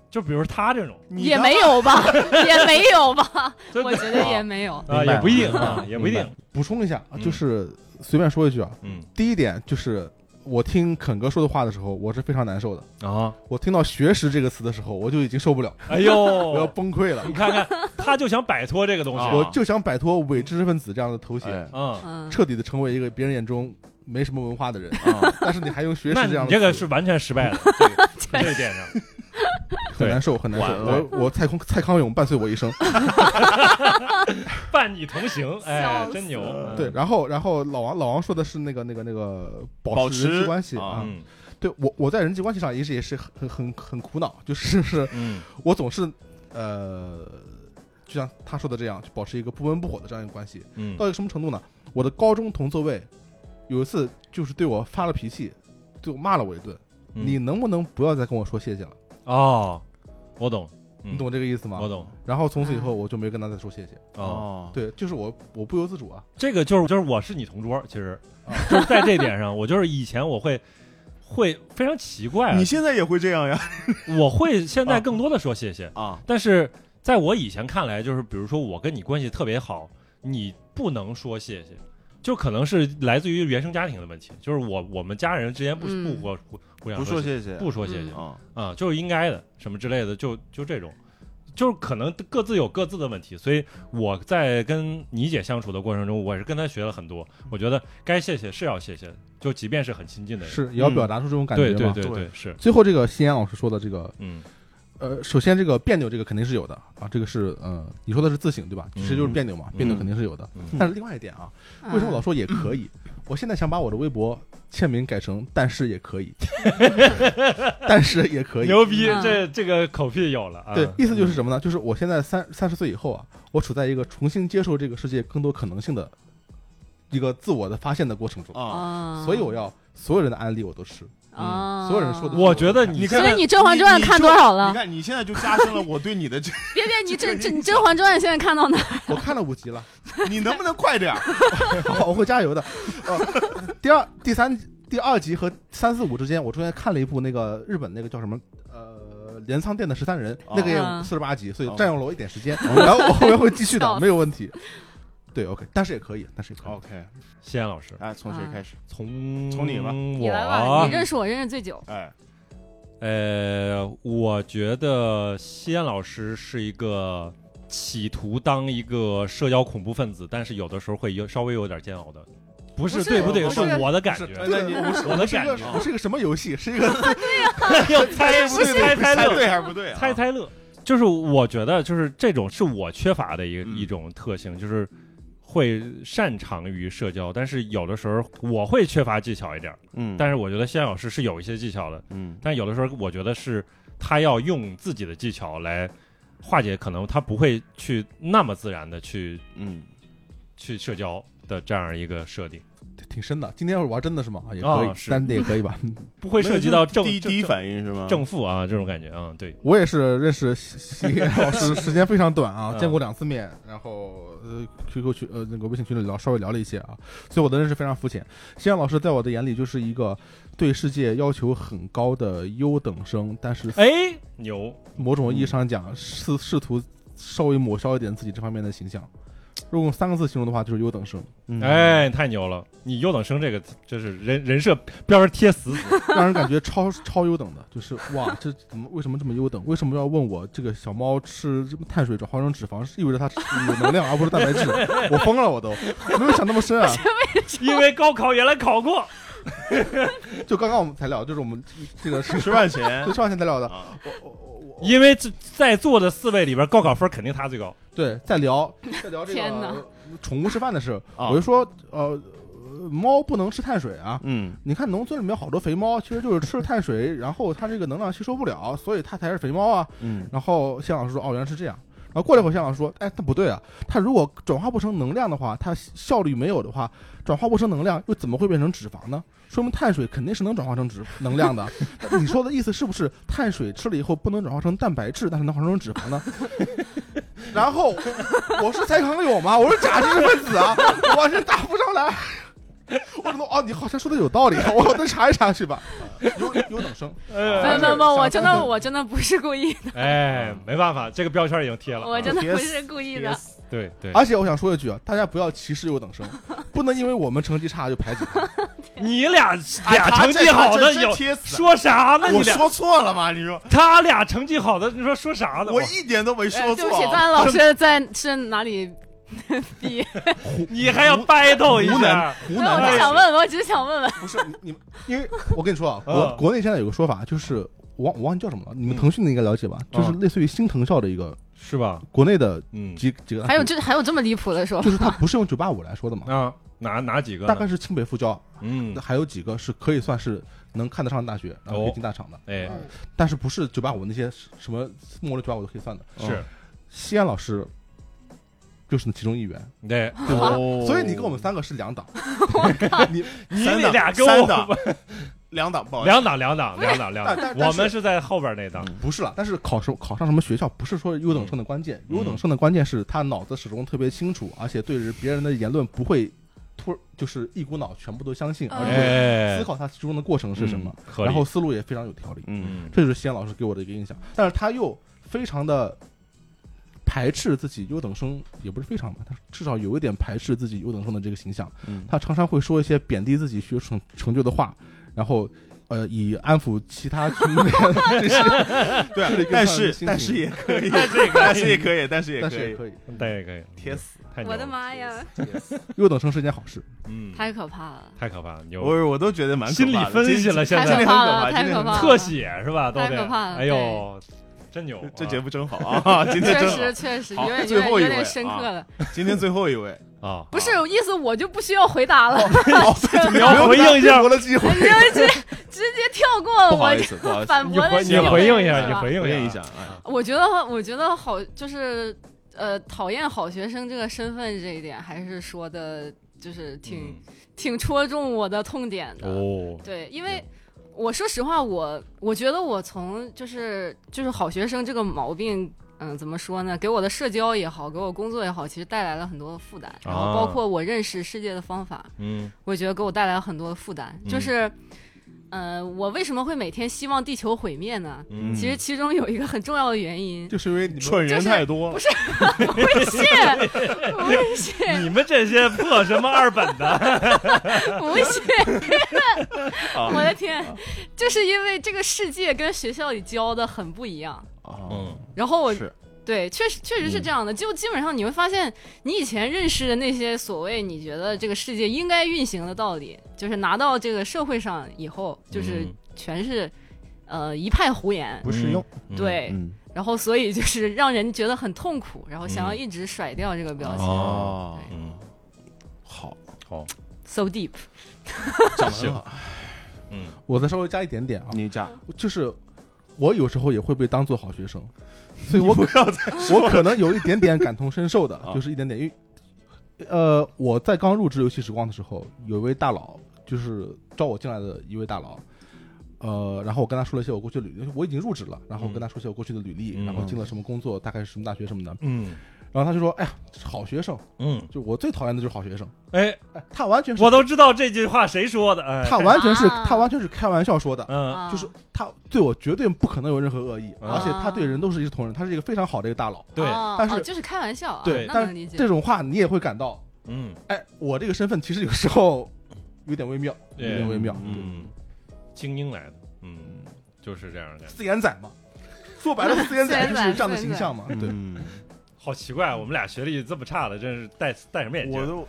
A: 就比如他这种，
B: 你
D: 也
B: 的
D: 没有吧，也没
C: *laughs*
D: 有吧，
A: 真的
D: 我觉得也没有。
A: 啊
C: 明白
A: 也不一定
C: 明白
A: 啊，也不一
C: 明白
A: 定。
C: 补充一下，啊
A: 嗯
C: 就是随便说一句啊。
A: 嗯
C: 第一点就是，我听肯哥说的话的时候，我是非常难受的。
A: 啊，
C: 我听到“学识”这个词的时候，我就已经受不了，
A: 哎
C: *laughs* 我要哦
A: 呦，
C: 崩溃了
A: 你。看看，他就想摆脱这个东西。
B: 啊
C: 我就想摆脱伪知识分子这样的头衔，
B: 哎
A: 嗯，
D: 嗯，
C: 彻底的成为一个别人眼中没什么文化的
A: *laughs*
C: 人。
B: 啊，
C: 但是你还用学识
A: 那
C: 这
A: 你
C: 样的词，
A: 这个是完全失
C: *laughs*
A: 败的，这个这一点上。
C: 很难受，很难
A: 晚
C: 受。
A: 了
C: 我我蔡康蔡康永伴随我一生。
A: 伴你同行，哎
D: 笑，死
A: 真牛。嗯
C: 对，，然后然后老王老王说的是那个那个那个
B: 保
C: 保
B: 持
C: 持人际关系
B: 啊
C: 啊。
A: 嗯
C: 对我我在人际关系上也是也是很很很苦恼，就是 *laughs* 是
A: 嗯
C: 我总是呃，就像他说的这样，就保持一个不温不火的这样一个关系。 *laughs*
A: 嗯
C: 到一个什么程度呢？我的高中同座位有一次就是对我发了脾气，对我骂了我一顿。
A: 嗯
C: 你能不能不要再跟我说谢谢了？
A: 哦，我懂，嗯
C: 你懂这个意思
A: 我
C: 吗？
A: 懂。
C: 然后从此以后我就没跟他再说谢谢。
A: 哦， *laughs*
B: 哦，
C: 对，就是我我不由自主啊。
A: 这个就是就是我是你同桌，其实
C: 啊
A: 就是在这点上，我就是以前我会会非常奇怪，
B: 哦
A: 啊
B: 你现在也会这样呀？
A: 我会现在更多的说谢谢，
B: 啊，
A: 但是在我以前看来，就是比如说我跟你关系特别好，你不能说谢谢。就可能是来自于原生家庭的问题，就是我我们家人之间不不
D: 嗯
A: 互互互相
B: 不说谢谢，
A: 不说谢谢
D: 嗯，
B: 啊，
A: 啊，就是应该的，什么之类的，就就这种，就是可能各自有各自的问题，所以我在跟你姐相处的过程中，我也是跟她学了很多。
C: 嗯
A: 我觉得该谢谢是要谢谢，就即便是很亲近的人，
C: 是也要表达出这种感觉嘛。
A: 嗯对对对
B: 对
A: 对是，
C: 最后这个西安老师说的这个，
A: 嗯
C: 呃，首先这个别扭这个肯定是有的啊，这个是呃，你说的是自省对吧？
A: 嗯
C: 其实就是别扭嘛，别扭
B: 嗯
C: 肯定是有的。
A: 嗯
C: 但是另外一点啊，
D: 嗯
C: 为什么我老说也可以？我现在想把我的微博签名改成“但是也
A: *laughs*
C: 可以”，但是也可以。
A: 牛逼，
D: 嗯
A: 这这个口癖有了啊。
C: 对，意思就是什么呢？就是我现在三三十岁以后啊，我处在一个重新接受这个世界更多可能性的一个自我的发现的过程中，
B: 啊，
D: 啊？
C: 所以我要所有人的案例我都吃。
D: 啊，
C: 所有人说的
A: 我觉得你
B: 你看
D: 所以
B: 看
D: 你《甄嬛传》看多少了
B: 你？看你现在就加深了我对你的这，
D: 别别，你这这《甄嬛传》现在看到哪？
C: 我看了五集了。
B: 你能不能快点儿？啊
A: *laughs*
C: *laughs* 好，哦我会加油的。呃，第二、第三、第二集和三四五之间，我中间看了一部那个日本那个叫什么呃镰仓店的十三人
B: 哦，
C: 那个也
D: 嗯
C: 有四十八集，所以
B: 哦
C: 占用了我一点时间。 *laughs* 然后我后面会继续
D: 笑
C: 的，
D: 死
C: 没有问题。对，OK，但是也可以，但是也可以。
B: 哦 OK，
A: 西安老师，
B: 哎，从
D: 啊
B: 谁开始？
A: 从
B: 从你吧
A: 我
D: 你来吧，你认识我认识最久，
B: 哎，
A: 呃，我觉得西安老师是一个企图当一个社交恐怖分子，但是有的时候会有稍微有点煎熬的，不是
D: 不是
A: 对不对？
D: 不
A: 是
D: 是
A: 我的感
B: 是
A: 觉，
B: 对你
C: 我是
A: 我的感觉
C: 我是一个我是一个什么游戏？是一个
A: *laughs* 要猜不猜猜
B: 猜
A: 乐，
B: 对还是不对啊？
A: 猜猜乐，就是我觉得就是这种是我缺乏的一个、
B: 嗯
A: 一种特性，就是会擅长于社交，但是有的时候我会缺乏技巧一点儿，
B: 嗯，
A: 但是我觉得谢老师是有一些技巧的，
B: 嗯
A: 但有的时候我觉得是他要用自己的技巧来化解，可能他不会去那么自然的去
B: 嗯，
A: 去社交的这样一个设定，
C: 挺深的。今天玩真的是吗？啊也可
A: 啊
C: 以，
A: 是
C: 但也可以吧。
A: 不会涉及到正
B: 第一
A: 正
B: 第一反应是吗？
A: 正负啊这种感觉啊，对，
C: 我也是认识西西老师时间非常短啊，
A: 嗯
C: 见过两次面，然后呃 QQ 群呃那个微信群里聊稍微聊了一些啊，所以我的认识非常肤浅。西安老师在我的眼里就是一个对世界要求很高的优等生，但是
A: 哎牛，
C: 某种意义上讲试试图稍微抹消一点自己这方面的形象。如果用三个字形容的话，就是优等生，
B: 嗯，
A: 哎，太牛了！你优等生这个真是人人设标签贴死死。
C: 让人感觉超超优等的，就是哇，这怎么为什么这么优等？为什么要问我这个小猫吃碳水转化成脂肪，是意味着它吃有能量而不是蛋白质？我疯了，我都没有想那么深啊！
A: 因为高考原来考过，
C: 就刚刚我们才聊，就是我们这个是
B: 吃饭前
C: *laughs* 对上线才聊的，
B: 啊，
A: 因为这在座的四位里边，高考分肯定他最高。
C: 对，在聊在聊这
D: 天哪
C: 个宠物吃饭的事，
B: 啊
C: 我就说呃，猫不能吃碳水啊，
B: 嗯
C: 你看农村里面好多肥猫，其实就是吃了碳水，然后它这个能量吸收不了，所以它才是肥猫啊。
B: 嗯
C: 然后向老师说：“哦，原来是这样。”然后过了一会儿，向老师说：“哎，那不对啊，它如果转化不成能量的话，它效率没有的话，转化不成能量又怎么会变成脂肪呢？说明碳水肯定是能转化成脂能量的。 *laughs* 那你说的意思是不是碳水吃了以后不能转化成蛋白质，但是能转化成脂肪呢？” *laughs* 然后我是蔡康永吗？我是假知识分子啊， *laughs* 我完全答不上来。 *laughs* 我说哦，你好像说的有道理，我再查一查去吧。优优等生，
D: 不
C: 哎
D: 不不，我真
C: 想
D: 的
C: 分
D: 我真的不是故意的，
A: 哎，没办法，这个标签已经贴了。
D: 我真的
B: 贴
D: 不
B: 死
D: 是故意
B: 贴
D: 的。
A: 对对，
C: 而且我想说一句啊，大家不要歧视优等生，不能因为我们成绩差就排挤他。
A: 你俩
B: 哎
A: 俩
B: 他
A: 成
B: 这
A: 绩好
B: 他
A: 的
B: 这
A: 有
B: 贴死，啊
A: 说啥呢？你
B: 我
A: 俩
B: 说错了吗？你说
A: 他俩成绩好的，你说说啥呢？
B: 我一点都没
D: 哎
B: 说
D: 对不起，
B: 错啊，
D: 赞老师在是哪
C: *laughs*
D: 里 *laughs* 毕业？
A: 你还要 battle 一
C: 湖
A: 下
C: 南，湖
D: 没有我
C: 南大
D: 只想
C: 学
D: 问，我只想问问，
C: 不是你，们，因为我跟你说啊，
A: 嗯
C: 国国内现在有个说法，就是我忘我忘记叫什么了，你们腾讯的应该了解吧？就是类似于新藤校的一个
A: 是吧？
C: 国内的
A: 嗯
C: 几几个大学，
D: *laughs* 还有这还 *laughs* 有这么离谱的说
C: 就是它不是用九八五来说的
A: *laughs*
C: 嘛，
A: 啊，哪哪几个呢？
C: 大概是清北复交，
A: 嗯，
C: 还有几个是可以算是能看得上大学，然后可以进大厂的，
A: 哎
C: 啊但是不是九八五那些什么末六九八五都可以算的。
A: 是
C: 西安老师就是其中一员，
A: 对，
B: 哦
C: 所以你跟我们三个是两档。你
A: 你
B: 三档
A: 俩跟
B: 三
A: 我
B: 档两档，不好意思，
A: *laughs* 两档两档两档两
C: 但
A: 档
C: 但，但
A: 我们是在后边那档。
C: 不是啦，但是考什考上什么学校不是说优等生的关键，
A: 嗯
C: 优等生的关键是他脑子始终特别清楚，而且对于别人的言论不会突就是一股脑全部都相信，而且会
A: 哎嗯
C: 思，考他其中的过程是什么，
A: 合理
C: 然后思路也非常有条理，
B: 嗯
A: 嗯，
C: 这就是西安老师给我的一个印象。但是他又非常的排斥自己优等生，也不是非常吧，他至少有一点排斥自己优等生的这个形象。
B: 嗯
C: 他常常会说一些贬低自己学术成成就的话，然后。呃，以安抚其他群里面的这些
B: 对啊
C: 这里，跟
B: 但
C: 上
B: 是
C: 心情
B: 但是也可以，但是也可以，但是也
C: 但
B: 可
C: 是也
B: 以，
C: 可以。
A: 对，也可以
B: 贴死。
A: 太牛
D: *laughs* 我的
A: 了
D: 妈呀，
B: 嗯
C: 优等生是一件好事。
A: 嗯，
D: 太可
B: *laughs*
D: 怕了，
A: 太可怕了，牛！
B: 我我都觉得蛮可
A: 心理
B: 怕的
A: 分
B: 这
A: 析了，现
D: 太
B: 这
A: 在
D: 可
B: 里
D: 怕
B: 很可
D: 了，
B: 怕
D: 太
B: 这里
D: 可
B: 很
D: 怕了，
A: 特写是吧？都
D: 太
A: 得
D: 可怕了
A: 哎呦，真牛！
B: 这
A: 啊
B: 节目真好啊！今天真
D: 确
B: 好，
D: 实确实
B: 好
D: 有点有
B: 最
D: 点
B: 后一
D: 有
B: 位啊
D: 点深刻了。
B: 今天最后一位，
A: 啊，
D: 不是意思，我就不需要回答
B: 哦
D: 了，
A: 你要回应一下，
C: 我的机会。
D: *laughs* 你就直直接跳过了
B: 不好
D: 我
B: 意思，不好意思，
D: 反
A: 你
D: 驳的
A: 回
D: 机
A: 你
D: 会。
A: 回应一下，
D: 是
A: 你
D: 吧
A: 回
B: 回
A: 应
B: 应一
A: 下。
B: 下，哎
D: 我觉得我觉得好就是呃，讨厌好学生这个身份这一点，还是说的就是挺、
B: 嗯
D: 挺戳中我的痛点的。
A: 哦，
D: 对，因为我说实话，我我觉得我从就是就是好学生这个毛病，嗯，怎么说呢？给我的社交也好，给我工作也好，其实带来了很多的负担，然后包括我认识世界的方法，
A: 嗯
D: 我觉得给我带来了很多的负担，
A: 嗯
D: 就是。呃，我为什么会每天希望地球毁灭呢？
B: 嗯
D: 其实其中有一个很重要的原因，
C: 就是因为你们
B: 蠢人太多了，
D: 不是，不是，
A: *laughs* 你们这些破什么二本的，
D: 不是， *laughs* 我的天，就是因为这个世界跟学校里教的很不一样。
B: 啊，
A: 嗯，
D: 然后我
B: 是
D: 对，确实确实是这样的。就基本上你会发现，你以前认识的那些所谓你觉得这个世界应该运行的道理，就是拿到这个社会上以后，就是
A: 嗯
D: 全是呃一派胡言。
A: 不适用，
D: 对，
B: 嗯
D: 然后所以就是让人觉得很痛苦，然后想要
A: 嗯
D: 一直甩掉这个标签。
B: 哦，
A: 嗯，
B: 好，
A: 好，
D: So deep，
B: 讲得很哦好，
A: 嗯
C: 我再稍微加一点点啊，
B: 你讲，
C: 就是我有时候也会被当做好学生，所以我可我可能有一点点感同身 *laughs* 受的
B: 啊，
C: 就是一点点，因为呃，我在刚入职游戏时光的时候，有一位大佬就是招我进来的一位大佬。呃，然后我跟他说了一些我过去的履历，我已经入职了，然后我跟他说一些我过去的履历，
A: 嗯
C: 然后进了什么工作，大概是什么大学什么的，
A: 嗯
C: 然后他就说：“哎呀，好学生，
A: 嗯，
C: 就我最讨厌的就是好学生。
A: 哎，
C: 哎”他完全是
A: 我都知道这句话谁说的，哎，
C: 他完全是、
D: 啊
C: 他完全是开玩笑说的，
A: 嗯
D: 啊
C: 就是他对我绝对不可能有任何恶意，
A: 啊
C: 而且他对人都是一视同仁，他是一个非常好的一个大佬。
A: 对，
D: 哦
C: 但是
D: 哦就是开玩笑啊，
C: 对 *laughs*
D: 那
C: 但
D: 能理解。
C: 这种话你也会感到，
A: 嗯，
C: 哎，我这个身份其实有时候有点微妙，有
A: 对
C: 点微妙。
A: 嗯，精英来的，嗯，就是这样的感觉。
C: 四眼仔嘛，说白了，四眼仔
D: 四眼
C: 就
D: 仔
C: 是这样的形象嘛。对，
B: 嗯，
A: 好奇怪，啊我们俩学历这么差的，真是戴戴什么眼
B: 我
A: 镜，
B: 都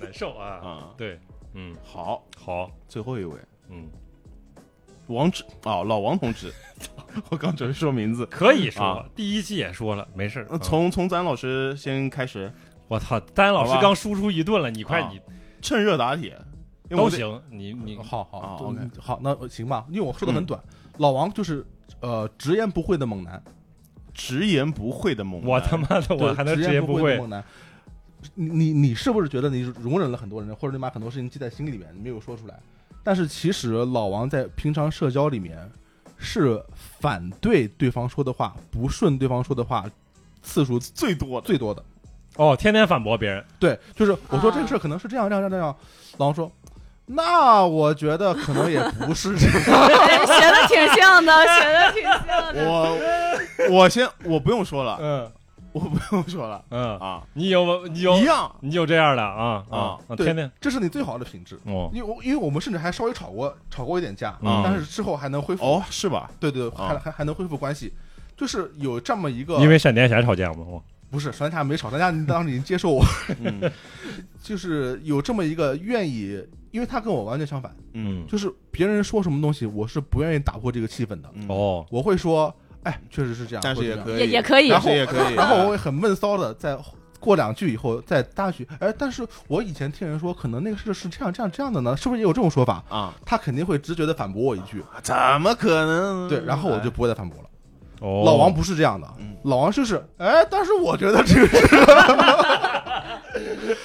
A: 难受啊。
B: 啊，
A: 对，嗯，
B: 好，
A: 好，
B: 最后一位。
A: 嗯，
B: 王志哦，老王同志，我刚准备说名字。
A: 可以说
B: 啊，
A: 第一期也说了，没事儿
B: 呃。
A: 嗯
B: 从从咱老师先开始，
A: 我操，丹老师
B: 好吧
A: 刚输出一顿了，你快
B: 啊
A: 你
B: 趁热打铁，因为
A: 都
B: 我得。
A: 行，你你
C: 好
B: 啊
C: 好都
B: OK
C: 好，那行吧，因为我说
A: 嗯
C: 的很短。老王就是呃直言不讳的猛男，
B: 直言不讳的猛男，
A: 我他妈的 *laughs* 我
C: 对
A: 还能
C: 直
A: 直接
C: 不
A: 不
C: 讳的
A: 会，
C: 猛男。你你你是不是觉得你容忍了很多人，或者你把很多事情记在心里面，你没有说出来？但是其实老王在平常社交里面是反对对方说的话，不顺对方说的话次数
B: 最多的
C: 最多的。
A: 哦，天天反驳别人，
C: 对，就是我说
D: 啊
C: 这个事儿可能是这样这样这样这样，老王说，那我觉得可能也不是这样。
D: 哎学的挺像的，学的挺像的。
B: 我我先我不用说了，
A: 嗯
B: 我不用说了
A: 嗯，
B: 啊，
A: 你有你有
B: 一样
A: 你有这样的啊
B: 啊
C: 对
A: 天天
C: *laughs* 这是你最好的品质。
A: 哦，
C: 因为我因为我们甚至还稍微吵过吵过一点架，
A: 嗯
C: 但是之后还能恢复。
B: 哦，是吧？
C: 对对，
B: 啊
C: 还还还能恢复关系，就是有这么一个，
A: 因为闪电侠吵架哦嘛，我
C: 不是闪电侠没吵，闪电侠当时已经接受我， *laughs*
B: 嗯
A: *laughs*
C: 就是有这么一个愿意，因为他跟我完全相反，
B: 嗯
C: 就是别人说什么东西，我是不愿意打破这个气氛的，
B: 嗯，
A: 哦，
C: 我会说，哎，确实是这样，
B: 但是
C: 或者
B: 也
C: 这样
B: 可以，
D: 也也可以
B: 但是也可以。啊
C: 然后
A: *laughs*
C: 我会很闷骚的在。过两句以后，在大学，哎，但是我以前听人说，可能那个事是这样这样这样的呢，是不是也有这种说法？
B: 啊，
C: 他肯定会直觉的反驳我一句，
B: 怎么可能？
C: 对，然后我就不会再反驳了。
A: 哦
C: 老王不是这样的
B: 嗯，
C: 老王就是，哎，但是我觉得这个是，
A: *laughs*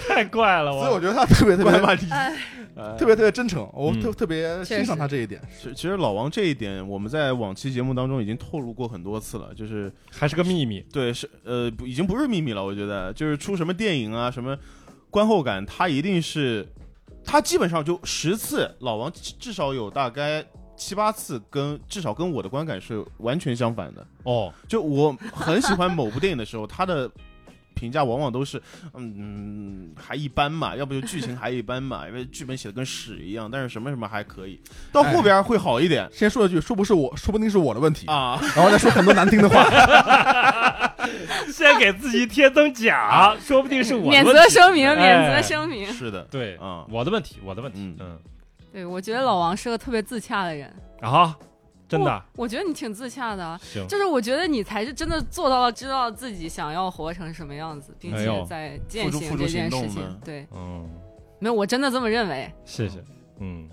A: 太怪了，
C: 所以我
A: 我
C: 觉得他特别特
B: 怪
C: 别
B: 吧你，
D: 哎
B: 哎
C: 特别特别真诚，我
A: 嗯
C: 特特别欣赏他这一点。
B: 其其实老王这一点，我们在往期节目当中已经透露过很多次了，就是
A: 还是个秘密，
B: 对，是呃，不已经不是秘密了。我觉得就是出什么电影啊，什么观后感，他一定是，他基本上就十次，老王至至少有大概七八次跟至少跟我的观感是完全相反的。
A: 哦，
B: 就我很喜欢某部电影的时候，他的。评价往往都是，嗯，还一般嘛，要不就剧情还一般嘛，因为剧本写的跟屎一样，但是什么什么还可以，到后边会好一点、
C: 先说一句，说不是我，说不定是我的问题，
B: 啊。
C: 然后再说很多难听
A: *laughs*
C: 的话。
A: 先给自己贴层甲，说不定是我的
D: 免
A: 问
D: 责
A: 题
D: 声明，免
A: 哎
D: 责声明。
B: 是的，
A: 对
B: 啊
A: 我的问题，我的问题
B: 嗯，
A: 嗯，
D: 对，我觉得老王是个特别自洽的人。
A: 啊，真的
D: 我觉得你挺自洽的啊，
A: 行，
D: 就是我觉得你才是真的做到了知道自己想要活成什么样子，并
A: 哎
D: 且
A: 呦
D: 在践
B: 付出
D: 行
B: 付出
D: 这件
B: 行
D: 事
B: 动
D: 情
B: 呢。
D: 对，
A: 嗯，
D: 没有，我真的这么认为。
A: 谢谢，嗯。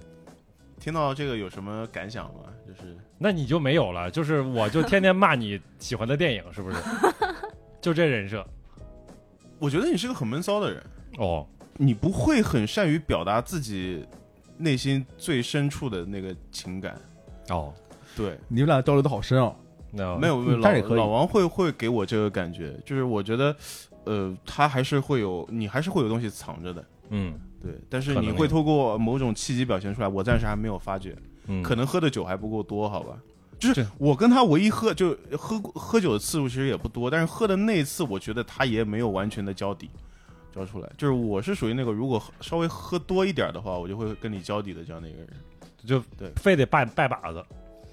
B: 听到这个有什么感想吗？就是
A: 那你就没有了，就是我就天天骂你喜欢的电影，是
D: *laughs*
A: 不是？就这人设
B: 我觉得你是个很闷骚的人，
A: 哦，
B: 你不会很善于表达自己内心最深处的那个情感。
A: 哦，
B: 对，
C: 你们俩交流的好深哦，
A: 那
B: 没有没有，
C: 嗯
B: 老
C: 但是也可以
B: 老王会会给我这个感觉，就是我觉得，呃，他还是会有，你还是会有东西藏着的。
A: 嗯，
B: 对，但是
A: 可
B: 你
A: 能
B: 会
A: 有
B: 透过某种契机表现出来，我暂时还没有发觉，
A: 嗯，
B: 可能喝的酒还不够多，好吧？就
A: 这
B: 是我跟他唯一喝就喝过喝酒的次数其实也不多，但是喝的那一次，我觉得他也没有完全的交底交出来。就是我是属于那个如果喝稍微喝多一点的话，我就会跟你交底的这样的一个人。
A: 就
B: 对
A: 非得拜拜把子，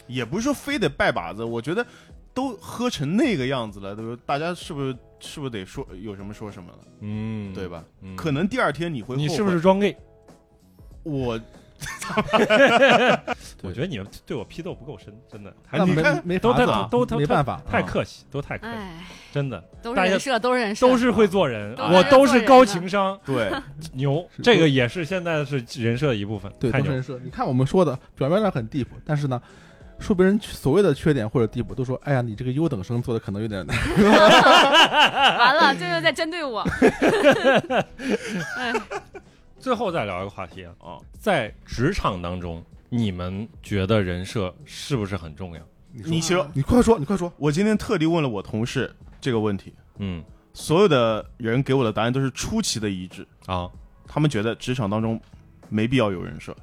B: 也不是说非得拜把子，我觉得都喝成那个样子了，都大家是不是是不是得说有什么说什么了，
A: 嗯，
B: 对？吧？
A: 嗯、
B: 可能第二天你会
A: 你
B: 后
A: 是不
B: 悔
A: 是装 gay？
B: 我？
A: 我觉得你们对我批斗不够深，真的，还
E: 那
B: 你
E: 没
B: 看
E: 没
A: 都
E: 法
A: 太
E: 子啊
A: 哎都都
E: 没办法，
A: 太
E: 嗯
A: 客气，都太客气，
D: 哎，
A: 真的
D: 都
A: 大
D: 是
A: 家
D: 人设，都是人设，
A: 都是会做人，
D: 都是
A: 我
D: 会
A: 都
D: 做
A: 是
D: 人
A: 高
D: 的
A: 情商， *laughs*
B: 对，
A: 牛，
E: 是
A: 这个也是现在是人设的一部分，
C: 对，
A: 太
C: 都
A: 牛
C: 是人
A: 了，
C: 设。你看我们说的，表面上很 deep，但是呢，说别人所谓的缺点或者 deep，都说，哎呀，你这个优等生做的可能有点难。
D: 完
A: 啊
D: 了，这又在针对
A: *laughs*
D: 我。哎，
A: 最后再聊一个话题啊，
B: 啊，
A: 在职场当中，你们觉得人设是不是很重要？
B: 你其实
C: 你快说，你快说，
B: 我今天特地问了我同事这个问题，
A: 嗯
B: 所有的人给我的答案都是出奇的一致，
A: 啊
B: 他们觉得职场当中没必要有人设，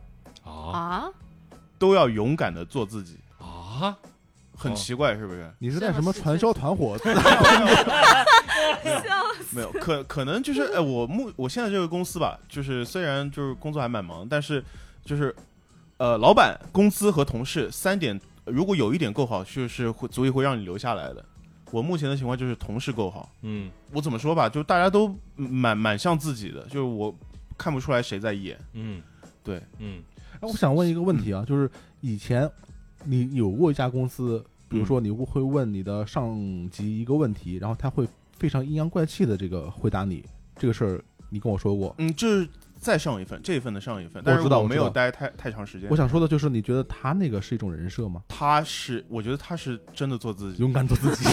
A: 啊
D: 啊，
B: 都要勇敢的做自己，
A: 啊！
B: 很
A: 哦
B: 奇怪是不是？
C: 你是
D: 这
C: 在什
D: 么
C: 么
D: 实
C: 传
D: 际
C: 销团伙？
B: *laughs*
A: *laughs*
B: 没有，可可能就是哎，我目我现在这个公司吧，就是虽然就是工作还蛮忙，但是就是呃，老板、公司和同事三点，如果有一点够好，就是会足以会让你留下来的。我目前的情况就是同事够好，
A: 嗯
B: 我怎么说吧，就大家都蛮蛮像自己的，就是我看不出来谁在演。
A: 嗯，
B: 对，
A: 嗯
C: 哎我想问一个问题啊，就是以前你有过一家公司，比如说你会问你的上级一个问题，然后他会非常阴阳怪气的这个回答你这个事儿，你跟我说过。
B: 嗯，这是再上一份，这一份的上一份，
C: 我
B: 但是
C: 知道我
B: 没
C: 知道
B: 有待太太长时间
C: 我。想说的就是，你觉得他那个是一种人设吗？
B: 他是，我觉得他是真的做自己。
C: *laughs* 勇敢做自己。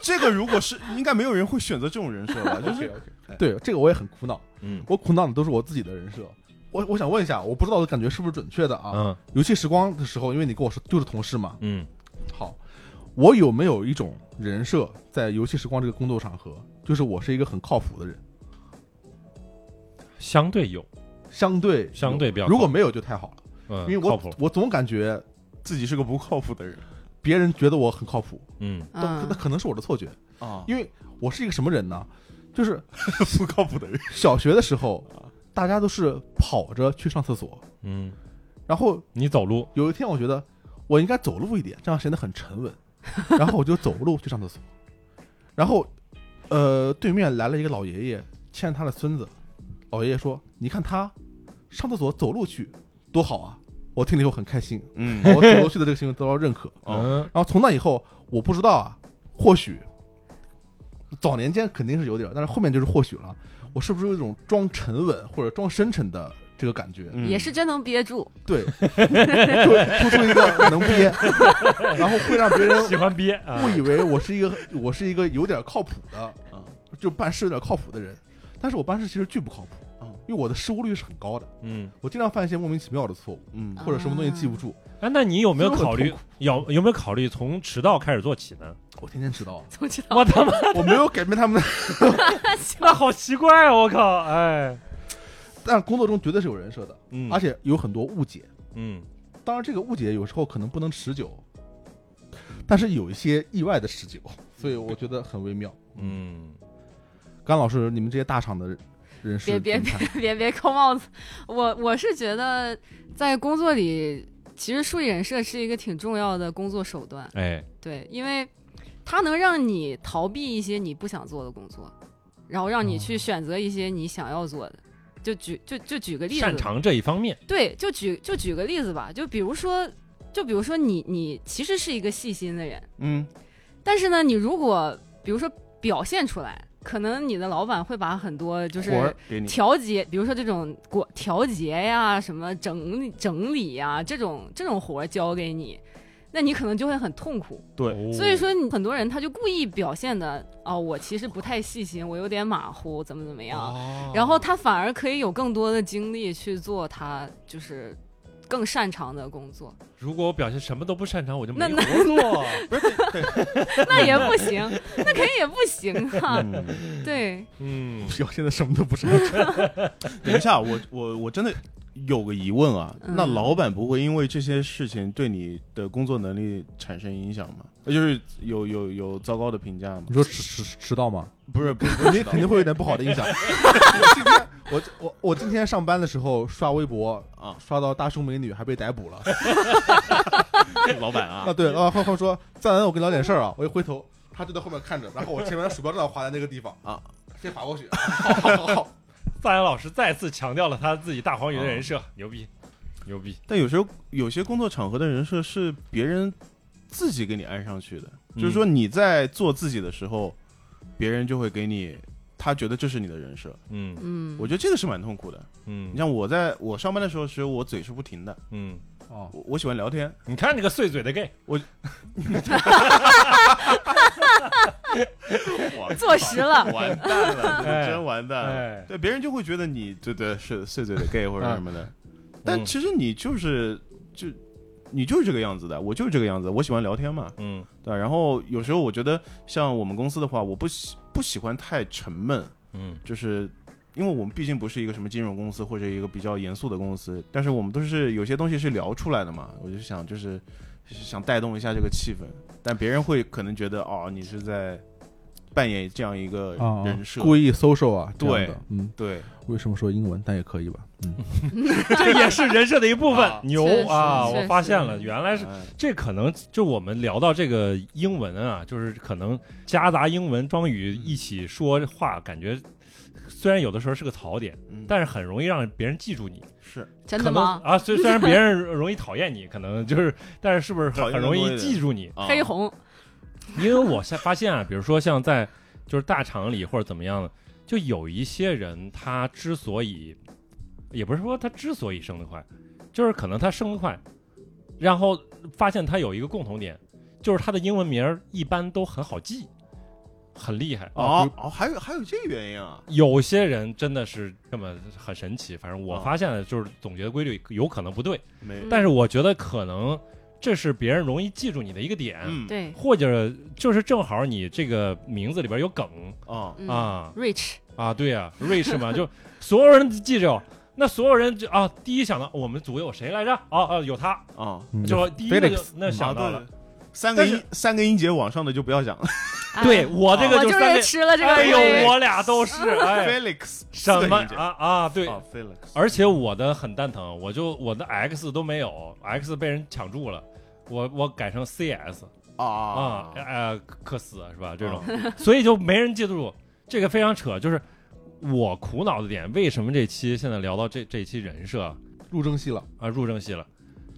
B: 这个如果是，应该没有人会选择这种人设 *laughs* 吧？就是
C: *laughs* 对，这个我也很苦恼，
A: 嗯
C: 我苦恼的都是我自己的人设。我我想问一下，我不知道我感觉是不是准确的啊？
A: 嗯
C: 游戏时光的时候，因为你跟我说就是同事嘛，
A: 嗯
C: 好，我有没有一种人设在游戏时光这个工作场合，就是我是一个很靠谱的人，
A: 相对有，
C: 相对
A: 相对比较
C: 如果没有就太好了，
A: 嗯，
C: 因为
A: 靠
C: 我
A: 谱，
C: 我总感觉
B: 自己是个不靠谱 *laughs* 的人
C: 别人觉得我很靠谱，
A: 嗯
C: 但那
D: 嗯，
C: 可能是我的错觉，
B: 啊，
C: 因为我是一个什么人呢？就是
B: 不靠谱的人。
C: 小学的时候， *laughs* 大家都是跑着去上厕所，
A: 嗯，
C: 然后
A: 你走路
C: 有一天我觉得我应该走路一点，这样显得很沉稳，然后我就走路去上厕所，然后呃对面来了一个老爷爷牵着他的孙子，老爷爷说：“你看他上厕所走路去多好啊！”我听了以后很开心，
B: 嗯
C: 我走路去的这个行为得到认可。啊
B: 哦
A: 嗯
C: 然后从那以后，我不知道啊，或许早年间肯定是有点儿，但是后面就是或许了。我是不是有一种装沉稳或者装深沉的这个感觉？
B: 嗯
D: 也是真能憋住。
C: 对， *laughs* 就突出一个能憋， *laughs* 然后会让别人
A: 喜欢憋啊
C: 误以为我是一个我是一个有点靠谱的，就办事有点靠谱的人，但是我办事其实巨不靠谱，因为我的失误率是很高的，
A: 嗯，
C: 我经常犯一些莫名其妙的错误，
B: 嗯
D: 啊
C: 或者什么东西记不住，
A: 哎，那你有没有
C: 这个很
A: 考虑
C: 痛
A: 有有没有考虑从迟到开始做起 *laughs* 呢？
C: 我天天迟到，
D: 总知
A: *laughs*
D: 道
A: 我他妈，
C: 我没有改变他们的，
A: 那好奇怪哦，我靠，哎，
C: 但工作中绝对是有人设的，
A: 嗯
C: 而且有很多误解，
A: 嗯
C: 当然这个误解有时候可能不能持久，但是有一些意外的持久，所以我觉得很微妙。
A: 嗯，
C: 甘老师，你们这些大厂的人士
D: 别别
C: 怎么看
D: 别别别扣帽子，我我是觉得在工作里，其实树立人设是一个挺重要的工作手段，
A: 哎，
D: 对，因为它能让你逃避一些你不想做的工作，然后让你去选择一些你想要做的。就举就就举个例子，
A: 擅长这一方面，
D: 对，就举就举个例子吧，就比如说，就比如说你你其实是一个细心的人，
B: 嗯
D: 但是呢，你如果比如说表现出来，可能你的老板会把很多就
B: 活
D: 是
B: 儿给你，
D: 调节，比如说这种过调节呀、什么整理整理呀、这种这种活儿交给你，那你可能就会很痛苦。
B: 对
A: 哦
D: 所以说，你很多人他就故意表现的啊、我其实不太细心，我有点马虎，怎么
A: 哦
D: 哦怎么样，然后他反而可以有更多的精力去做他就是更擅长的工作，
A: 如果我表现什么都不擅长，我就没
D: 那
A: 活
D: 那 *laughs*
A: 做。
D: 那也不行，那肯定也不行啊。
B: 嗯
D: 对，
A: *laughs* 嗯，
C: 表现的什么都不是。
B: 等一下，我我我真的有个疑问啊，
D: 嗯
B: 那老板不会因为这些事情对你的工作能力产生影响吗？那就是有有有糟糕的评价吗？
C: 你说迟迟迟到吗？
B: 不是，不是，
C: 肯定肯定会有点不好的 *laughs* 影响。我今天我我我今天上班的时候刷微博
B: 啊，
C: 刷到大胸美女还被逮捕了。
B: 老板
C: 啊，
B: 啊，
C: 对，老板后后说赞恩，我跟你聊点事儿啊。我一回头，他就在后面看着，然后我前面的鼠标正好划在那个地方
B: 啊，
C: 先划过去。好好好好，
A: 赞扬老师再次强调了他自己大黄鱼的人设，牛逼，牛逼。
B: 但有时候有些工作场合的人设是别人自己给你安上去的，
A: 嗯
B: 就是说你在做自己的时候，别人就会给你。他觉得这是你的人设，
A: 嗯
D: 嗯
B: 我，觉得这个是蛮痛苦的。
A: 嗯
B: 你像我在我上班的时候，其实我嘴是不停的，
A: 嗯，
C: *laughs* 哦，
B: 我我喜欢聊天，
A: 你看这个碎嘴的 gay，
B: 我
D: 坐实了。
B: 完蛋了，这
A: 哎
B: 个真完蛋了。
A: 哎，
B: 对，别人就会觉得你对对是碎嘴的 gay 或者什么的，但
A: 嗯
B: 其实你就是就你就是这个样子的，我就是这个样子，我喜欢聊天嘛，
A: 嗯
B: 对吧。然后有时候我觉得像我们公司的话，我不喜不喜欢太沉闷，
A: 嗯
B: 就是。因为我们毕竟不是一个什么金融公司或者一个比较严肃的公司，但是我们都是有些东西是聊出来的嘛。我就想就是想带动一下这个气氛，但别人会可能觉得哦，你是在扮演这样一个
A: 哦
C: 啊
B: 人设，
C: 故意 social 啊，这样的
B: 对，
C: 嗯，
B: 对，
C: 为什么说英文？但也可以吧，嗯，
A: 这也是人设的一部分
B: 啊，
A: 牛
D: 确实
A: *laughs* 啊！
D: 确
A: 我
D: 实
A: 发现了，原来是
B: 哎
A: 这可能就我们聊到这个英文啊，就是可能夹杂英文双语一起说话，感觉虽然有的时候是个槽点，
B: 嗯
A: 但是很容易让别人记住你。
B: 是
D: 真
A: 可
D: 的
A: 能
D: 吗？
A: 啊，虽虽然别人容易讨厌你，可能就是，但是是不是
B: 讨
A: 很
B: 厌
A: 很
B: 更
A: 容
B: 多一
A: 易
B: 点
A: 记住你？
B: 啊
D: 黑红，
A: 因为我现发现啊，比如说像在就是大厂里或者怎么样的，就有一些人他之所以，也不是说他之所以升得快，就是可能他升得快，然后发现他有一个共同点，就是他的英文名儿一般都很好记，很厉害。
B: 哦哦，还有还有这个原因啊，
A: 有些人真的是这么很神奇，反正我
B: 哦
A: 发现的就是总结的规律有可能不嗯对，
B: 没
A: 但是我觉得可能这是别人容易记住你的一个点，
B: 嗯
D: 对
A: 或者就是正好你这个名字里边有梗
B: 哦
D: 嗯
A: 啊
D: ，Rich，
A: 啊，对啊，rich 嘛，就所有人记着，那所有人就啊，第一想到我们组有谁来着？哦、啊、哦、有他，
B: 哦，
C: 嗯
A: 就第一个就
C: Felix，
A: 那想到了
B: 啊。对三个
A: 但是
B: 音三个音节往上的就不要讲了
D: 啊
A: 对我这个
D: 我
A: 就
D: 就是
A: 三个，
D: 吃了这个啊
A: 哎
D: 亏。
A: 呦，我俩都是，哎，
B: ，Felix
A: 什么
B: 四个音节
A: 啊啊，对，
B: 哦，Felix，
A: 而且我的很蛋疼，我就我的 X 都没有，X 被人抢注了，我我改成 CS 啊
B: 啊，
A: 呃克斯是吧？这种， *laughs*
B: 啊
A: 所以就没人记得住，这个非常扯。就是我苦恼的点，为什么这期现在聊到这这期人设
C: 入正戏了，
A: 啊入正戏了？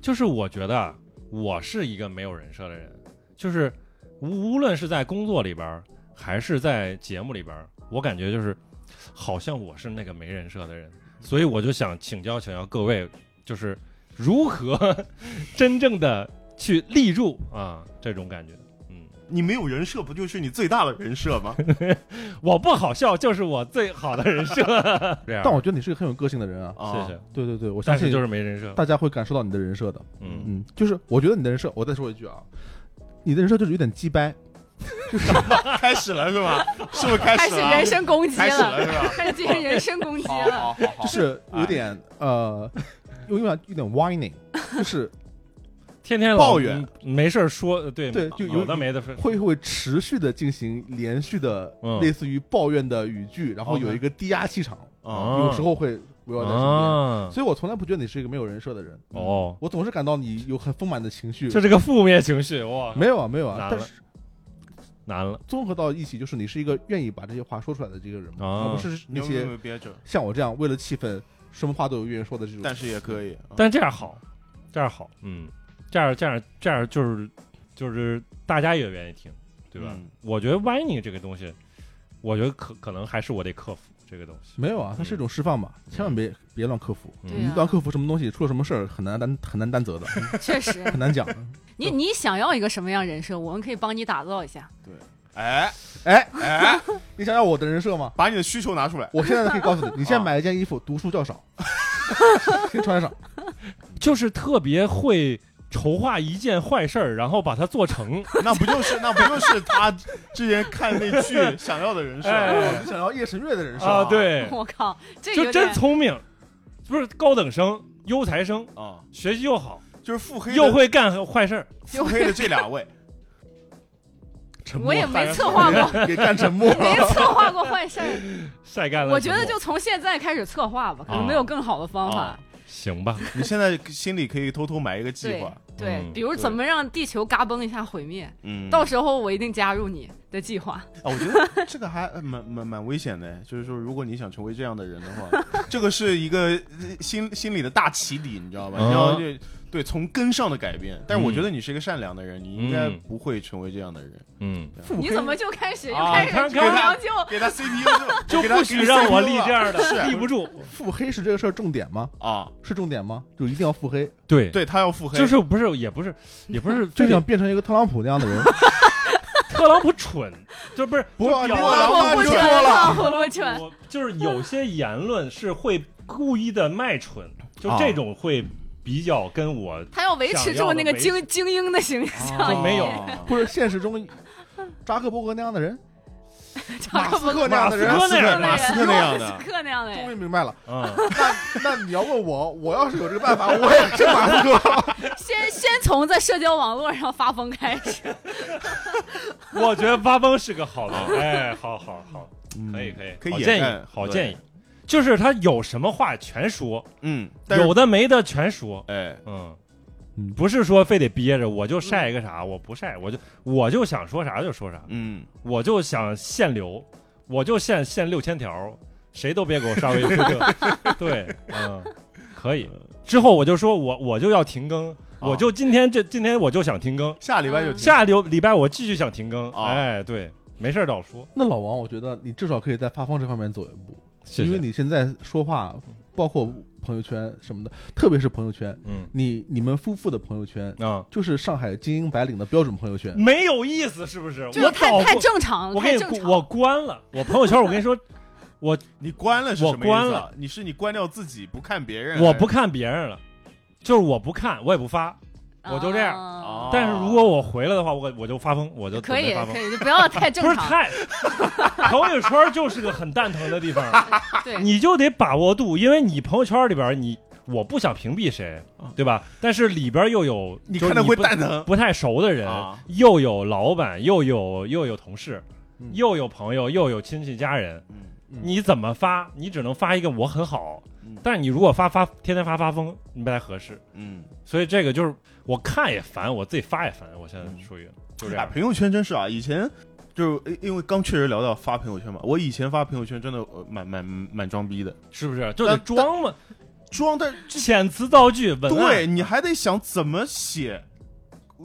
A: 就是我觉得啊我是一个没有人设的人，就是无无论是在工作里边儿还是在节目里边儿，我感觉就是好像我是那个没人设的人，所以我就想请教请教各位，就是如何 *laughs* 真正的去立住啊这种感觉。嗯，
B: 你没有人设不就是你最大的人设
A: *laughs*
B: 吗？
A: 我不好笑就是我最好的人 *laughs* 设。这样，
C: 但我觉得你是个很有个性的人啊，
B: 啊
A: 谢谢，
C: 对对对，我相
A: 但
C: 信
A: 是就是没人设。
C: 大家会感受到你的人设的，
A: 嗯，
C: 嗯，就是我觉得你的人设，我再说一句啊，你的人设就是有点鸡掰，
B: 开始了是吧？是不是开
D: 开
B: 始
D: 始
B: 了啊？
D: 人身攻击
B: 开始
D: 了，
B: 了是吧？哦
D: 开始进行人身攻击
B: 好
D: 了。
B: 好好好
C: 就，是有点呃，有点有点 whining，就是
A: 天天老
B: 抱怨，
A: 嗯没事儿说，呃对
C: 对就有
A: 有的没的说。
C: 会会持续的进行连续的
A: 嗯
C: 类似于抱怨的语句，然后有一个低压气场，
B: 啊
C: 有时候会围绕在身边。
A: 啊，
C: 所以我从来不觉得你是一个没有人设的人，
A: 哦，
C: 我总是感到你有很丰满的情绪。
A: 这是个负面情绪，哇，
C: 没有啊，没有啊
A: 难，了
C: 但是
A: 难了
C: 综合到一起，就是你是一个愿意把这些话说出来的这个人嘛，
A: 啊
C: 而不是
B: 你嗯
C: 那
B: 有没
C: 些
B: 有憋着？
C: 像我这样为了气氛什么话都有愿意说的这种。
B: 但是也可以，啊
A: 但这样好，这样好，嗯，这样这样这样就是就是大家也愿意听，对吧？
B: 嗯
A: 我觉得 whining 这个东西，我觉得可可能还是我得克服这个东西。
C: 没有啊，它是一种释放嘛，千万别别乱克服。
D: 对
C: 你
D: 啊
C: 乱克服什么东西，出了什么事儿很难担很难担责的，
D: 确实，
C: 很难讲的。
D: 你你想要一个什么样人设，我们可以帮你打造一下。
B: 哎
C: 哎，
B: 哎，
C: 你想要我的人设吗？
B: 把你的需求拿出来，
F: *laughs* 啊
C: 我现在可以告诉你，你现在
B: 啊
C: 买一件衣服，读书较少，可以穿上。
A: 嗯就是特别会筹划一件坏事儿，然后把它做成。
B: 那不就是那不就是他之前看那剧《想要的人设》
A: 哎
F: 我啊就想要叶神月的人设
A: 啊，，对，
D: 我靠， *laughs* 这
A: 就
D: 有
A: 真
D: 点
A: 聪明，不是高等生、优才生，
B: 啊，
A: 学习又好，
B: 就是腹黑的
A: 又会干坏事儿。
B: 腹黑的这俩位，
A: 沉默
D: 我也
A: 大
D: 没
A: 概
D: 策
C: *laughs*
D: 划过，
F: *laughs* 给干沉默了。
D: 没策划过坏事儿。
A: 晒干了沉默。
D: 我觉得就从现在开始策划吧，可能没有更好的方法
B: 啊。
A: 行吧。
B: 你现在心里可以偷偷埋一个计
D: 对
B: 划，
D: 对
A: 嗯，
D: 比如怎么让地球嘎嘣一下毁灭，
B: 嗯，
D: 到时候我一定加入你的计划。
B: *laughs* 啊，我觉得这个还呃蛮蛮蛮危险的，哎就是说，如果你想成为这样的人的话，这个是一个呃心心里的大起底，你知道吧？
A: 嗯
B: 你要对对从根上的改变。但是我
A: 嗯
B: 觉得你是一个善良的人，你应该
A: 嗯
B: 不会成为这样的人。
A: 嗯，
F: 腹
D: 你
F: 黑
D: 怎么就开始又
A: 啊
D: 开
A: 你
D: 始
A: 看
D: 崇
A: 看
D: 洋就
B: *laughs* 给他 CPU
A: *laughs* 就
B: 给他
A: 不许让我立
B: CPU 了
A: 这样的，
B: 是
A: 立不住。
F: 腹黑是这个事儿重点吗？
B: 啊，
F: 是重点吗？就一定要腹黑，
A: 对，
B: 对他要腹黑，
A: 就是不是也不是也不 *laughs* 是，
F: 就
A: 这
F: 想
A: 个
F: 变成一个特朗普那样的人？
A: 特朗普蠢，就
D: *laughs*
A: 不是
F: *laughs* 不
A: 就
F: 要
A: 表
F: 你
A: 达
F: 老
D: 啊我
F: 板
D: 不
F: 说
D: 准， *laughs*
F: 了
D: 我不准。
A: 我就是有些言论是会故意的卖蠢，就
B: 啊
A: 这种会比较跟我
D: 他要维持住那个精精英的形象，
A: 就没有
B: 啊
F: 不是现实中扎克伯格那样的人，
D: *laughs* 扎
F: 马
D: 克
F: 斯
D: 伯
F: 克
D: 格
F: 那样的人
A: 马。斯克那样的
B: *laughs* 马斯克那样的
D: 马斯克那样的
F: 终于
D: 人，
F: 明白了，
A: 嗯，
F: 那你要问我，我要是有这个办法，我也是马斯 *laughs* 克。
D: 先先从在社交网络上发疯开始。
A: 我觉得巴崩是个好的，哎，好好好，
F: 嗯
A: 可以可以，
B: 嗯可以
A: 好
B: 掩
A: 建议
B: 盖，
A: 好
B: 对
A: 建议，就是他有什么话全说，
B: 嗯，但是
A: 有的没的全说，
B: 哎，
A: 嗯
F: 嗯。
A: 不是说非得憋着，我就晒一个啥，我不晒，我就我就想说啥就说啥，
B: 嗯，
A: 我就想限流，我就限限六千条，谁都别给我上微
B: *laughs*
A: 博。对，嗯，可以。之后我就说我我就要停更，
B: 啊
A: 我就今天这今天我就想停更，
B: 下礼拜就
D: 嗯
A: 下礼礼拜我继续想停更。
B: 啊
A: 哎，对，没事儿找我说，
F: 那老王，我觉得你至少可以在发疯这方面走一步，
A: 谢
F: 因为
A: 谢。
F: 你现在说话，包括朋友圈什么的，特别是朋友圈，
A: 嗯
F: 你你们夫妇的朋友圈
A: 啊，
F: 就是上海精英白领的标准朋友圈。
A: 没有意思是不是？
D: 这个
A: 我
D: 太
A: 早
D: 太
A: 不
D: 正常了，
A: 我给
D: 太
A: 你
D: 正
A: 关
D: 常
A: 我
D: 了。
A: 关了，我朋友圈我跟你
B: *laughs*
A: 说，
B: 你关了是什么意思
A: 我
B: 啊
A: 关了，
B: 你是你关掉自己不看别人，
A: 我不看别人了，就是我不看，我也不发。我就这样
B: 哦
D: 啊
A: 但是如果我回来的话，我我就发疯，我就
D: 可以
A: 准备发疯
D: 可以，就不要太
A: 不
D: 正
A: 是
D: 常。
A: 太， *laughs* 朋友圈就是个很蛋疼的地方，
D: 对，
A: *laughs* 你就得把握度，因为你朋友圈里边你我不想屏蔽谁，对吧？但是里边又有
B: 哦你
A: 就是
B: 看他会
A: 不
B: 蛋
A: *laughs*
B: 疼，
A: 不太熟的人
B: 啊，
A: 又有老板，又有又有同事
F: 嗯，
A: 又有朋友，又有亲戚家人，
B: 嗯
A: 你怎么发？你只能发一个我很好
B: 嗯，
A: 但是你如果发发天天发发疯，你不太合适。
B: 嗯。
A: 所以这个就是我看也烦，我自己发也烦，我现在属于就这
B: 哎，
A: 样。
B: 朋友圈真是啊，以前就是哎因为刚确实聊到发朋友圈嘛，我以前发朋友圈真的呃蛮蛮蛮装逼的，
A: 是不是？就得
B: 但
A: 装嘛，
B: 装但这
A: 遣词造句，文案
B: 对你还得想怎么写，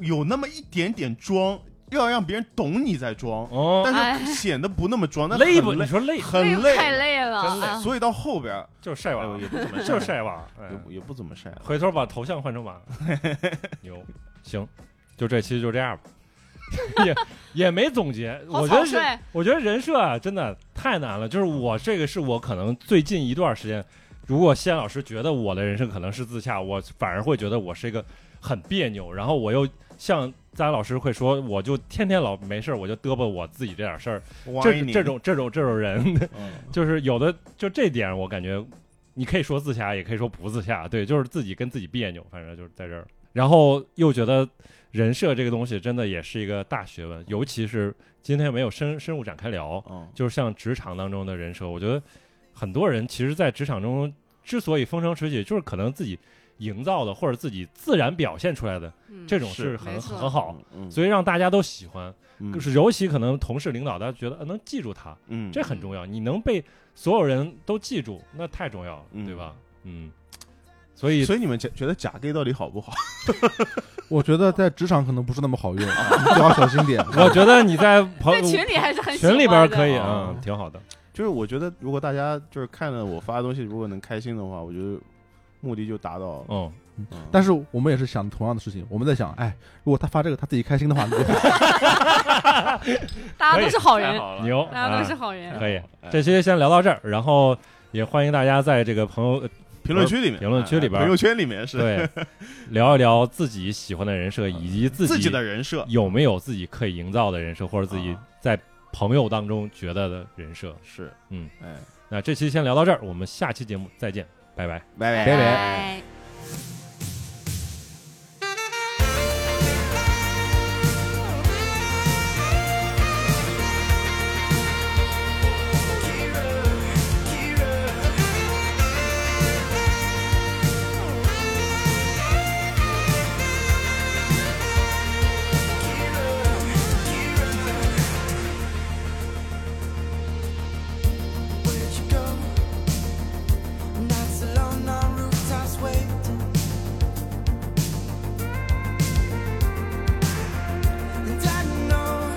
B: 有那么一点点装，要让别人懂你在装，
A: 哦，
B: 但是显得不那么装，那
A: 累不？
B: 很
A: 你
B: 累，
A: 说累，
B: 很
D: 哎太
B: 累，
D: 累了。
A: 真累
D: 啊
B: 所以到后边儿
A: 就是晒
B: 哎
A: 娃
B: 呦，也不怎么
A: 就是
B: 晒，
A: 晒
B: *laughs*
A: 娃。哎
B: 也也不怎么晒了。
A: 回头把头像换成
B: *laughs*
A: 娃，牛，行，就这期就这样吧，也也没总结。
D: 好
A: 我觉得
D: 草
A: 是，
D: 率，
A: 我觉得人设啊，真的太难了。就是我这个是我可能最近一段时间，如果西安老师觉得我的人生可能是自洽，我反而会觉得我是一个很别扭，然后我又像。咱老师会说，我就天天老没事儿，我就嘚啵我自己这点事儿，这
B: whining
A: 这种这种这种人，
B: 嗯
A: 就是有的就这点，我感觉你可以说自洽，也可以说不自洽，对，就是自己跟自己别扭，反正就是在这儿。然后又觉得人设这个东西真的也是一个大学问，尤其是今天没有深深入展开聊，
B: 嗯
A: 就是像职场当中的人设，我觉得很多人其实，在职场中之所以风生水起，就是可能自己营造的或者自己自然表现出来的
D: 嗯
A: 这种
B: 是
A: 是很
D: 没错
A: 很好，，
B: 嗯
A: 所以让大家都喜欢，
B: 嗯
A: 就是尤其可能同事领导大家觉得呃能记住他，
B: 嗯
A: 这很重要。你能被所有人都记住，那太重要了，
B: 嗯
A: 对吧？嗯，所以
B: 所以你们觉觉得假 gay 到底好不好？
F: 我觉得在职场可能不是那么好用，你最好小心点。
A: 我觉得你在
D: *laughs*
A: 朋
D: 在群里还是很喜
A: *laughs*
D: 欢
A: 群里边可以，
B: 的啊
A: 嗯，挺好的。
B: 就是我觉得，如果大家就是看了我发的东西，如果能开心的话，我觉得目的就达到了。
A: 嗯，
B: 嗯
F: 但是我们也是想同样的事情，我们在想，哎，如果他发这个他自己开心的话，那就
D: 的大家都是好人
B: 太，
A: 哎
B: 好了
A: 牛，
D: 大家都是
A: 啊
D: 好人。
A: 可以
B: 哎。
A: 这期先聊到这儿，然后也欢迎大家在这个朋友
B: 评论区里面，
A: 评论区里边
B: 哎朋友圈里面 *laughs* 是
A: 对，聊一聊自己喜欢的人设，以及自己
B: 自己的人设，
A: 有没有自己可以营造的人设，或者自己
B: 啊
A: 在朋友当中觉得的人设。
B: 是，
A: 嗯，
B: 哎，
A: 那这期先聊到这儿，我们下期节目再见，拜拜。
B: 拜拜
D: 拜
B: 拜。
G: Where'd you go? Nights alone on rooftops waiting. And I know,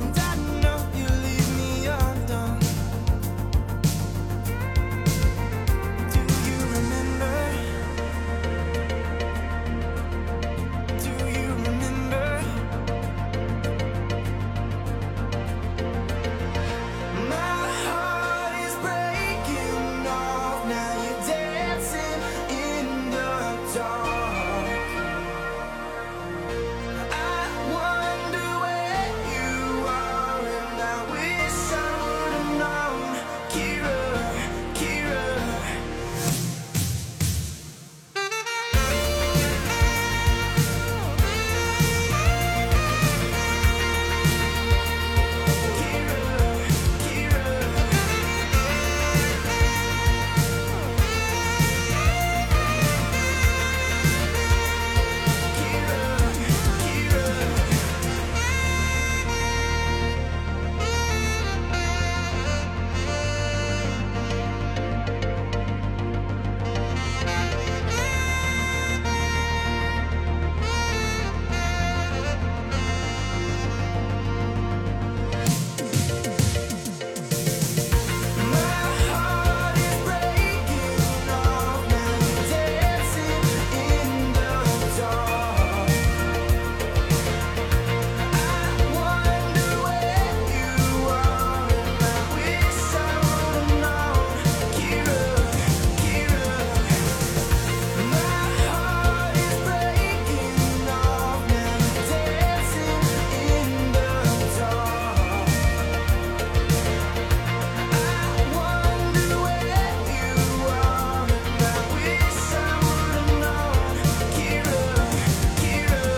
G: and I know you leave me undone. Do you remember? Do you remember? My heart is breaking off. Now you're dancing in the dark. I wonder where you are, and I wish I would've known, Kira, Kira. My heart is breaking off. Now you're dancing in the dark. I wonder where you are, and I wish I would've known, Kira, Kira. My heart is breaking off. Now you're dancing in the dark. I wonder where you are, and I wish I would've known, Kira, Kira.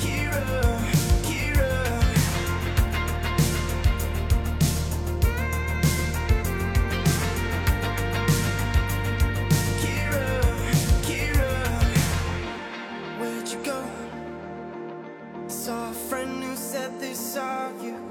G: Kira, Kira. Kira, Kira, where'd you go? Saw a friend who said they saw you.